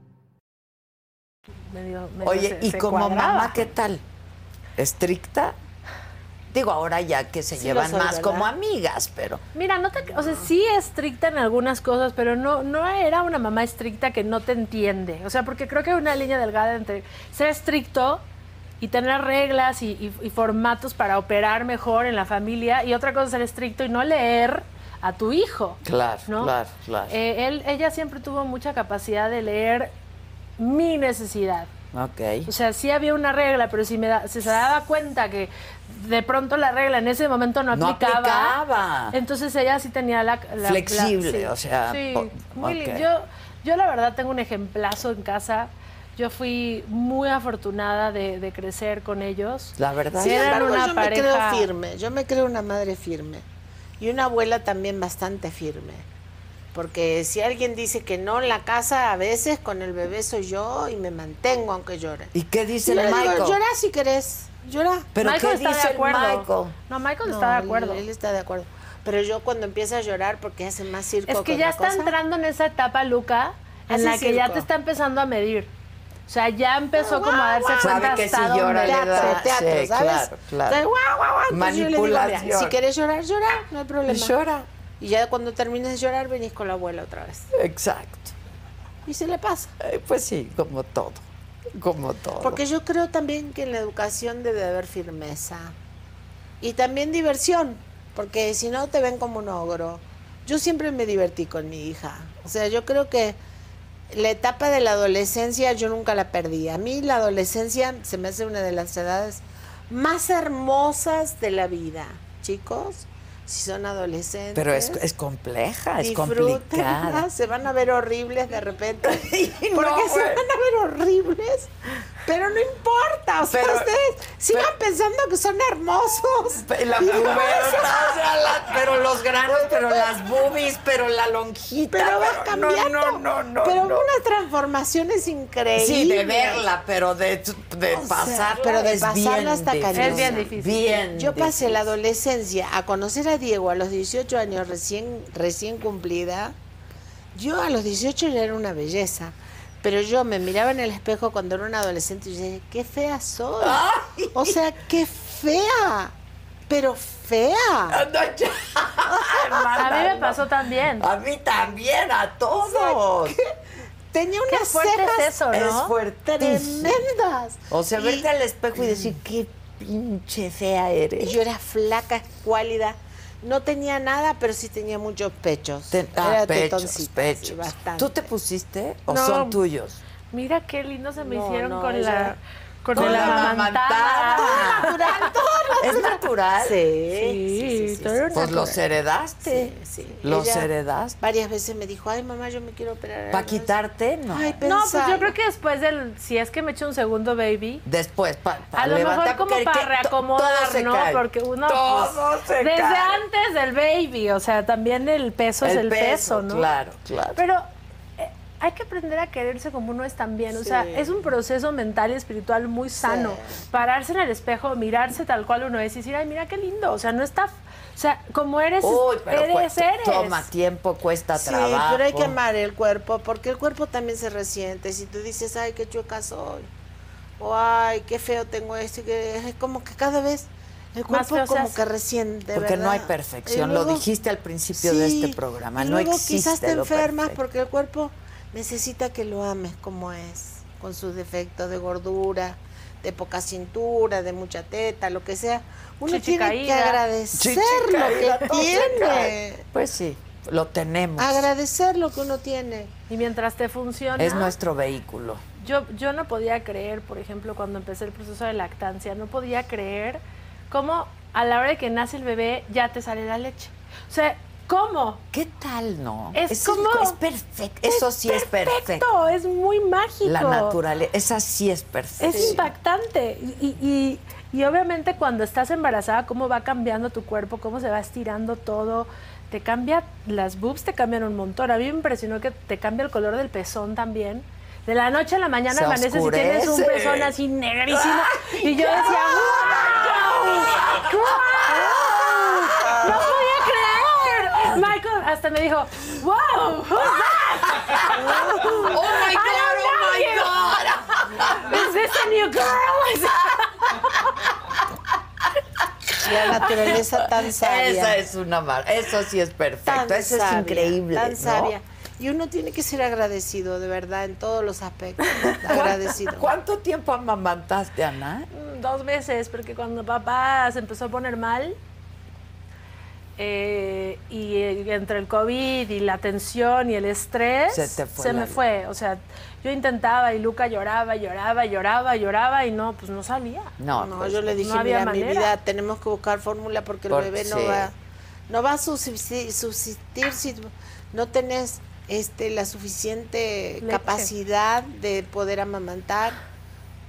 Speaker 5: medio- medio
Speaker 7: Oye,
Speaker 5: se-
Speaker 7: ¿y
Speaker 5: se
Speaker 7: como
Speaker 5: cuadraba.
Speaker 7: mamá qué tal? ¿Estricta? Digo, ahora ya que se
Speaker 5: Sí lo
Speaker 7: llevan
Speaker 5: soy,
Speaker 7: más
Speaker 5: ¿verdad?
Speaker 7: como amigas, pero
Speaker 5: Mira, no te, o sea, sí estricta en algunas cosas, pero no, no era una mamá estricta que no te entiende. O sea, porque creo que hay una línea delgada entre ser estricto y tener reglas y, y- y formatos para operar mejor en la familia y otra cosa es ser estricto y no leer a tu hijo.
Speaker 7: Claro,
Speaker 5: ¿no?
Speaker 7: claro, claro.
Speaker 5: Eh, él, ella siempre tuvo mucha capacidad de leer mi necesidad.
Speaker 3: pues,
Speaker 7: ok.
Speaker 5: O sea, sí había una regla, pero si, me da- si se daba cuenta que de pronto la regla en ese momento no
Speaker 7: No
Speaker 5: aplicaba,
Speaker 7: aplicaba.
Speaker 3: ah,
Speaker 5: entonces ella sí tenía la... la- la-
Speaker 7: Flexible,
Speaker 5: sí.
Speaker 7: o sea,
Speaker 5: Sí,
Speaker 7: po-
Speaker 5: muy li-
Speaker 7: ok.
Speaker 5: yo, yo la verdad tengo un ejemplazo en casa. Yo fui muy afortunada de, de crecer con ellos.
Speaker 7: La verdad.
Speaker 5: Sí,
Speaker 3: Sin
Speaker 5: eran
Speaker 3: embargo,
Speaker 5: una
Speaker 3: yo me
Speaker 5: pareja-
Speaker 3: creo firme, yo me creo una madre firme y una abuela también bastante firme. Porque si alguien dice que no en la casa, a veces con el bebé soy yo y me mantengo aunque llore.
Speaker 7: ¿Y qué dice
Speaker 3: Y
Speaker 7: el
Speaker 3: yo le digo,
Speaker 7: Michael?
Speaker 3: llora si querés, llora.
Speaker 7: Pero
Speaker 5: Michael
Speaker 7: ¿qué
Speaker 5: está
Speaker 7: dice
Speaker 5: de
Speaker 7: el
Speaker 5: acuerdo.
Speaker 7: Michael?
Speaker 5: No, Michael
Speaker 3: No,
Speaker 5: está de
Speaker 3: él-
Speaker 5: acuerdo.
Speaker 3: Él, está de acuerdo. Pero yo cuando empieza a llorar porque hace más circo
Speaker 5: Es que
Speaker 3: con
Speaker 5: ya
Speaker 3: la
Speaker 5: está
Speaker 3: cosa,
Speaker 5: entrando en esa etapa, Luca, en
Speaker 3: Hace
Speaker 5: la que ya
Speaker 3: circo.
Speaker 5: te está empezando a medir. O sea, ya empezó como a darse
Speaker 7: guau.
Speaker 5: cuenta
Speaker 7: Sabe que si
Speaker 5: hasta
Speaker 3: <laughs>
Speaker 5: dónde.
Speaker 7: llora le
Speaker 3: Teatro,
Speaker 7: da-
Speaker 3: teatro, ¿sabes?
Speaker 7: sí, claro, claro.
Speaker 3: Entonces, guau, guau, guau. Entonces yo le digo, mira,
Speaker 7: Manipulación.
Speaker 3: si quieres llorar, llorar, no hay problema.
Speaker 7: Llora.
Speaker 3: Y ya cuando termines de llorar, venís con la abuela otra vez.
Speaker 7: Exacto.
Speaker 3: Y se le pasa.
Speaker 7: Eh, Pues sí, como todo. Como todo.
Speaker 3: Porque yo creo también que en la educación debe haber firmeza. Y también diversión, porque si no te ven como un ogro. Yo siempre me divertí con mi hija. O sea, yo creo que la etapa de la adolescencia yo nunca la perdí. A mí la adolescencia se me hace una de las edades más hermosas de la vida. Chicos, si son adolescentes.
Speaker 7: Pero es, es compleja, es
Speaker 3: Disfrútenla,
Speaker 7: complicada.
Speaker 3: Se van a ver horribles de repente.
Speaker 7: <laughs> Y no,
Speaker 3: porque se
Speaker 7: güey.
Speaker 3: van a ver horribles. Pero no importa. O sea,
Speaker 7: Pero-
Speaker 3: ustedes sigan pensando que son hermosos.
Speaker 7: La
Speaker 3: Y no
Speaker 7: pubertad,
Speaker 3: vas a- <laughs>
Speaker 7: o sea, la- pero los granos, pero las boobies, pero la lonjita.
Speaker 3: Pero vas
Speaker 7: no,
Speaker 3: cambiando.
Speaker 7: No, no, no.
Speaker 3: pero
Speaker 7: no.
Speaker 3: unas transformaciones increíbles.
Speaker 7: Sí, de verla, pero de, de
Speaker 3: O sea,
Speaker 7: pasarla.
Speaker 3: pero de
Speaker 7: es
Speaker 3: pasarla
Speaker 7: bien
Speaker 3: hasta
Speaker 7: difícil.
Speaker 3: cañón.
Speaker 5: Es bien difícil.
Speaker 7: Bien
Speaker 3: Yo pasé la
Speaker 7: difícil.
Speaker 3: adolescencia a conocer a Diego a los 18 años recién, recién cumplida. Yo a los 18 ya era una belleza. Pero yo me miraba en el espejo cuando era una adolescente y dije, qué fea soy. O sea, qué fea. Pero fea.
Speaker 7: No, ya.
Speaker 5: A mí me
Speaker 7: Hermana,
Speaker 5: pasó también.
Speaker 7: no. A mí también, a todos.
Speaker 3: Tenía
Speaker 5: Qué
Speaker 3: unas
Speaker 5: fuerte
Speaker 3: cejas
Speaker 5: es eso,
Speaker 7: Es
Speaker 5: ¿no?
Speaker 7: fuertísimo.
Speaker 3: tremendas.
Speaker 7: O sea,
Speaker 3: Y-
Speaker 7: verte al espejo y decir, qué pinche fea eres.
Speaker 3: Yo era flaca, escuálida. No tenía nada, pero sí tenía muchos pechos.
Speaker 7: Te- ah,
Speaker 3: era
Speaker 7: pechos,
Speaker 3: tetoncita, sí,
Speaker 7: pechos.
Speaker 3: bastante.
Speaker 7: ¿Tú te pusiste o
Speaker 3: No.
Speaker 7: son tuyos?
Speaker 5: Mira qué lindo se me
Speaker 3: No,
Speaker 5: hicieron
Speaker 3: no,
Speaker 5: con
Speaker 3: ella-
Speaker 5: la con,
Speaker 7: Con
Speaker 5: la
Speaker 7: la
Speaker 5: amamantada.
Speaker 7: amamantada.
Speaker 3: natural,
Speaker 7: ¿Es natural?
Speaker 3: Sí,
Speaker 5: Sí,
Speaker 3: sí, sí,
Speaker 5: todo
Speaker 3: sí.
Speaker 5: era
Speaker 7: Pues los
Speaker 5: natural.
Speaker 7: heredaste.
Speaker 3: Sí, sí.
Speaker 7: Los
Speaker 3: Ella
Speaker 7: heredaste.
Speaker 3: Varias veces me dijo, ay mamá, yo me quiero operar.
Speaker 7: ¿Para quitarte? No.
Speaker 3: Ay,
Speaker 5: No, pues
Speaker 3: pensar.
Speaker 5: yo creo que después del si es que me eché un segundo baby
Speaker 7: Después, para
Speaker 5: a lo mejor como para reacomodar, ¿no? Porque uno
Speaker 7: Todo
Speaker 5: pues,
Speaker 7: se
Speaker 5: desde
Speaker 7: cae.
Speaker 5: antes del baby, o sea, también el peso es el peso, ¿no?
Speaker 7: Claro, claro.
Speaker 5: Pero eh, hay que aprender a quererse como uno es también. O sea,
Speaker 3: Sí.
Speaker 5: es un proceso mental y espiritual muy sano. Pararse en el espejo, mirarse tal cual uno es y decir, ay, mira qué lindo. O sea, no está. O sea, como eres,
Speaker 7: Uy, pero
Speaker 5: eres,
Speaker 7: cuesta-
Speaker 5: eres.
Speaker 7: toma tiempo, cuesta
Speaker 3: Sí,
Speaker 7: trabajo.
Speaker 3: pero hay que amar el cuerpo, porque el cuerpo también se resiente. Si tú dices, ay, qué chueca soy, o ay, qué feo tengo esto, que es como que cada vez el
Speaker 5: Más
Speaker 3: cuerpo
Speaker 5: feo se
Speaker 3: como
Speaker 5: hace.
Speaker 3: que resiente.
Speaker 7: Porque no hay
Speaker 3: ¿verdad?
Speaker 7: perfección,
Speaker 3: Y
Speaker 7: lo
Speaker 3: luego-
Speaker 7: dijiste al principio de
Speaker 3: Sí,
Speaker 7: este programa,
Speaker 3: y
Speaker 7: no
Speaker 3: luego
Speaker 7: existe
Speaker 3: quizás te
Speaker 7: lo
Speaker 3: enfermas
Speaker 7: perfecto.
Speaker 3: porque el cuerpo necesita que lo ames como es, con sus defectos de gordura, de poca cintura, de mucha teta, lo que sea. Uno
Speaker 5: Chichi
Speaker 3: tiene que
Speaker 5: caída.
Speaker 3: agradecer
Speaker 7: Chichi
Speaker 3: lo
Speaker 7: caída,
Speaker 3: que
Speaker 7: todo se
Speaker 3: tiene.
Speaker 7: cae. Pues sí. Lo tenemos.
Speaker 3: Agradecer lo que uno tiene.
Speaker 5: Y mientras te funciona.
Speaker 7: Es nuestro vehículo.
Speaker 5: Yo, yo no podía creer, por ejemplo, cuando empecé el proceso de lactancia, no podía creer cómo a la hora de que nace el bebé ya te sale la leche. O sea, ¿cómo?
Speaker 7: ¿Qué tal, no?
Speaker 5: Es
Speaker 7: Eso
Speaker 5: como-
Speaker 7: es perfecto. Eso sí es perfecto.
Speaker 5: Perfecto, es muy mágico.
Speaker 7: La naturaleza, esa sí es perfecta.
Speaker 5: Es impactante. Y, y- y obviamente cuando estás embarazada, cómo va cambiando tu cuerpo, cómo se va estirando todo. Te cambia, las boobs te cambian un montón. A mí me impresionó que te cambia el color del pezón también. De la noche a la mañana
Speaker 7: Se
Speaker 5: amaneces y tienes un
Speaker 7: oscurece.
Speaker 5: pezón así negrísimo. y yo decía, "Oh ¡Wow! ¡Wow! ¡No podía creer! Michael hasta me dijo, ¡Wow!
Speaker 7: ¡Oh, my God! ¡Oh, my
Speaker 5: love
Speaker 7: God!
Speaker 5: ¿Is this a new girl?
Speaker 3: La naturaleza tan sabia.
Speaker 7: <laughs> Esa es una mar. Eso sí es perfecto.
Speaker 3: tan
Speaker 7: Eso
Speaker 3: sabia,
Speaker 7: es increíble.
Speaker 3: Tan
Speaker 7: ¿no?
Speaker 3: sabia. Y uno tiene que ser agradecido, de verdad, en todos los
Speaker 7: <laughs>
Speaker 3: aspectos.
Speaker 7: ¿Cuán-
Speaker 3: agradecido.
Speaker 7: ¿Cuánto tiempo amamantaste, Ana?
Speaker 5: Mm, <laughs> Dos veces, porque cuando papá se empezó a poner mal, eh, y eh, entre el COVID y la tensión y el estrés,
Speaker 7: Se te fue
Speaker 5: se
Speaker 7: la
Speaker 5: me
Speaker 7: luz.
Speaker 5: fue. O sea, yo intentaba y Luca lloraba, lloraba, lloraba, lloraba y no, pues no salía.
Speaker 7: No,
Speaker 3: No,
Speaker 7: pues,
Speaker 3: yo le dije,
Speaker 5: no había
Speaker 3: mira, mi
Speaker 5: manera".
Speaker 3: vida, tenemos que buscar fórmula porque el
Speaker 7: Por-
Speaker 3: bebé no
Speaker 7: sí.
Speaker 3: va, no va a subsistir, subsistir si no tenés este la suficiente
Speaker 5: Leche.
Speaker 3: capacidad de poder amamantar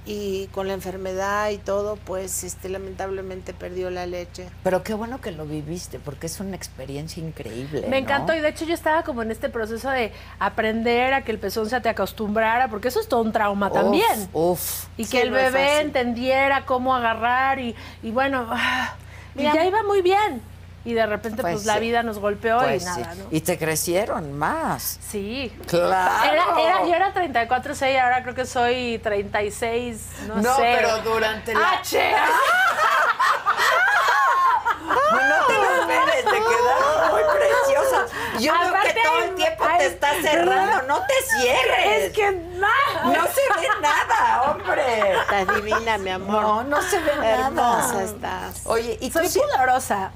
Speaker 3: y con la enfermedad y todo, pues este lamentablemente perdió la leche.
Speaker 7: Pero qué bueno que lo viviste, porque es una experiencia increíble.
Speaker 5: Me
Speaker 7: ¿no?
Speaker 5: encantó y de hecho yo estaba como en este proceso de aprender a que el pezón se te acostumbrara, porque eso es todo un trauma
Speaker 7: Uf,
Speaker 5: también.
Speaker 7: Uf.
Speaker 5: Y
Speaker 3: Sí,
Speaker 5: que el
Speaker 3: no es
Speaker 5: bebé
Speaker 3: fácil.
Speaker 5: entendiera cómo agarrar y, y bueno, ah,
Speaker 3: Mira.
Speaker 5: y ya iba muy bien. Y de repente pues,
Speaker 7: Pues
Speaker 5: la
Speaker 7: sí.
Speaker 5: vida nos golpeó
Speaker 7: Pues
Speaker 5: y
Speaker 7: sí.
Speaker 5: nada, ¿no?
Speaker 7: Y te crecieron más.
Speaker 5: Sí.
Speaker 7: Claro.
Speaker 5: Era, era, yo era 34-6, ahora creo que soy 36, no,
Speaker 7: No,
Speaker 5: sé.
Speaker 7: pero durante la.
Speaker 5: ¡H! ah,
Speaker 7: Ah, No te lo esperes, te quedaron muy preciosa. Yo
Speaker 5: Aparte
Speaker 7: veo que todo
Speaker 5: hay-
Speaker 7: el tiempo
Speaker 5: hay-
Speaker 7: te estás cerrando, no <laughs> te cierres.
Speaker 5: Es que no.
Speaker 7: No se ve nada, hombre. <laughs>
Speaker 3: Estás divina, mi amor.
Speaker 7: No, no se ve
Speaker 3: Hermosa
Speaker 7: nada.
Speaker 3: estás.
Speaker 7: Oye, y tú
Speaker 5: Soy
Speaker 7: sí-
Speaker 5: pudorosa.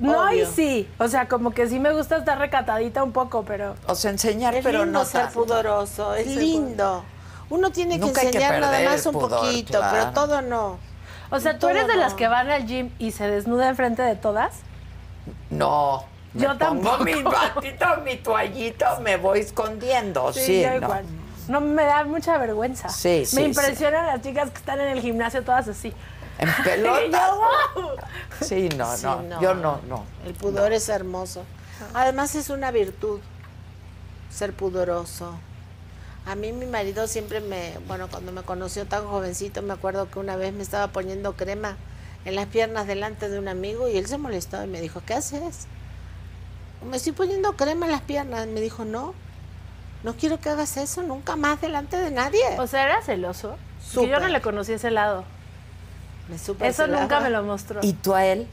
Speaker 5: No y
Speaker 3: Obvio.
Speaker 5: sí. O sea, como que sí me gusta estar recatadita un poco, pero...
Speaker 7: o sea, enseñar,
Speaker 3: Es
Speaker 7: pero
Speaker 3: lindo
Speaker 7: no
Speaker 3: ser
Speaker 7: tanto.
Speaker 3: pudoroso, es
Speaker 5: Sí,
Speaker 3: lindo. Uno tiene que
Speaker 7: Nunca hay que
Speaker 3: enseñar nada
Speaker 7: perder
Speaker 3: más un
Speaker 7: el pudor,
Speaker 3: poquito,
Speaker 7: claro.
Speaker 3: pero todo no.
Speaker 5: O sea, ¿tú
Speaker 3: Todo
Speaker 5: eres de
Speaker 3: no.
Speaker 5: las que van al gym y se desnuda enfrente de todas?
Speaker 7: No.
Speaker 5: Yo
Speaker 7: me pongo
Speaker 5: tampoco.
Speaker 7: mi batito, mi toallito, me voy escondiendo. Sí,
Speaker 5: yo
Speaker 7: no.
Speaker 5: igual. No, me da mucha vergüenza.
Speaker 7: Sí, sí,
Speaker 5: Me
Speaker 7: sí.
Speaker 5: impresionan las chicas que están en el gimnasio todas así.
Speaker 3: <laughs>
Speaker 7: En
Speaker 5: Y yo,
Speaker 7: pelota.
Speaker 5: ¡wow!
Speaker 7: Sí, no,
Speaker 3: Sí,
Speaker 7: no,
Speaker 3: no.
Speaker 7: Yo no, no.
Speaker 3: El pudor es hermoso. Además es una virtud ser pudoroso. A mí mi marido siempre me, bueno, cuando me conoció tan jovencito, me acuerdo que una vez me estaba poniendo crema en las piernas delante de un amigo y él se molestó y me dijo, ¿qué haces? Me estoy poniendo crema en las piernas. Me dijo, no, no quiero que hagas eso nunca más delante de nadie.
Speaker 5: O sea, era celoso. Que yo
Speaker 3: Súper.
Speaker 5: no le conocí ese lado.
Speaker 3: Me supo
Speaker 5: Eso
Speaker 3: hacer la-
Speaker 5: nunca me lo mostró.
Speaker 7: ¿Y tú a él?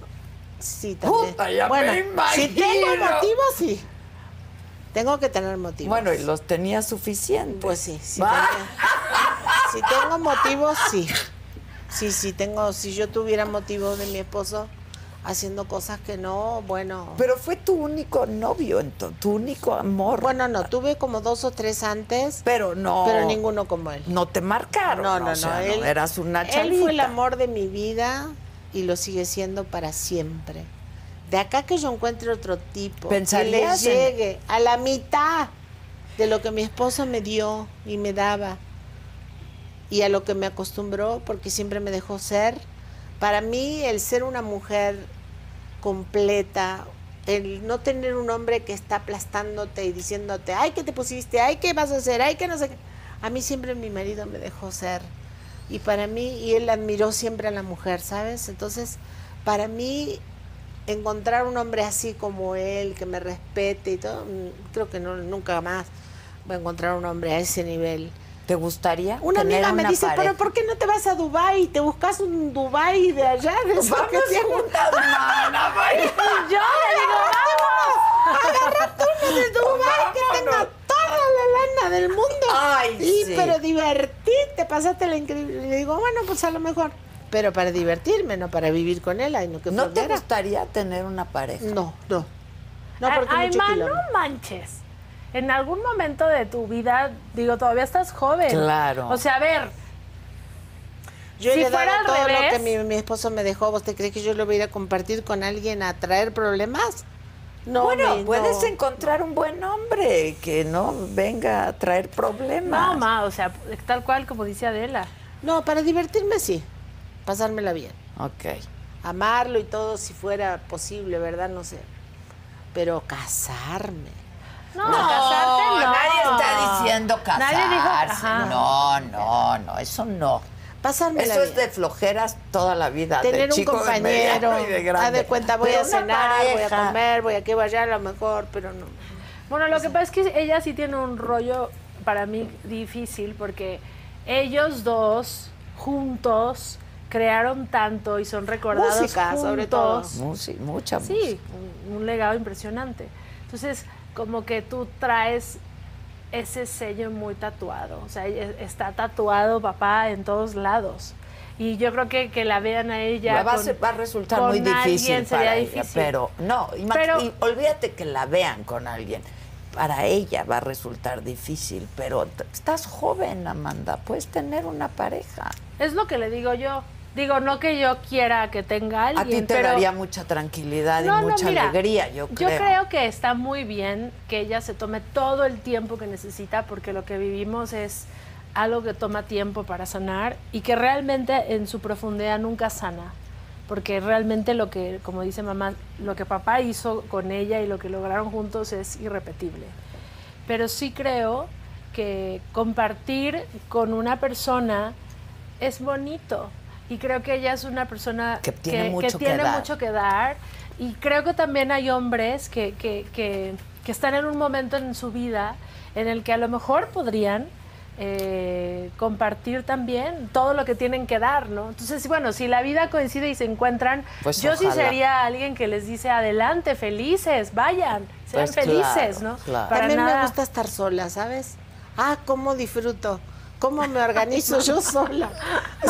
Speaker 3: Sí, también.
Speaker 7: Puta, ya me
Speaker 3: bueno, si
Speaker 7: imagino.
Speaker 3: tengo motivo, sí. Tengo que tener motivo.
Speaker 7: Bueno, y los tenía suficientes. Ah,
Speaker 3: Pues sí, si,
Speaker 7: Va.
Speaker 3: tengo, si tengo motivos, sí. Sí, sí, tengo, si yo tuviera motivo de mi esposo haciendo cosas que no, bueno.
Speaker 7: Pero fue tu único novio, ento- tu único amor.
Speaker 3: bueno, no, tuve como dos o tres antes,
Speaker 7: pero no.
Speaker 3: pero ninguno como él.
Speaker 7: No te marcaron.
Speaker 3: No, no, no.
Speaker 7: o sea,
Speaker 3: él, <laughs>
Speaker 7: eras una chavita.
Speaker 3: Él fue el amor de mi vida y lo sigue siendo para siempre. De acá que yo encuentre otro tipo
Speaker 7: ¿Pensarías
Speaker 3: que
Speaker 7: en-
Speaker 3: le llegue a la mitad de lo que mi esposo me dio y me daba y a lo que me acostumbró porque siempre me dejó ser. Para mí el ser una mujer completa, el no tener un hombre que está aplastándote y diciéndote, ay, que te pusiste, ay, que vas a hacer, ay, que no sé qué. A mí siempre mi marido me dejó ser. Y para mí, y él admiró siempre a la mujer, ¿sabes? Entonces, para mí, encontrar un hombre así como él, que me respete y todo, mm, creo que no, nunca más voy a encontrar un hombre a ese nivel.
Speaker 7: ¿Te gustaría?
Speaker 3: Una
Speaker 7: tener
Speaker 3: amiga me
Speaker 7: una
Speaker 3: dice,
Speaker 7: pareja?
Speaker 3: pero ¿por qué no te vas a Dubai? Te buscas un Dubai de allá, de esos que
Speaker 7: Vamos
Speaker 3: tienen-
Speaker 7: juntas, mana,
Speaker 3: <laughs>
Speaker 7: vaya.
Speaker 5: yo le digo,
Speaker 3: Agárrate uno de Dubái que tenga toda la lana del mundo.
Speaker 7: Ay,
Speaker 3: y,
Speaker 7: sí.
Speaker 3: Pero divertirte, pasaste la increíble. Le digo, bueno, pues a lo mejor. Pero para divertirme, no para vivir con él. Ay, no, que
Speaker 7: ¿No te gustaría tener una pareja?
Speaker 3: No, no.
Speaker 7: Ah,
Speaker 3: No, porque
Speaker 5: Ay,
Speaker 3: mucho
Speaker 5: ma, no
Speaker 3: quilombo.
Speaker 5: manches. En algún momento de tu vida, digo, todavía estás joven.
Speaker 4: Claro.
Speaker 5: O sea, a ver,
Speaker 3: Yo
Speaker 5: Si
Speaker 3: he dado
Speaker 5: fuera al
Speaker 3: todo
Speaker 5: revés-
Speaker 3: lo que mi, mi esposo me dejó. ¿Vos te crees que yo lo voy a ir a compartir con alguien a traer problemas? No,
Speaker 4: bueno,
Speaker 3: me-
Speaker 4: puedes
Speaker 3: no.
Speaker 4: encontrar un buen hombre que no venga a traer problemas.
Speaker 5: no, ma, o sea, tal cual como dice Adela.
Speaker 3: No, para divertirme sí. Pasármela bien.
Speaker 4: Ok.
Speaker 3: Amarlo y todo si fuera posible, ¿verdad? No sé. Pero casarme.
Speaker 5: No, casarte no.
Speaker 4: nadie está diciendo casarse.
Speaker 5: Nadie dijo- ajá.
Speaker 4: no, no, no, eso no.
Speaker 3: Pasármela
Speaker 4: Eso es
Speaker 3: bien.
Speaker 4: de flojeras toda la vida. de
Speaker 3: Tener un
Speaker 4: chico, de
Speaker 3: compañero.
Speaker 4: mediano y de grande.
Speaker 3: Haz de cuenta, voy
Speaker 4: Pero
Speaker 3: a
Speaker 4: una
Speaker 3: cenar, voy
Speaker 4: pareja,
Speaker 3: a comer, voy a que vaya a lo mejor, pero no.
Speaker 5: Bueno, lo que pasa es que ella sí tiene un rollo para mí difícil porque ellos dos juntos crearon tanto y son recordados
Speaker 3: Música, sobre
Speaker 5: juntos.
Speaker 4: musi- mucha
Speaker 5: Sí, un, un legado impresionante. Entonces, como que tú traes ese sello muy tatuado, o sea, e- está tatuado papá en todos lados. Y yo creo que que la vean a ella.
Speaker 4: La va, a
Speaker 5: con-
Speaker 4: ser- va a resultar
Speaker 5: con
Speaker 4: muy difícil
Speaker 5: alguien sería
Speaker 4: para ella,
Speaker 5: difícil.
Speaker 4: pero no, ima-
Speaker 5: Pero-
Speaker 4: y olvídate que la vean con alguien. Para ella va a resultar difícil, pero t- estás joven, Amanda, puedes tener una pareja.
Speaker 5: Es lo que le digo yo. Digo, no que yo quiera que tenga alguien,
Speaker 4: A ti te
Speaker 5: pero...
Speaker 4: daría mucha tranquilidad
Speaker 5: No,
Speaker 4: y
Speaker 5: no,
Speaker 4: mucha
Speaker 5: mira,
Speaker 4: alegría, yo creo. <laughs>
Speaker 5: que está muy bien que ella se tome todo el tiempo que necesita porque lo que vivimos es algo que toma tiempo para sanar y que realmente en su profundidad nunca sana. Porque realmente lo que, como dice mamá, lo que papá hizo con ella y lo que lograron juntos es irrepetible. Pero sí creo que compartir con una persona es bonito. Y creo que ella es una persona
Speaker 4: Que tiene mucho que
Speaker 5: tiene
Speaker 4: dar.
Speaker 5: mucho que dar. Y creo que también hay hombres que, que- que- que están en un momento en su vida en el que a lo mejor podrían eh, compartir también todo lo que tienen que dar, ¿no? Entonces, bueno, si la vida coincide y se encuentran,
Speaker 4: Pues
Speaker 5: yo sí
Speaker 4: ojalá.
Speaker 5: sería alguien que les dice, adelante, felices, vayan, sean
Speaker 4: Pues
Speaker 5: felices,
Speaker 4: claro,
Speaker 5: ¿no?
Speaker 4: claro.
Speaker 5: Para
Speaker 3: También
Speaker 5: nada-
Speaker 3: me gusta estar sola, ¿sabes? Ah, cómo disfruto, cómo me organizo yo <laughs> sola.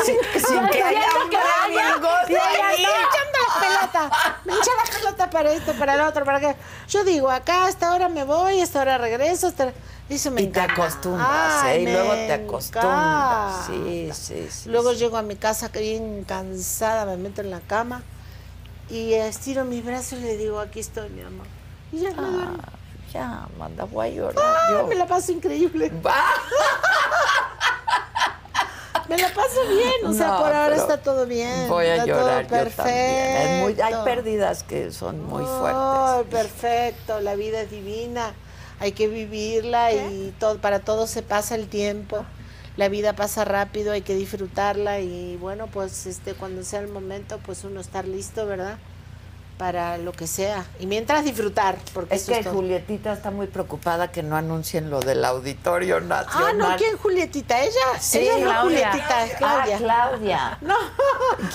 Speaker 3: Sin, sin
Speaker 5: que haya
Speaker 3: alguien
Speaker 5: que
Speaker 3: me
Speaker 5: haya-
Speaker 3: goce
Speaker 5: que haya-
Speaker 3: ahí. Me hincha la pelota, me hincha la pelota para esto, para lo otro, para qué. Yo digo, acá a esta hora me voy, a esta hora regreso, a esta- eso me
Speaker 4: Y te
Speaker 3: encanta.
Speaker 4: acostumbras,
Speaker 3: Ay,
Speaker 4: ¿eh? Y
Speaker 3: me
Speaker 4: luego te acostumbras. Sí,
Speaker 3: encanta.
Speaker 4: sí, sí.
Speaker 3: Luego
Speaker 4: sí.
Speaker 3: llego a mi casa que bien cansada, me meto en la cama y estiro mis brazos y le digo, aquí estoy, mi amor. Y ya me duermo.
Speaker 4: Ah, ya, Amanda, voy a llorar.
Speaker 3: Ah,
Speaker 4: yo.
Speaker 3: me la paso increíble.
Speaker 4: Va.
Speaker 3: Me la paso bien. O sea,
Speaker 4: No,
Speaker 3: por ahora
Speaker 4: pero
Speaker 3: está todo bien.
Speaker 4: Voy a
Speaker 3: está
Speaker 4: llorar
Speaker 3: todo
Speaker 4: yo también. Es muy- hay
Speaker 3: perfecto.
Speaker 4: pérdidas que son muy
Speaker 3: Ay,
Speaker 4: fuertes.
Speaker 3: perfecto. La vida es divina. Hay que vivirla y todo, para todos se pasa el tiempo. La vida pasa rápido, hay que disfrutarla y bueno, pues este cuando sea el momento, pues uno estar listo, ¿verdad? Para lo que sea. Y mientras disfrutar, porque
Speaker 4: Es
Speaker 3: eso
Speaker 4: que
Speaker 3: es todo.
Speaker 4: Julietita está muy preocupada que no anuncien lo del Auditorio
Speaker 3: Ah,
Speaker 4: Nacional.
Speaker 3: no, ¿quién Julietita? Ella,
Speaker 4: Sí,
Speaker 3: ella no es
Speaker 5: Claudia.
Speaker 3: Julietita, es Claudia.
Speaker 4: Ah, Claudia.
Speaker 3: No,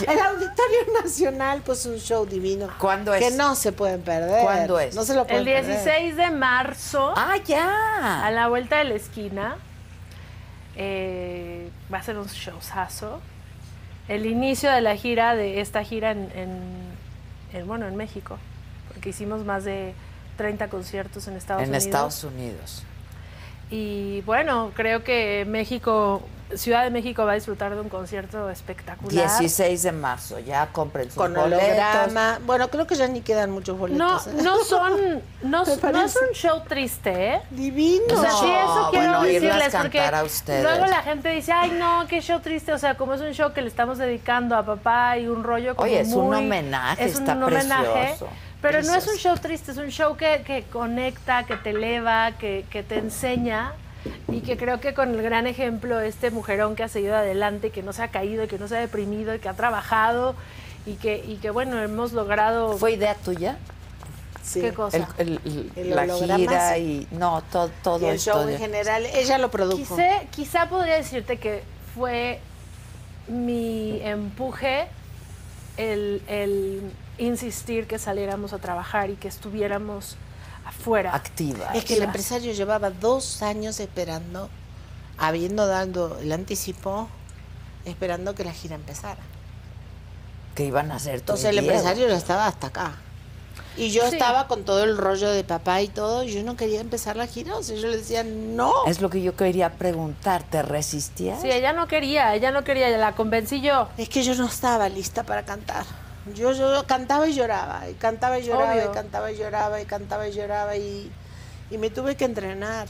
Speaker 3: el Auditorio Nacional, pues un show divino.
Speaker 4: ¿Cuándo
Speaker 3: Que
Speaker 4: es?
Speaker 3: no se pueden perder.
Speaker 4: ¿Cuándo es?
Speaker 3: No se lo pueden
Speaker 5: El
Speaker 3: perder.
Speaker 5: 16 de marzo,
Speaker 4: Ah,
Speaker 5: a
Speaker 4: ya.
Speaker 5: la vuelta de la esquina, eh, va a ser un showzazo. El inicio de la gira, de esta gira en, en- en, bueno, en México, porque hicimos más de 30 conciertos en Estados
Speaker 4: en
Speaker 5: Unidos.
Speaker 4: Estados Unidos.
Speaker 5: Y bueno, creo que México, Ciudad de México va a disfrutar de un concierto espectacular.
Speaker 4: 16 de marzo. Ya compren sus
Speaker 3: Con
Speaker 4: boletos.
Speaker 3: holograma. Bueno, creo que ya ni quedan muchos
Speaker 5: No,
Speaker 3: boletos. ¿eh?
Speaker 5: no son, no,
Speaker 3: <laughs> Me
Speaker 5: no es
Speaker 3: parece.
Speaker 5: un show triste, ¿eh?
Speaker 3: Divino.
Speaker 5: O sea,
Speaker 4: No,
Speaker 5: sí, eso quiero
Speaker 4: bueno, oírlas
Speaker 5: decirles porque
Speaker 4: cantar a ustedes.
Speaker 5: luego la gente dice, ay, no, qué show triste. O sea, como es un show que le estamos dedicando a papá y un rollo como
Speaker 4: Oye, es un
Speaker 5: muy-
Speaker 4: homenaje,
Speaker 5: es un
Speaker 4: está
Speaker 5: homenaje,
Speaker 4: precioso,
Speaker 5: Pero no es
Speaker 4: precioso.
Speaker 5: un show triste, es un show que, que conecta, que te eleva, que, que te enseña y que creo que con el gran ejemplo de este mujerón que ha seguido adelante, que no se ha caído, y que no se ha deprimido y que ha trabajado y que, y que bueno, hemos logrado...
Speaker 4: ¿Fue idea tuya?
Speaker 3: Sí.
Speaker 5: ¿Qué cosa?
Speaker 4: El- el-
Speaker 3: El
Speaker 4: la
Speaker 3: holograma,
Speaker 4: gira y.
Speaker 3: sí.
Speaker 4: No, todo, todo
Speaker 3: Y el
Speaker 4: esto
Speaker 3: show en
Speaker 4: de-
Speaker 3: general, ella lo produjo.
Speaker 5: Quizá, quizá podría decirte que fue mi empuje el, el insistir que saliéramos a trabajar y que estuviéramos afuera.
Speaker 4: activa.
Speaker 3: Es que el empresario llevaba dos años esperando, habiendo dado el anticipo, esperando que la gira empezara.
Speaker 4: que iban a hacer todo
Speaker 3: Entonces el empresario ya estaba hasta acá. Y yo
Speaker 5: Sí.
Speaker 3: estaba con todo el rollo de papá y todo, y yo no quería empezar la gira, o sea, yo le decía, no.
Speaker 7: Es lo que yo quería preguntar. ¿Te resistías?
Speaker 5: Sí, ella no quería, ella no quería, la convencí yo.
Speaker 3: Es que yo no estaba lista para cantar. Yo, yo cantaba y lloraba, y cantaba y lloraba,
Speaker 5: Obvio.
Speaker 3: y cantaba y lloraba, y cantaba y lloraba, y, y me tuve que entrenar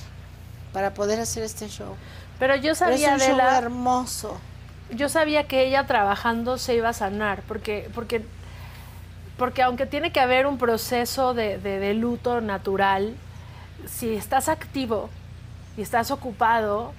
Speaker 3: para poder hacer este show.
Speaker 5: Pero yo
Speaker 3: Pero
Speaker 5: sabía
Speaker 3: es un
Speaker 5: de
Speaker 3: show
Speaker 5: la...
Speaker 3: hermoso.
Speaker 5: yo sabía que ella trabajando se iba a sanar, porque, porque, porque aunque tiene que haber un proceso de, de- de luto natural, si estás activo y estás ocupado,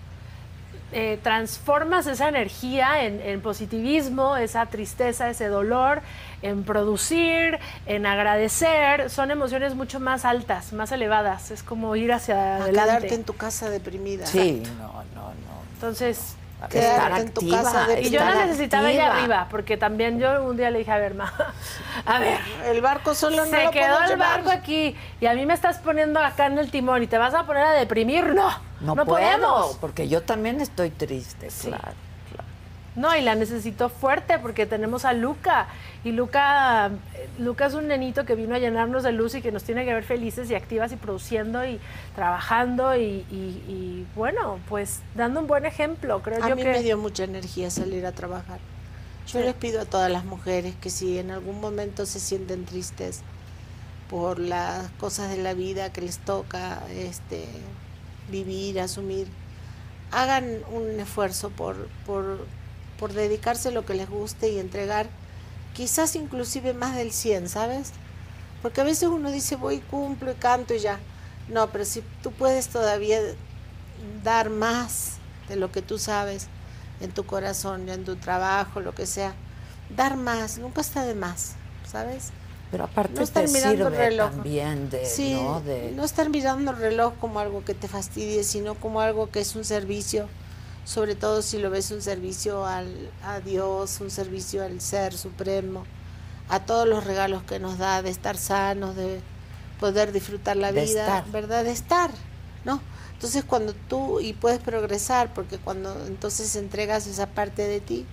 Speaker 5: eh, transformas esa energía en, en positivismo, esa tristeza, ese dolor, en producir, en agradecer. Son emociones mucho más altas, más elevadas. Es como ir hacia
Speaker 3: A
Speaker 5: adelante.
Speaker 3: quedarte en tu casa deprimida.
Speaker 7: Sí, no, no, no.
Speaker 5: Entonces,
Speaker 3: Quedarte en tu casa de-
Speaker 5: y yo la
Speaker 3: Estar
Speaker 5: necesitaba ella
Speaker 7: activa.
Speaker 5: arriba, porque también yo un día le dije, a ver, ma, <laughs> a ver,
Speaker 3: El barco solo no
Speaker 5: se
Speaker 3: lo
Speaker 5: quedó
Speaker 3: puedo
Speaker 5: el
Speaker 3: llevar.
Speaker 5: barco aquí y a mí me estás poniendo acá en el timón y te vas a poner a deprimir. No, no,
Speaker 7: No, puedo,
Speaker 5: podemos.
Speaker 7: Porque yo también estoy triste,
Speaker 5: Sí.
Speaker 7: claro. claro.
Speaker 5: No, y la necesito fuerte porque tenemos a Luca y Luca, Luca es un nenito que vino a llenarnos de luz y que nos tiene que ver felices y activas y produciendo y trabajando y, y- y, bueno, pues dando un buen ejemplo, creo
Speaker 3: A
Speaker 5: yo
Speaker 3: mí
Speaker 5: que...
Speaker 3: me dio mucha energía salir a trabajar. Yo les pido a todas las mujeres que si en algún momento se sienten tristes por las cosas de la vida que les toca este, vivir, asumir, hagan un esfuerzo por, por, por dedicarse a lo que les guste y entregar quizás inclusive más del 100, ¿sabes? Porque a veces uno dice voy, cumplo y canto y ya. No, pero si tú puedes todavía dar más de lo que tú sabes en tu corazón, en tu trabajo, lo que sea, dar más, nunca está de más, ¿sabes?
Speaker 7: Pero aparte
Speaker 3: No estar
Speaker 7: te
Speaker 3: mirando el
Speaker 7: sirve
Speaker 3: reloj.
Speaker 7: también de,
Speaker 3: Sí,
Speaker 7: ¿no? De,
Speaker 3: no estar mirando el reloj como algo que te fastidie, sino como algo que es un servicio, sobre todo si lo ves un servicio al, a Dios, un servicio al Ser Supremo, a todos los regalos que nos da de estar sanos, de poder disfrutar la
Speaker 7: De
Speaker 3: vida,
Speaker 7: estar.
Speaker 3: ¿verdad? De estar, ¿no? Entonces cuando tú, y puedes progresar, porque cuando entonces entregas esa parte de ti,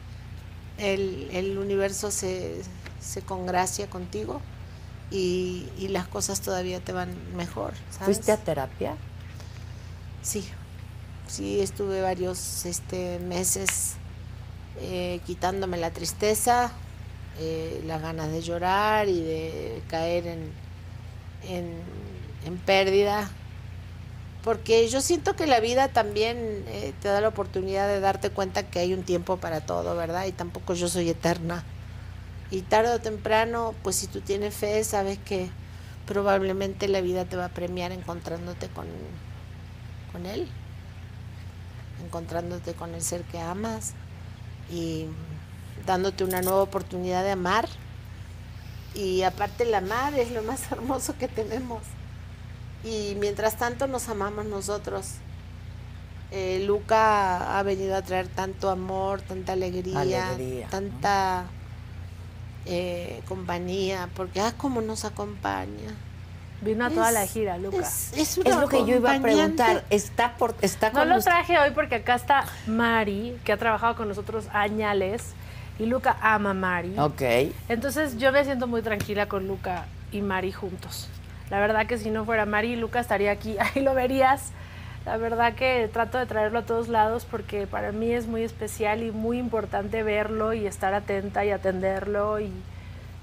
Speaker 3: el, el universo se, se congracia contigo y, y las cosas todavía te van mejor. ¿sabes?
Speaker 7: ¿Fuiste a terapia?
Speaker 3: Sí, sí, estuve varios este, meses eh, quitándome la tristeza, eh, las ganas de llorar y de caer en, en, en pérdida. Porque yo siento que la vida también eh, te da la oportunidad de darte cuenta que hay un tiempo para todo, ¿verdad? Y tampoco yo soy eterna. Y tarde o temprano, pues si tú tienes fe, sabes que probablemente la vida te va a premiar encontrándote con, con él, encontrándote con el ser que amas y dándote una nueva oportunidad de amar. Y aparte el amar es lo más <laughs> hermoso que tenemos. Y mientras tanto nos amamos nosotros. Eh, Luca ha venido a traer tanto amor, tanta alegría,
Speaker 7: Alegría, ¿no?
Speaker 3: tanta eh, compañía, porque ah, como nos acompaña.
Speaker 5: Vino a toda la
Speaker 3: Es-
Speaker 5: gira, Luca.
Speaker 3: Es, es
Speaker 7: Es
Speaker 3: una
Speaker 7: lo que yo iba a
Speaker 3: acompañante.
Speaker 7: preguntar. ¿Está, por, está
Speaker 5: No
Speaker 7: con
Speaker 5: lo
Speaker 7: usted?
Speaker 5: traje hoy porque acá está Mari, que ha trabajado con nosotros añales, y Luca ama a Mari.
Speaker 7: Ok.
Speaker 5: Entonces yo me siento muy tranquila con Luca y Mari juntos. La verdad que si no fuera Mari, Luca estaría aquí, <laughs> ahí lo verías. La verdad que trato de traerlo a todos lados porque para mí es muy especial y muy importante verlo y estar atenta y atenderlo y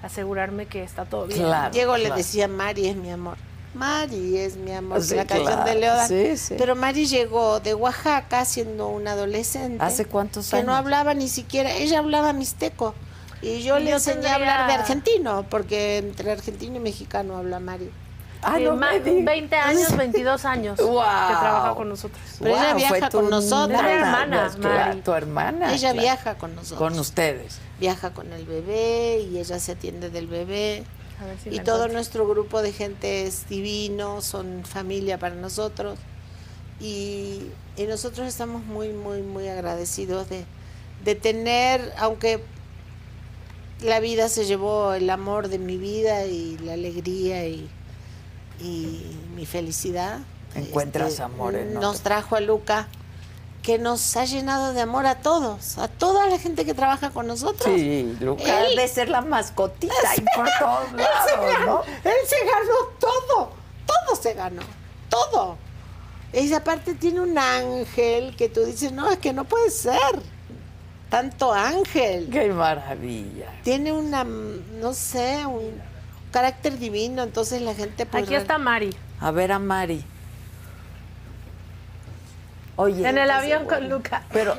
Speaker 5: asegurarme que está todo bien.
Speaker 7: Claro.
Speaker 3: Diego le
Speaker 7: claro.
Speaker 3: decía, Mari es mi amor. Mari es mi amor,
Speaker 7: Sí,
Speaker 3: la canción
Speaker 7: claro,
Speaker 3: de Leodan.
Speaker 7: sí, sí.
Speaker 3: Pero Mari llegó de Oaxaca siendo una adolescente.
Speaker 7: ¿Hace cuántos
Speaker 3: que
Speaker 7: años?
Speaker 3: no hablaba ni siquiera, ella hablaba mixteco. Y yo
Speaker 5: Y
Speaker 3: le
Speaker 5: yo
Speaker 3: enseñé a
Speaker 5: tendría-
Speaker 3: hablar de argentino, porque entre argentino y mexicano habla Mari.
Speaker 7: Ah,
Speaker 5: Eh,
Speaker 7: no
Speaker 5: ma-
Speaker 7: me digas.
Speaker 5: 20 años, 22 años
Speaker 7: <laughs>
Speaker 5: que
Speaker 7: Wow.
Speaker 5: trabaja con nosotros.
Speaker 3: Pero ella viaja
Speaker 7: fue tu
Speaker 3: con nosotras.
Speaker 5: Es mi hermana,
Speaker 7: pues, claro,
Speaker 5: Mari.
Speaker 7: tu hermana.
Speaker 3: Ella
Speaker 7: Ah, claro.
Speaker 3: viaja con nosotros.
Speaker 7: Con ustedes.
Speaker 3: Viaja con el bebé y ella se atiende del bebé.
Speaker 5: A ver si
Speaker 3: y
Speaker 5: la
Speaker 3: todo
Speaker 5: encuentro.
Speaker 3: nuestro grupo de gente es divino, son familia para nosotros. Y, y nosotros estamos muy, muy, muy agradecidos de, de tener, aunque la vida se llevó el amor de mi vida y la alegría y, y mi felicidad. este,
Speaker 7: Encuentras amor en
Speaker 3: Nos
Speaker 7: otro.
Speaker 3: trajo a Luca
Speaker 8: que nos ha llenado de amor a todos, a toda la gente que trabaja con nosotros.
Speaker 7: Sí, Luca,
Speaker 8: Él-
Speaker 7: debe ser la mascotita ahí por
Speaker 3: <laughs>
Speaker 7: todos lados, ¿no?
Speaker 3: Él se ganó todo, todo se ganó, todo. Y aparte tiene un ángel que tú dices, no, es que no puede ser. Tanto ángel.
Speaker 7: Qué maravilla.
Speaker 3: Tiene una, mm, no sé, un carácter divino, entonces la gente... pues,
Speaker 5: Aquí está Mari.
Speaker 7: A ver a Mari. Oye. pues,
Speaker 5: En el avión con Luca.
Speaker 7: Pero,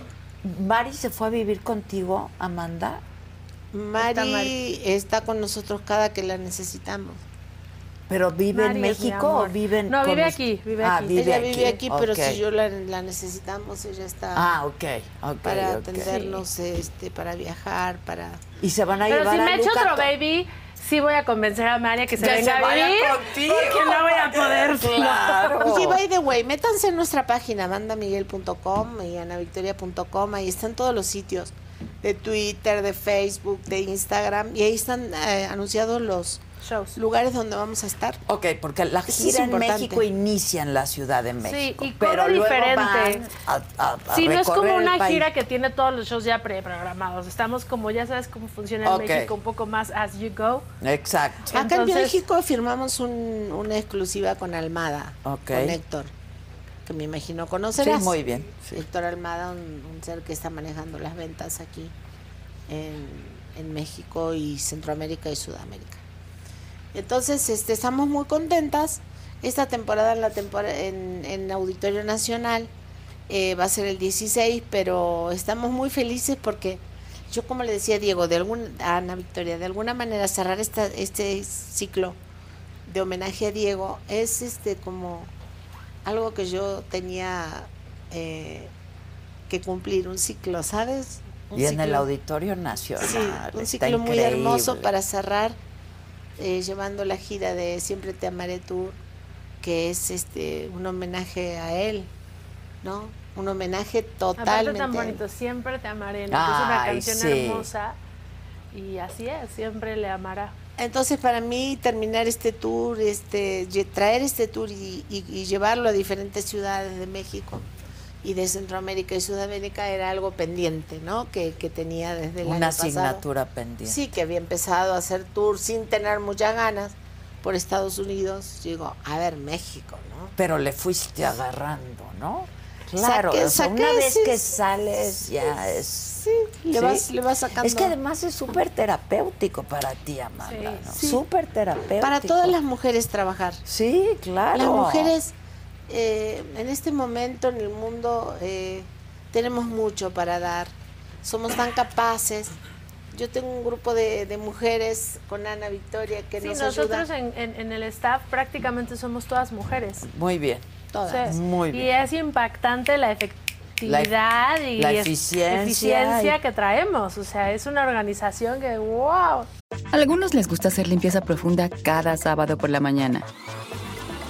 Speaker 7: ¿Mari se fue a vivir contigo, Amanda?
Speaker 3: Mari
Speaker 5: Está
Speaker 3: está,
Speaker 5: Mari.
Speaker 3: con nosotros cada que la necesitamos.
Speaker 7: ¿Pero vive
Speaker 5: Mari
Speaker 7: en
Speaker 5: es mi
Speaker 7: México o
Speaker 5: amor.
Speaker 7: vive en.?
Speaker 5: No,
Speaker 7: con
Speaker 5: vive
Speaker 7: us-
Speaker 5: aquí, vive
Speaker 7: ah,
Speaker 5: aquí.
Speaker 7: Vive
Speaker 3: ella vive aquí, pero
Speaker 7: ok.
Speaker 3: si yo la, la necesitamos, ella está
Speaker 7: Ah, ok, ok.
Speaker 3: para
Speaker 7: ok.
Speaker 3: atendernos, este, para viajar, para...
Speaker 7: Y se van a
Speaker 5: Pero
Speaker 7: llevar
Speaker 5: si
Speaker 7: a
Speaker 5: me echo
Speaker 7: Luca
Speaker 5: otro
Speaker 7: to-
Speaker 5: baby, sí voy a convencer a María que se
Speaker 7: Que
Speaker 5: venga
Speaker 7: se
Speaker 5: a
Speaker 7: vaya
Speaker 5: vivir.
Speaker 7: contigo.
Speaker 5: Porque no voy a poder.
Speaker 7: <laughs> Claro.
Speaker 3: Oye, by the way, métanse en nuestra página bandamiguel.com y anavictoria.com, ahí están todos los sitios de Twitter, de Facebook, de Instagram, y ahí están eh, anunciados los
Speaker 5: Shows.
Speaker 3: lugares donde vamos a estar.
Speaker 7: Ok, porque la
Speaker 3: Eso es
Speaker 7: gira en
Speaker 3: Pues importante.
Speaker 7: México inicia en la Ciudad de México.
Speaker 5: y
Speaker 7: pero
Speaker 5: corre
Speaker 7: luego
Speaker 5: diferente.
Speaker 7: van a, a- a
Speaker 5: Sí, no es
Speaker 7: recorrer
Speaker 5: como
Speaker 7: el
Speaker 5: una
Speaker 7: país.
Speaker 5: gira que tiene todos los shows ya preprogramados. Estamos como, ya sabes cómo funciona en
Speaker 7: Ok.
Speaker 5: México, un poco más as you go.
Speaker 7: Exacto.
Speaker 3: Acá en
Speaker 5: Entonces-
Speaker 3: México firmamos un- una exclusiva con Almada,
Speaker 7: Ok.
Speaker 3: con Héctor, que me imagino conocerás.
Speaker 7: Sí, muy bien, sí.
Speaker 3: Héctor Almada, un, un ser que está manejando las ventas aquí en, en México y Centroamérica y Sudamérica. Entonces, este, estamos muy contentas. Esta temporada en, la tempora- en, en Auditorio Nacional eh, va a ser el 16, pero estamos muy felices porque yo, como le decía a Diego, de algún, a Ana Victoria, de alguna manera cerrar esta, este ciclo de homenaje a Diego es este como algo que yo tenía eh, que cumplir, un ciclo, ¿sabes? Un
Speaker 7: Y en el
Speaker 3: ciclo-
Speaker 7: Auditorio Nacional.
Speaker 3: Sí, un
Speaker 7: está
Speaker 3: ciclo muy hermoso
Speaker 7: increíble.
Speaker 3: para cerrar, eh, llevando la gira de Siempre te amaré tú, que es este un homenaje a él, ¿no? Un homenaje
Speaker 5: Aparte
Speaker 3: totalmente.
Speaker 5: tan bonito, siempre te amaré. ¿no? es una
Speaker 7: Ay,
Speaker 5: canción
Speaker 7: sí.
Speaker 5: hermosa. Y así es, siempre le amará.
Speaker 3: Entonces para mí terminar este tour, este lle- traer este tour y, y- y llevarlo a diferentes ciudades de México y de Centroamérica y Sudamérica era algo pendiente, ¿no? Que, que tenía desde el
Speaker 7: Una
Speaker 3: año pasado.
Speaker 7: asignatura pendiente.
Speaker 3: Sí, que había empezado a hacer tour sin tener muchas ganas por Estados Unidos. Digo, a ver, México, ¿no?
Speaker 7: Pero le fuiste agarrando, ¿no? Claro,
Speaker 3: Saqué-
Speaker 7: o sea, una
Speaker 3: saqué
Speaker 7: vez
Speaker 3: ese-
Speaker 7: que sales ya es...
Speaker 3: Sí, le,
Speaker 7: ¿sí?
Speaker 3: Vas, le vas sacando.
Speaker 7: Es que además es súper terapéutico para ti, Amanda,
Speaker 5: Sí.
Speaker 7: ¿no?
Speaker 3: Sí.
Speaker 7: Súper terapéutico.
Speaker 3: Para todas las mujeres trabajar.
Speaker 7: Sí, claro.
Speaker 3: Las mujeres, eh, en este momento en el mundo, eh, tenemos mucho para dar. Somos tan capaces. Yo tengo un grupo de, de mujeres con Ana Victoria que
Speaker 5: Sí,
Speaker 3: nos
Speaker 5: nosotros
Speaker 3: ayuda.
Speaker 5: en, en- en el staff prácticamente somos todas mujeres.
Speaker 7: Muy bien.
Speaker 3: Todas.
Speaker 5: Sí.
Speaker 7: Muy
Speaker 5: Y
Speaker 7: bien.
Speaker 5: es impactante la efectividad y
Speaker 7: la
Speaker 5: es-
Speaker 7: eficiencia
Speaker 5: eficiencia
Speaker 7: y-
Speaker 5: que traemos. O sea, es una organización que, wow.
Speaker 6: Algunos les gusta hacer limpieza profunda cada sábado por la mañana.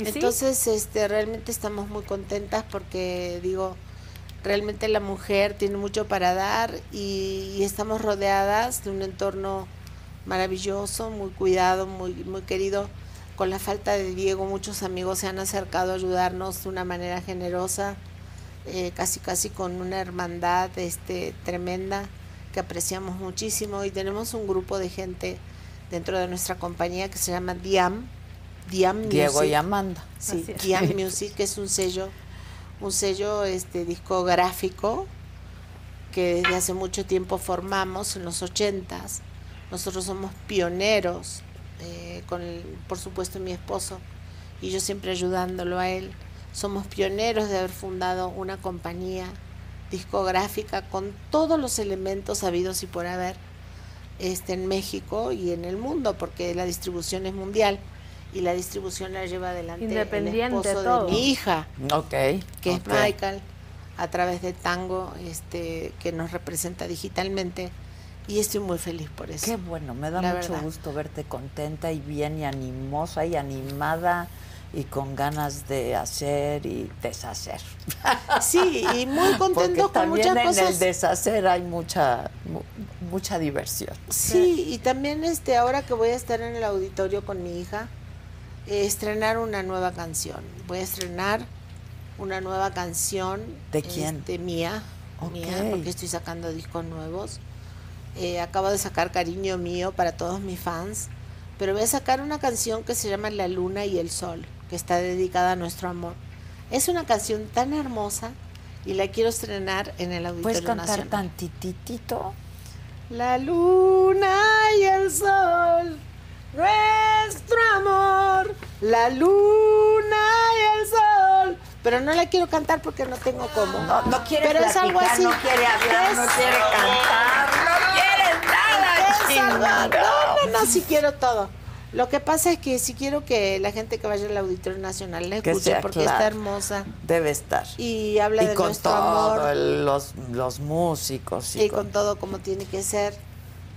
Speaker 5: Y sí,
Speaker 3: Entonces, este, realmente estamos muy contentas porque digo, realmente la mujer tiene mucho para dar y, y estamos rodeadas de un entorno maravilloso, muy cuidado, muy, muy querido. Con la falta de Diego, muchos amigos se han acercado a ayudarnos de una manera generosa, eh, casi casi con una hermandad este, tremenda que apreciamos muchísimo y tenemos un grupo de gente dentro de nuestra compañía que se llama Diam. Diam
Speaker 7: Diego
Speaker 3: Music.
Speaker 7: y Amanda.
Speaker 3: Sí,
Speaker 5: Así es.
Speaker 3: Diam Music es un sello, un sello este discográfico que desde hace mucho tiempo formamos en los ochentas. Nosotros somos pioneros, eh, con el- por supuesto mi esposo y yo siempre ayudándolo a él. Somos pioneros de haber fundado una compañía discográfica con todos los elementos habidos y por haber este, en México y en el mundo, porque la distribución es mundial y la distribución la lleva adelante
Speaker 5: Independiente,
Speaker 3: el esposo
Speaker 5: todo.
Speaker 3: de mi hija
Speaker 7: Ok.
Speaker 3: que
Speaker 7: ok.
Speaker 3: es Michael, a través de Tango, este, que nos representa digitalmente. Y estoy muy feliz por eso.
Speaker 7: Qué bueno, me da
Speaker 3: La
Speaker 7: mucho
Speaker 3: verdad.
Speaker 7: gusto verte contenta y bien y animosa y animada y con ganas de hacer y deshacer.
Speaker 3: Sí, y muy
Speaker 7: Porque
Speaker 3: contentos con
Speaker 7: también
Speaker 3: muchas
Speaker 7: en el
Speaker 3: cosas.
Speaker 7: deshacer hay mucha mu- mucha diversión.
Speaker 3: Sí, y también este, ahora que voy a estar en el auditorio con mi hija, eh, estrenar una nueva canción. Voy a estrenar una nueva canción.
Speaker 7: ¿De quién?
Speaker 3: Este, mía. Mía,
Speaker 7: Ok.
Speaker 3: porque estoy sacando discos nuevos. Eh, acabo de sacar Cariño Mío para todos mis fans. Pero voy a sacar una canción que se llama La Luna y el Sol, que está dedicada a nuestro amor. Es una canción tan hermosa y la quiero estrenar en el Auditorio
Speaker 7: ¿Puedes cantar
Speaker 3: Nacional.
Speaker 7: tantititito?
Speaker 3: La luna y el sol, nuestro amor. La luna y el sol. Pero no la quiero cantar porque no tengo cómo.
Speaker 7: No, no quiere
Speaker 3: Pero
Speaker 7: platicar,
Speaker 3: es algo así.
Speaker 7: no quiere hablar, no
Speaker 3: Es-
Speaker 7: quiere cantar, no quiere nada,
Speaker 3: es algo-
Speaker 7: chingada.
Speaker 3: No, no, no, si quiero todo. Lo que pasa es que si quiero que la gente que vaya al Auditorio Nacional la
Speaker 7: Que
Speaker 3: escuche
Speaker 7: sea
Speaker 3: porque
Speaker 7: clara.
Speaker 3: está hermosa
Speaker 7: Debe estar.
Speaker 3: y habla
Speaker 7: Y
Speaker 3: de
Speaker 7: con
Speaker 3: nuestro
Speaker 7: todos
Speaker 3: amor.
Speaker 7: los, los músicos.
Speaker 3: y con todo como tiene que ser.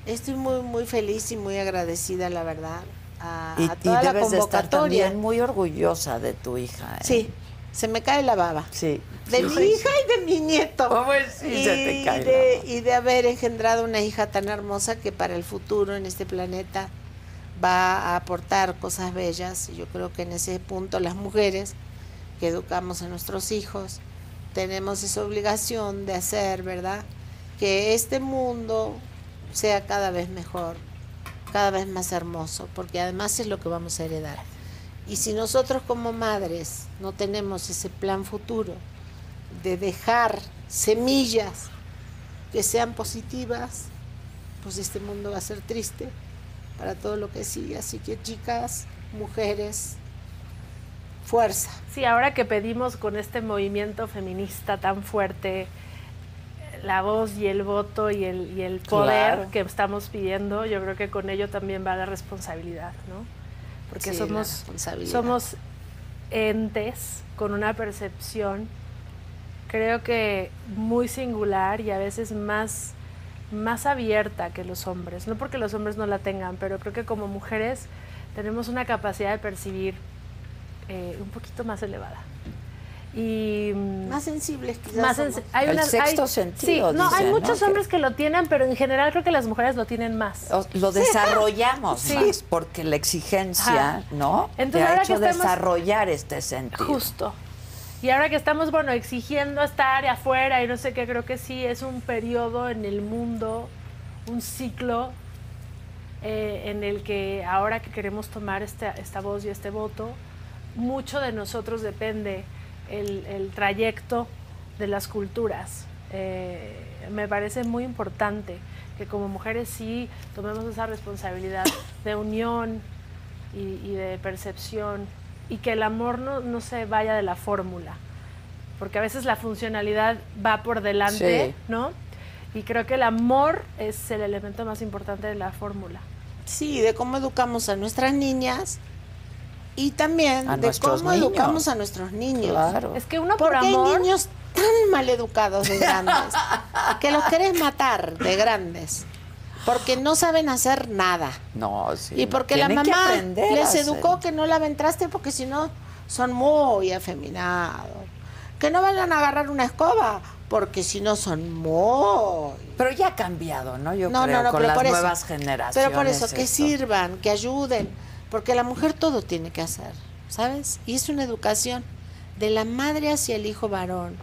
Speaker 3: Estoy muy, muy feliz y muy agradecida, la verdad, a,
Speaker 7: Y,
Speaker 3: a
Speaker 7: y
Speaker 3: toda la
Speaker 7: debes de estar
Speaker 3: convocatoria.
Speaker 7: también muy orgullosa de tu hija. ¿eh?
Speaker 3: Sí, se me cae la baba.
Speaker 7: Sí.
Speaker 3: De
Speaker 7: Sí,
Speaker 3: mi
Speaker 7: sí.
Speaker 3: hija y de mi nieto.
Speaker 7: Pues sí,
Speaker 3: y,
Speaker 7: se te cae la
Speaker 3: de,
Speaker 7: baba.
Speaker 3: y de haber engendrado una hija tan hermosa que para el futuro en este planeta va a aportar cosas bellas. Y Yo creo que en ese punto las mujeres que educamos a nuestros hijos tenemos esa obligación de hacer, ¿verdad? Que este mundo sea cada vez mejor, cada vez más hermoso, porque además es lo que vamos a heredar. Y si nosotros como madres no tenemos ese plan futuro de dejar semillas que sean positivas, pues este mundo va a ser triste para todo lo que sigue. Así que chicas, mujeres, fuerza.
Speaker 5: Sí, ahora que pedimos con este movimiento feminista tan fuerte la voz y el voto y el, y el poder
Speaker 7: Claro.
Speaker 5: que estamos pidiendo, yo creo que con ello también va la responsabilidad, ¿no? Porque
Speaker 3: Sí, la
Speaker 5: somos,
Speaker 3: responsabilidad.
Speaker 5: somos entes con una percepción, creo que muy singular y a veces más, más abierta que los hombres. No porque los hombres no la tengan, pero creo que como mujeres tenemos una capacidad de percibir eh, un poquito más elevada. Y mm,
Speaker 3: más sensibles quizás.
Speaker 5: más
Speaker 3: somos.
Speaker 5: en- hay
Speaker 7: El
Speaker 5: unas-
Speaker 7: sexto
Speaker 5: hay-
Speaker 7: sentido,
Speaker 5: Sí, no, hay
Speaker 7: dicen, ¿no?
Speaker 5: muchos
Speaker 7: Que-
Speaker 5: hombres que lo tienen, pero en general creo que las mujeres lo tienen más.
Speaker 7: O- Lo desarrollamos
Speaker 5: Sí.
Speaker 7: más porque la exigencia,
Speaker 5: Ajá.
Speaker 7: ¿no?
Speaker 5: Entonces,
Speaker 7: Te ha
Speaker 5: ahora que
Speaker 7: hecho
Speaker 5: estamos-
Speaker 7: desarrollar este sentido.
Speaker 5: Justo. Y ahora que estamos, bueno, exigiendo estar afuera y no sé qué, creo que sí, es un periodo en el mundo, un ciclo eh, en el que ahora que queremos tomar esta, esta voz y este voto, mucho de nosotros depende el, el trayecto de las culturas. Eh, me parece muy importante que como mujeres sí tomemos esa responsabilidad de unión y, y de percepción y que el amor no, no se vaya de la fórmula, porque a veces la funcionalidad va por delante,
Speaker 7: Sí.
Speaker 5: ¿no? Y creo que el amor es el elemento más importante de la fórmula.
Speaker 3: Sí, de cómo educamos a nuestras niñas y también
Speaker 7: A
Speaker 3: de
Speaker 7: nuestros
Speaker 3: cómo
Speaker 7: niños.
Speaker 3: educamos a nuestros niños.
Speaker 7: Claro.
Speaker 5: Es que uno por
Speaker 3: Porque hay
Speaker 5: amor.
Speaker 3: niños tan mal educados de grandes que los querés matar de grandes porque no saben hacer nada.
Speaker 7: No, sí.
Speaker 3: Y porque la
Speaker 7: Tienen que
Speaker 3: mamá
Speaker 7: aprender a
Speaker 3: les
Speaker 7: hacer.
Speaker 3: educó que no la ventraste porque si no son muy afeminados. Que no vayan a agarrar una escoba porque si no son muy...
Speaker 7: Pero ya ha cambiado, ¿no? Yo
Speaker 3: no,
Speaker 7: creo,
Speaker 3: no, no,
Speaker 7: con
Speaker 3: pero
Speaker 7: las
Speaker 3: por eso.
Speaker 7: nuevas generaciones.
Speaker 3: Pero por eso, que
Speaker 7: esto.
Speaker 3: sirvan, que ayuden, porque la mujer todo tiene que hacer, ¿sabes? Y es una educación de la madre hacia el hijo varón,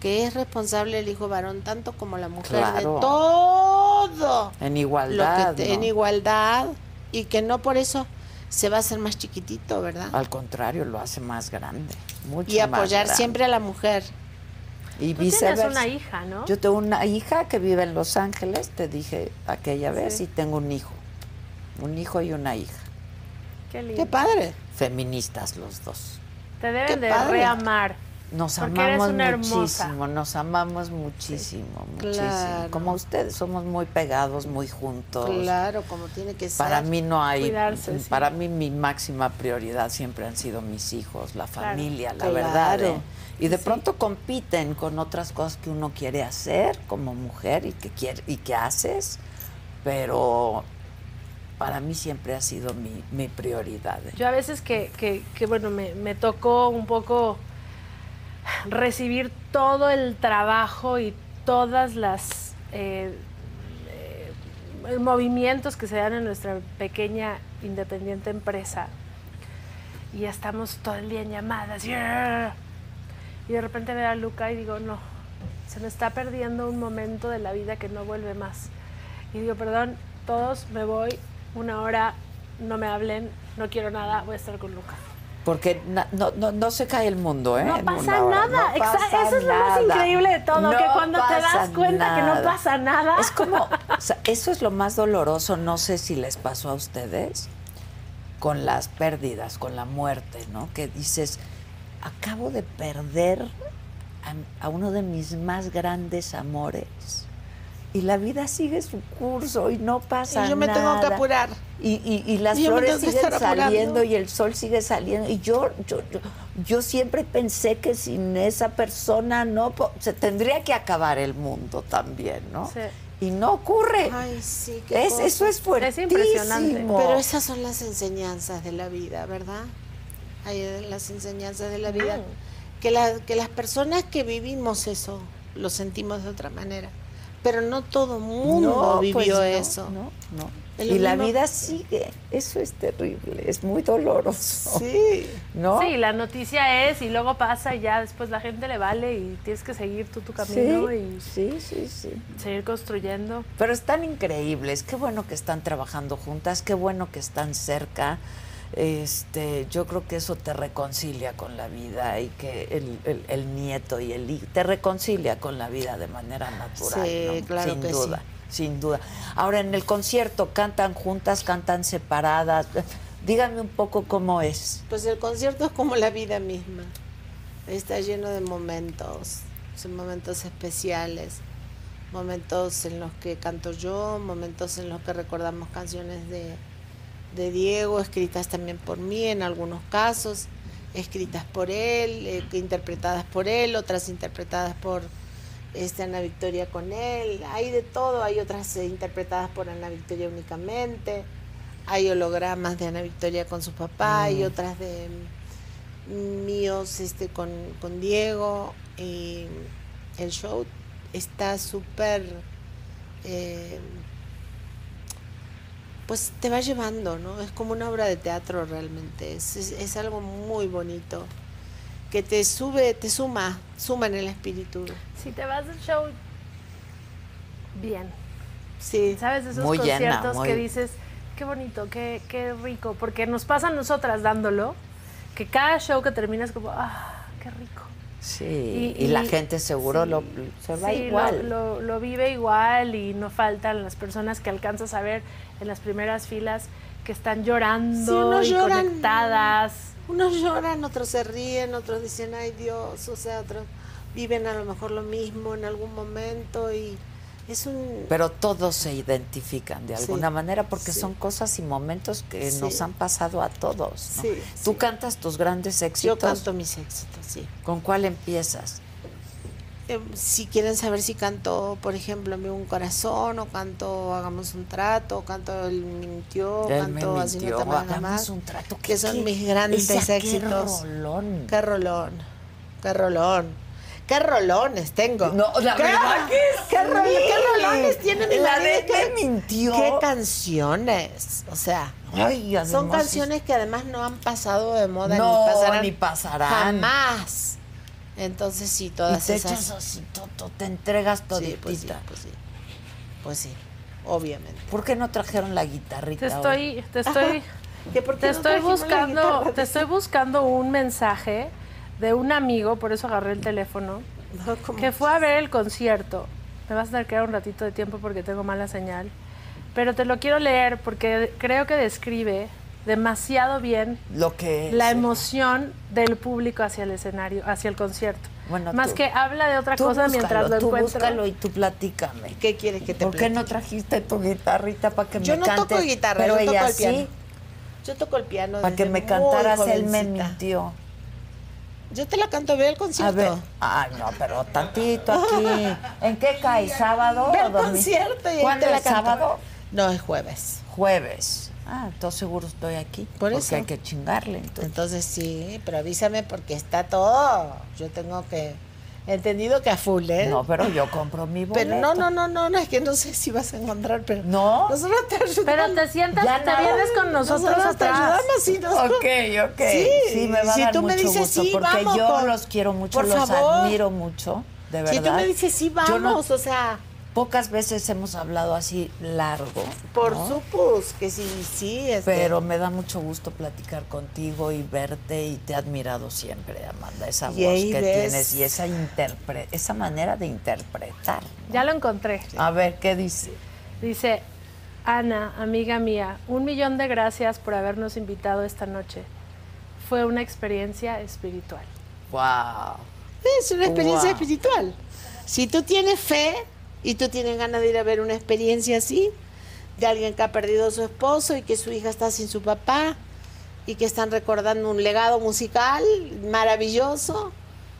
Speaker 3: que es responsable el hijo varón tanto como la mujer de
Speaker 7: Claro.
Speaker 3: todo
Speaker 7: En
Speaker 3: lo que
Speaker 7: igualdad.
Speaker 3: te-
Speaker 7: ¿no?
Speaker 3: en igualdad y que no por eso se va a hacer más chiquitito, ¿verdad?
Speaker 7: Al contrario, lo hace más grande. Mucho
Speaker 3: Y
Speaker 7: más
Speaker 3: apoyar
Speaker 7: grande.
Speaker 3: siempre a la mujer.
Speaker 7: Y
Speaker 5: Tú tienes
Speaker 7: viceversa.
Speaker 5: una hija, ¿no?
Speaker 7: Yo tengo una hija que vive en Los Ángeles, te dije aquella vez, y tengo un hijo. Un hijo y una hija.
Speaker 5: Qué lindo.
Speaker 3: Qué padre.
Speaker 7: Feministas los dos.
Speaker 5: Te deben
Speaker 3: qué
Speaker 5: de
Speaker 3: padre.
Speaker 5: reamar.
Speaker 7: Nos
Speaker 5: Porque eres
Speaker 7: amamos
Speaker 5: una hermosa.
Speaker 7: muchísimo, nos amamos muchísimo, muchísimo.
Speaker 3: Claro.
Speaker 7: Como ustedes, somos muy pegados, muy juntos.
Speaker 3: Claro, como tiene que ser.
Speaker 7: Para mí no hay,
Speaker 5: Cuidarse, sí.
Speaker 7: para mí mi máxima prioridad siempre han sido mis hijos, la
Speaker 5: Claro.
Speaker 7: familia, la
Speaker 3: Claro.
Speaker 7: verdad. ¿eh? Y de pronto compiten con otras cosas que uno quiere hacer como mujer y que quiere y que haces, pero para mí siempre ha sido mi, mi prioridad. ¿eh?
Speaker 5: Yo a veces que, que, que, bueno, me, me tocó un poco recibir todo el trabajo y todas las eh, eh, movimientos que se dan en nuestra pequeña independiente empresa. Y ya estamos todo el día en llamadas. ¡yeah! Y de repente veo a Luca y digo, no, se me está perdiendo un momento de la vida que no vuelve más. Y digo, perdón, todos me voy una hora, no me hablen, no quiero nada, voy a estar con Luca.
Speaker 7: Porque na- no, no, no se cae el mundo, ¿eh?
Speaker 5: No
Speaker 7: en
Speaker 5: pasa
Speaker 7: una hora.
Speaker 5: nada,
Speaker 7: No
Speaker 5: exa-
Speaker 7: pasa
Speaker 5: eso es lo más
Speaker 7: nada.
Speaker 5: increíble de todo, que
Speaker 7: No
Speaker 5: cuando te
Speaker 7: pasa
Speaker 5: das cuenta que no
Speaker 7: nada.
Speaker 5: pasa nada.
Speaker 7: Es como, o sea, eso es lo más doloroso, no sé si les pasó a ustedes, con las pérdidas, con la muerte, ¿no? Que dices, acabo de perder a, a uno de mis más grandes amores y la vida sigue su curso y no pasa
Speaker 3: Y yo me tengo que
Speaker 7: nada.
Speaker 3: apurar.
Speaker 7: Y, y- y las
Speaker 3: Y yo me
Speaker 7: flores
Speaker 3: tengo que
Speaker 7: siguen
Speaker 3: estar apurando.
Speaker 7: saliendo y el sol sigue saliendo. Y yo, yo, yo, yo siempre pensé que sin esa persona no po- se tendría que acabar el mundo también, ¿no?
Speaker 5: Sí.
Speaker 7: Y no ocurre.
Speaker 3: Ay, sí, qué
Speaker 7: es,
Speaker 3: cosa.
Speaker 7: eso es fuertísimo.
Speaker 5: impresionante.
Speaker 3: Pero esas son las enseñanzas de la vida, ¿verdad? Hay eh, las enseñanzas de la vida. Que, la- que las personas que vivimos eso lo sentimos de otra manera. Pero no todo mundo
Speaker 7: No, pues,
Speaker 3: vivió
Speaker 7: no,
Speaker 3: eso.
Speaker 7: no, no.
Speaker 3: Es
Speaker 7: Y
Speaker 3: lo
Speaker 7: la
Speaker 3: mismo.
Speaker 7: vida sigue. Eso es terrible. Es muy doloroso.
Speaker 3: Sí.
Speaker 7: ¿No?
Speaker 5: Sí, la noticia es y luego pasa y ya después la gente le vale y tienes que seguir tú tu camino
Speaker 7: sí, sí, sí, sí.
Speaker 5: y seguir construyendo.
Speaker 7: Pero están increíbles, qué bueno que están trabajando juntas, qué bueno que están cerca. Este, yo creo que eso te reconcilia con la vida y que el, el- el nieto y el hijo te reconcilia con la vida de manera natural.
Speaker 3: Sí,
Speaker 7: ¿no?
Speaker 3: claro
Speaker 7: sin
Speaker 3: que sí.
Speaker 7: duda, sin duda. Ahora en el concierto cantan juntas, cantan separadas. Díganme un poco cómo es.
Speaker 3: Pues el concierto es como la vida misma. Está lleno de momentos, son momentos especiales, momentos en los que canto yo, momentos en los que recordamos canciones de, de Diego, escritas también por mí en algunos casos, escritas por él, eh, que interpretadas por él, otras interpretadas por este, Ana Victoria con él. Hay de todo, hay otras eh, interpretadas por Ana Victoria únicamente, hay hologramas de Ana Victoria con su papá, hay otras de mm, míos este, con, con Diego. Y el show está súper... eh, pues te va llevando, ¿no? Es como una obra de teatro realmente, es, es- es algo muy bonito, que te sube, te suma, suma en el espíritu.
Speaker 5: Si te vas del show, bien.
Speaker 3: Sí,
Speaker 5: ¿Sabes? Esos
Speaker 7: Muy llena,
Speaker 5: conciertos
Speaker 7: muy-
Speaker 5: que dices, qué bonito, qué, qué rico, porque nos pasa a nosotras dándolo, que cada show que terminas como, ah, qué rico.
Speaker 7: Sí, y, la gente seguro
Speaker 5: sí,
Speaker 7: lo, se va
Speaker 5: sí, lo-
Speaker 7: igual.
Speaker 5: Lo, lo vive igual y no faltan las personas que alcanzas a ver en las primeras filas que están llorando
Speaker 3: Sí,
Speaker 5: y
Speaker 3: unos lloran.
Speaker 5: conectadas.
Speaker 3: unos lloran, otros se ríen, otros dicen, ay Dios, o sea, otros viven a lo mejor lo mismo en algún momento y es un...
Speaker 7: Pero todos se identifican de
Speaker 3: Sí.
Speaker 7: alguna manera porque
Speaker 3: Sí.
Speaker 7: son cosas y momentos que
Speaker 3: Sí.
Speaker 7: nos han pasado a todos. ¿no?
Speaker 3: Sí,
Speaker 7: Tú
Speaker 3: sí.
Speaker 7: cantas tus grandes éxitos.
Speaker 3: Yo canto mis éxitos, sí.
Speaker 7: ¿Con cuál empiezas?
Speaker 3: Eh, si quieren saber si canto, por ejemplo, Me un corazón, o canto Hagamos un trato, o canto El mintió,
Speaker 7: Él me
Speaker 3: canto Así no
Speaker 7: mintió,
Speaker 3: te amas
Speaker 7: hagamos
Speaker 3: más,
Speaker 7: un trato.
Speaker 3: que son
Speaker 7: qué-
Speaker 3: mis grandes
Speaker 7: esa, "Ah, qué
Speaker 3: éxitos.
Speaker 7: rolón.
Speaker 3: Qué rolón, qué rolón. ¿Qué rolones tengo?
Speaker 7: No, la
Speaker 3: ¿Qué,
Speaker 7: verdad que sí.
Speaker 3: qué rol- qué rolones tiene mi
Speaker 7: La
Speaker 3: marido?
Speaker 7: de
Speaker 3: ¿Qué-
Speaker 7: me mintió.
Speaker 3: ¿Qué canciones? O sea,
Speaker 7: Ay,
Speaker 3: son
Speaker 7: además es-
Speaker 3: canciones que además no han pasado de moda
Speaker 7: No,
Speaker 3: ni pasarán.
Speaker 7: ni pasarán.
Speaker 3: Jamás. Entonces sí,
Speaker 7: Y
Speaker 3: todas
Speaker 7: te
Speaker 3: esas.
Speaker 7: echas así, toto, te entregas
Speaker 3: Sí,
Speaker 7: toditita.
Speaker 3: pues sí, pues sí. Pues sí, obviamente.
Speaker 7: ¿Por qué no trajeron la guitarrita?
Speaker 5: Te
Speaker 7: ahora?
Speaker 5: estoy, te estoy,
Speaker 3: ¿Que por qué
Speaker 5: te
Speaker 3: no
Speaker 5: estoy
Speaker 3: trajimos la
Speaker 5: buscando,
Speaker 3: guitarra?
Speaker 5: te estoy buscando un mensaje de un amigo, por eso agarré el teléfono,
Speaker 7: No, como-
Speaker 5: que fue a ver el concierto. Me vas a tener que dar un ratito de tiempo porque tengo mala señal. Pero te lo quiero leer porque creo que describe demasiado bien
Speaker 4: Lo que
Speaker 5: la
Speaker 4: es, eh,
Speaker 5: emoción del público hacia el escenario, hacia el concierto.
Speaker 4: Bueno,
Speaker 5: Más
Speaker 4: tú-
Speaker 5: que habla de otra
Speaker 4: tú
Speaker 5: cosa
Speaker 4: búscalo,
Speaker 5: mientras lo
Speaker 4: tú
Speaker 5: encuentro.
Speaker 4: búscalo y tú platícame.
Speaker 3: ¿Qué quieres que te
Speaker 4: ¿Por qué
Speaker 3: platique?
Speaker 4: no trajiste tu guitarrita para que
Speaker 3: Yo
Speaker 4: me
Speaker 3: no
Speaker 4: cantes?
Speaker 3: toco guitarra,
Speaker 4: pero
Speaker 3: yo toco
Speaker 4: ella
Speaker 3: el piano.
Speaker 4: sí,
Speaker 3: Yo toco el piano.
Speaker 4: para que
Speaker 3: desde
Speaker 4: me
Speaker 3: muy
Speaker 4: cantaras, él me
Speaker 3: jovencita.
Speaker 4: mintió.
Speaker 3: Yo te la canto, ve el
Speaker 4: A
Speaker 3: concierto.
Speaker 4: ver, ay no, pero tantito aquí. ¿En qué cae? ¿Sábado
Speaker 3: Ve
Speaker 4: o
Speaker 3: el
Speaker 4: domingo?
Speaker 3: concierto y ahí
Speaker 4: ¿Cuándo
Speaker 3: te la
Speaker 4: es
Speaker 3: canto.
Speaker 4: sábado?
Speaker 3: No, es jueves.
Speaker 4: Jueves. Ah, entonces seguro estoy aquí.
Speaker 3: Por
Speaker 4: porque
Speaker 3: eso.
Speaker 4: hay que chingarle. Entonces.
Speaker 3: Entonces sí, pero avísame porque está todo. Yo tengo que... He entendido que a full, ¿eh?
Speaker 4: No, pero yo compro mi boleto.
Speaker 3: Pero no, no, no, no, no, es que no sé si vas a encontrar, pero...
Speaker 4: ¿No?
Speaker 3: Nosotros te
Speaker 5: Pero
Speaker 3: ayudamos.
Speaker 5: te sientas,
Speaker 4: Ya
Speaker 5: te
Speaker 4: nada.
Speaker 5: vienes con nosotros
Speaker 3: te
Speaker 5: atrás.
Speaker 3: ayudamos y nos...
Speaker 4: Ok, ok.
Speaker 3: Sí,
Speaker 4: me va a
Speaker 3: si
Speaker 4: dar
Speaker 3: tú me
Speaker 4: mucho
Speaker 3: dices
Speaker 4: gusto
Speaker 3: sí,
Speaker 4: porque
Speaker 3: vamos,
Speaker 4: yo
Speaker 3: con-
Speaker 4: los quiero mucho,
Speaker 3: por
Speaker 4: los
Speaker 3: favor.
Speaker 4: admiro mucho, de verdad.
Speaker 3: Si tú me dices sí,
Speaker 4: Yo no-
Speaker 3: vamos, o sea...
Speaker 4: pocas veces hemos hablado así largo.
Speaker 3: Por
Speaker 4: ¿no?
Speaker 3: supus que sí, sí. este,
Speaker 4: Pero me da mucho gusto platicar contigo y verte y te he admirado siempre, Amanda, esa
Speaker 3: Y
Speaker 4: voz
Speaker 3: ahí
Speaker 4: que
Speaker 3: ves.
Speaker 4: tienes y esa interpre- esa manera de interpretar.
Speaker 5: Ya lo encontré.
Speaker 4: A ver qué dice.
Speaker 5: Dice, Ana, amiga mía, un millón de gracias por habernos invitado esta noche. Fue una experiencia espiritual.
Speaker 4: Wow.
Speaker 3: Es una experiencia
Speaker 4: Wow.
Speaker 3: espiritual. Si tú tienes fe y tú tienes ganas de ir a ver una experiencia así, de alguien que ha perdido a su esposo y que su hija está sin su papá y que están recordando un legado musical maravilloso,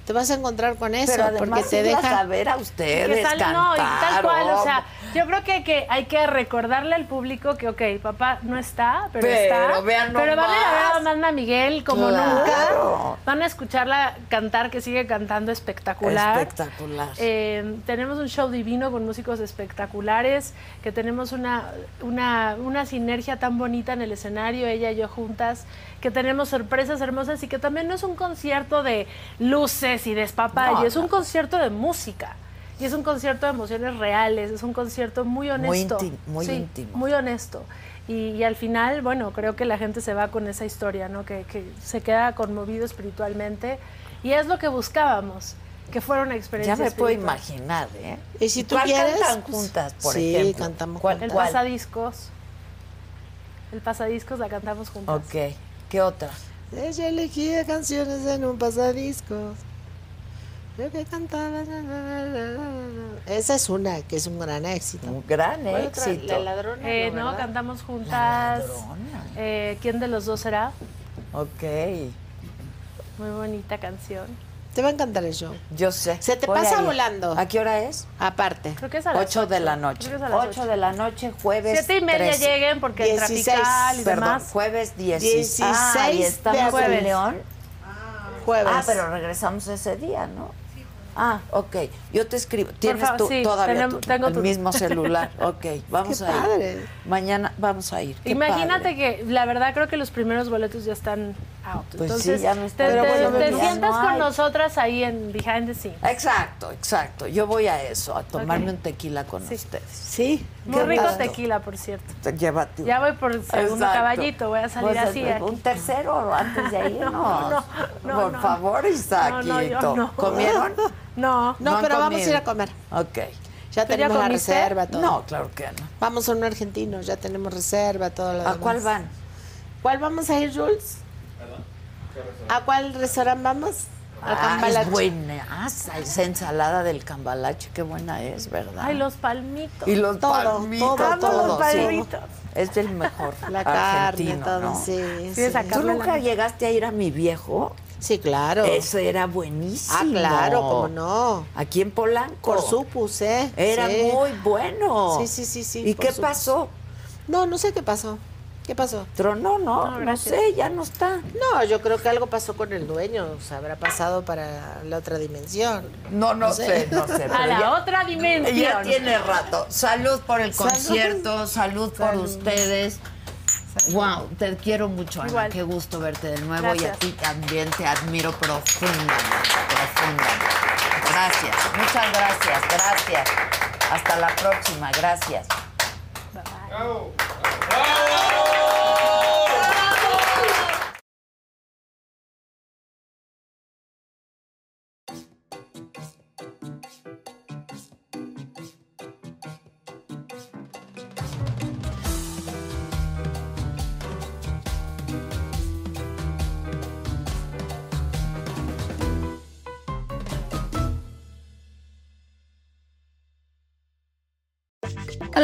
Speaker 3: te vas a encontrar con eso
Speaker 4: Pero
Speaker 3: porque
Speaker 4: además
Speaker 3: te
Speaker 4: irlas
Speaker 3: deja
Speaker 4: a ver a ustedes
Speaker 5: Que sale- no, y
Speaker 4: cantar,
Speaker 5: tal cual, o
Speaker 4: hombre.
Speaker 5: sea, yo creo que, que hay que recordarle al público que, ok, papá no está, pero,
Speaker 4: Pero
Speaker 5: está.
Speaker 4: vean
Speaker 5: pero van a ir a ver a
Speaker 4: nomás.
Speaker 5: Amanda Miguel como
Speaker 4: Claro.
Speaker 5: nunca. Van a escucharla cantar, que sigue cantando espectacular.
Speaker 4: Espectacular.
Speaker 5: Eh, tenemos un show divino con músicos espectaculares, que tenemos una, una, una sinergia tan bonita en el escenario, ella y yo juntas, que tenemos sorpresas hermosas y que también no es un concierto de luces y despapalle,
Speaker 4: No,
Speaker 5: es un
Speaker 4: no.
Speaker 5: concierto de música. Y es un concierto de emociones reales, es un concierto muy honesto.
Speaker 4: íntim- muy
Speaker 5: Sí,
Speaker 4: íntimo.
Speaker 5: Muy honesto. Y, y al final, bueno, creo que la gente se va con esa historia, ¿no? Que, que se queda conmovido espiritualmente. Y es lo que buscábamos, que fuera una experiencia.
Speaker 4: ya me puedo
Speaker 5: espiritual.
Speaker 4: imaginar, ¿eh?
Speaker 3: Y si tú
Speaker 4: ¿Cuál
Speaker 3: quieres,
Speaker 4: cantan
Speaker 3: pues,
Speaker 4: juntas, por
Speaker 3: sí,
Speaker 4: ejemplo?
Speaker 3: cantamos
Speaker 4: ¿Cuál,
Speaker 5: El
Speaker 4: cuál?
Speaker 5: pasadiscos. El pasadiscos la cantamos juntos.
Speaker 4: Ok, ¿qué otra?
Speaker 3: Ella elegía canciones en un pasadiscos. Yo que cantaba. na, na, na, na, na, na. Esa es una que es un gran éxito.
Speaker 4: Un gran
Speaker 3: ¿Cuál otra?
Speaker 4: éxito.
Speaker 3: La ladrona.
Speaker 5: Eh,
Speaker 3: no,
Speaker 5: no,
Speaker 3: ¿verdad?
Speaker 5: cantamos
Speaker 4: La
Speaker 5: juntas.
Speaker 4: ladrona.
Speaker 5: eh, ¿Quién de los dos será?
Speaker 4: Ok,
Speaker 5: Muy bonita canción.
Speaker 3: Te va a encantar el show.
Speaker 4: yo sé.
Speaker 3: Se te
Speaker 4: Voy
Speaker 3: pasa
Speaker 4: a ir.
Speaker 3: volando.
Speaker 4: ¿A qué hora es?
Speaker 3: Aparte.
Speaker 4: Ah,
Speaker 5: Creo que es a las
Speaker 4: 8 de la
Speaker 5: Creo
Speaker 4: noche.
Speaker 5: que es a las
Speaker 4: 8 de la noche, jueves.
Speaker 5: Siete y media
Speaker 4: 13.
Speaker 5: lleguen porque el
Speaker 3: 16,
Speaker 5: trafical y
Speaker 4: Perdón,
Speaker 5: demás.
Speaker 4: jueves 16. Ah,
Speaker 3: 16
Speaker 4: y
Speaker 3: de
Speaker 4: estamos
Speaker 5: jueves.
Speaker 4: en León.
Speaker 3: Jueves.
Speaker 4: Ah, pero regresamos ese día, ¿no? Ah, ok. Yo te escribo. Tienes
Speaker 5: favor,
Speaker 4: tú
Speaker 5: sí,
Speaker 4: todavía
Speaker 5: tenemos-
Speaker 4: tu-
Speaker 5: tengo
Speaker 4: el
Speaker 5: tu- <laughs>
Speaker 4: mismo celular. Ok, vamos
Speaker 3: Qué
Speaker 4: a ir.
Speaker 3: padre.
Speaker 4: Mañana vamos a ir. Qué
Speaker 5: Imagínate
Speaker 4: padre.
Speaker 5: que la verdad creo que los primeros boletos ya están out.
Speaker 4: Pues sí,
Speaker 5: Entonces,
Speaker 4: ya no está.
Speaker 5: te,
Speaker 3: Pero
Speaker 5: te-
Speaker 3: bueno,
Speaker 5: te
Speaker 3: ya no
Speaker 5: sientas con
Speaker 4: hay.
Speaker 5: nosotras ahí en Behind the Scenes.
Speaker 4: Exacto, exacto. Yo voy a eso, a tomarme
Speaker 5: Ok.
Speaker 4: un tequila con
Speaker 5: Sí.
Speaker 4: ustedes.
Speaker 3: Sí.
Speaker 5: Muy
Speaker 4: Qué
Speaker 5: rico
Speaker 4: gusto.
Speaker 5: tequila, por cierto.
Speaker 4: Te- Llévate.
Speaker 5: Ya
Speaker 4: uno.
Speaker 5: voy por el segundo
Speaker 4: Exacto.
Speaker 5: caballito, voy a salir
Speaker 4: Pues,
Speaker 5: así. eh. aquí.
Speaker 4: Un tercero antes de irnos.
Speaker 5: <laughs> no, no,
Speaker 4: Por
Speaker 5: no.
Speaker 4: favor,
Speaker 5: No,
Speaker 4: Isaquito.
Speaker 5: no, yo no. <laughs>
Speaker 4: ¿Comieron?
Speaker 5: No.
Speaker 3: No,
Speaker 4: han
Speaker 3: pero vamos
Speaker 4: comido.
Speaker 3: a ir a comer.
Speaker 4: Ok.
Speaker 3: Ya
Speaker 5: ¿Tú ya
Speaker 3: tenemos la
Speaker 5: comiste?
Speaker 3: reserva, todo.
Speaker 4: No, claro que no.
Speaker 3: Vamos a un argentino, ya tenemos reserva, todo lo
Speaker 4: ¿A
Speaker 3: demás.
Speaker 4: cuál van?
Speaker 3: ¿Cuál vamos a ir, Jules? ¿A cuál restaurante vamos? A
Speaker 4: Ah,
Speaker 3: Cambalache.
Speaker 4: es buenaza, esa ensalada del cambalache, qué buena es, ¿verdad?
Speaker 5: Ay, los palmitos.
Speaker 4: y los
Speaker 3: Todo,
Speaker 4: palmitos,
Speaker 3: todo,
Speaker 5: Amo los
Speaker 3: todo,
Speaker 4: sí.
Speaker 5: palmitos.
Speaker 4: Es el mejor
Speaker 3: <laughs> La carne,
Speaker 4: argentino,
Speaker 3: todo,
Speaker 4: ¿no?
Speaker 3: sí.
Speaker 5: Sí, esa
Speaker 4: ¿Tú
Speaker 5: Carla
Speaker 4: nunca
Speaker 5: Lama.
Speaker 4: llegaste a ir a mi viejo?
Speaker 3: Sí, claro.
Speaker 4: Eso era buenísimo.
Speaker 3: Ah, claro, cómo no.
Speaker 4: Aquí en Polanco.
Speaker 3: Por supus, ¿eh?
Speaker 4: Era
Speaker 3: Sí.
Speaker 4: muy bueno.
Speaker 3: Sí, sí, sí, sí,
Speaker 4: ¿Y
Speaker 3: por
Speaker 4: qué
Speaker 3: supus.
Speaker 4: pasó?
Speaker 3: No, no sé qué pasó. ¿Qué pasó?
Speaker 4: Tronó,
Speaker 5: No,
Speaker 4: ¿no? No,
Speaker 5: gracias.
Speaker 4: sé, ya no está.
Speaker 3: No, yo creo que algo pasó con el dueño. O sea, habrá pasado para la otra dimensión.
Speaker 4: No, no,
Speaker 3: sé.
Speaker 4: sé. no sé.
Speaker 5: <laughs> A
Speaker 4: pero
Speaker 5: la
Speaker 4: ya-
Speaker 5: otra dimensión.
Speaker 4: Ya tiene rato. Salud por el
Speaker 3: Salud.
Speaker 4: concierto, salud, por
Speaker 3: Salud.
Speaker 4: ustedes. Wow, te quiero mucho, Ana.
Speaker 5: Igual.
Speaker 4: Qué gusto verte de nuevo y a
Speaker 5: Gracias.
Speaker 4: ti también te admiro profundamente, profundamente. Gracias, muchas gracias, gracias. Hasta la próxima, gracias.
Speaker 6: A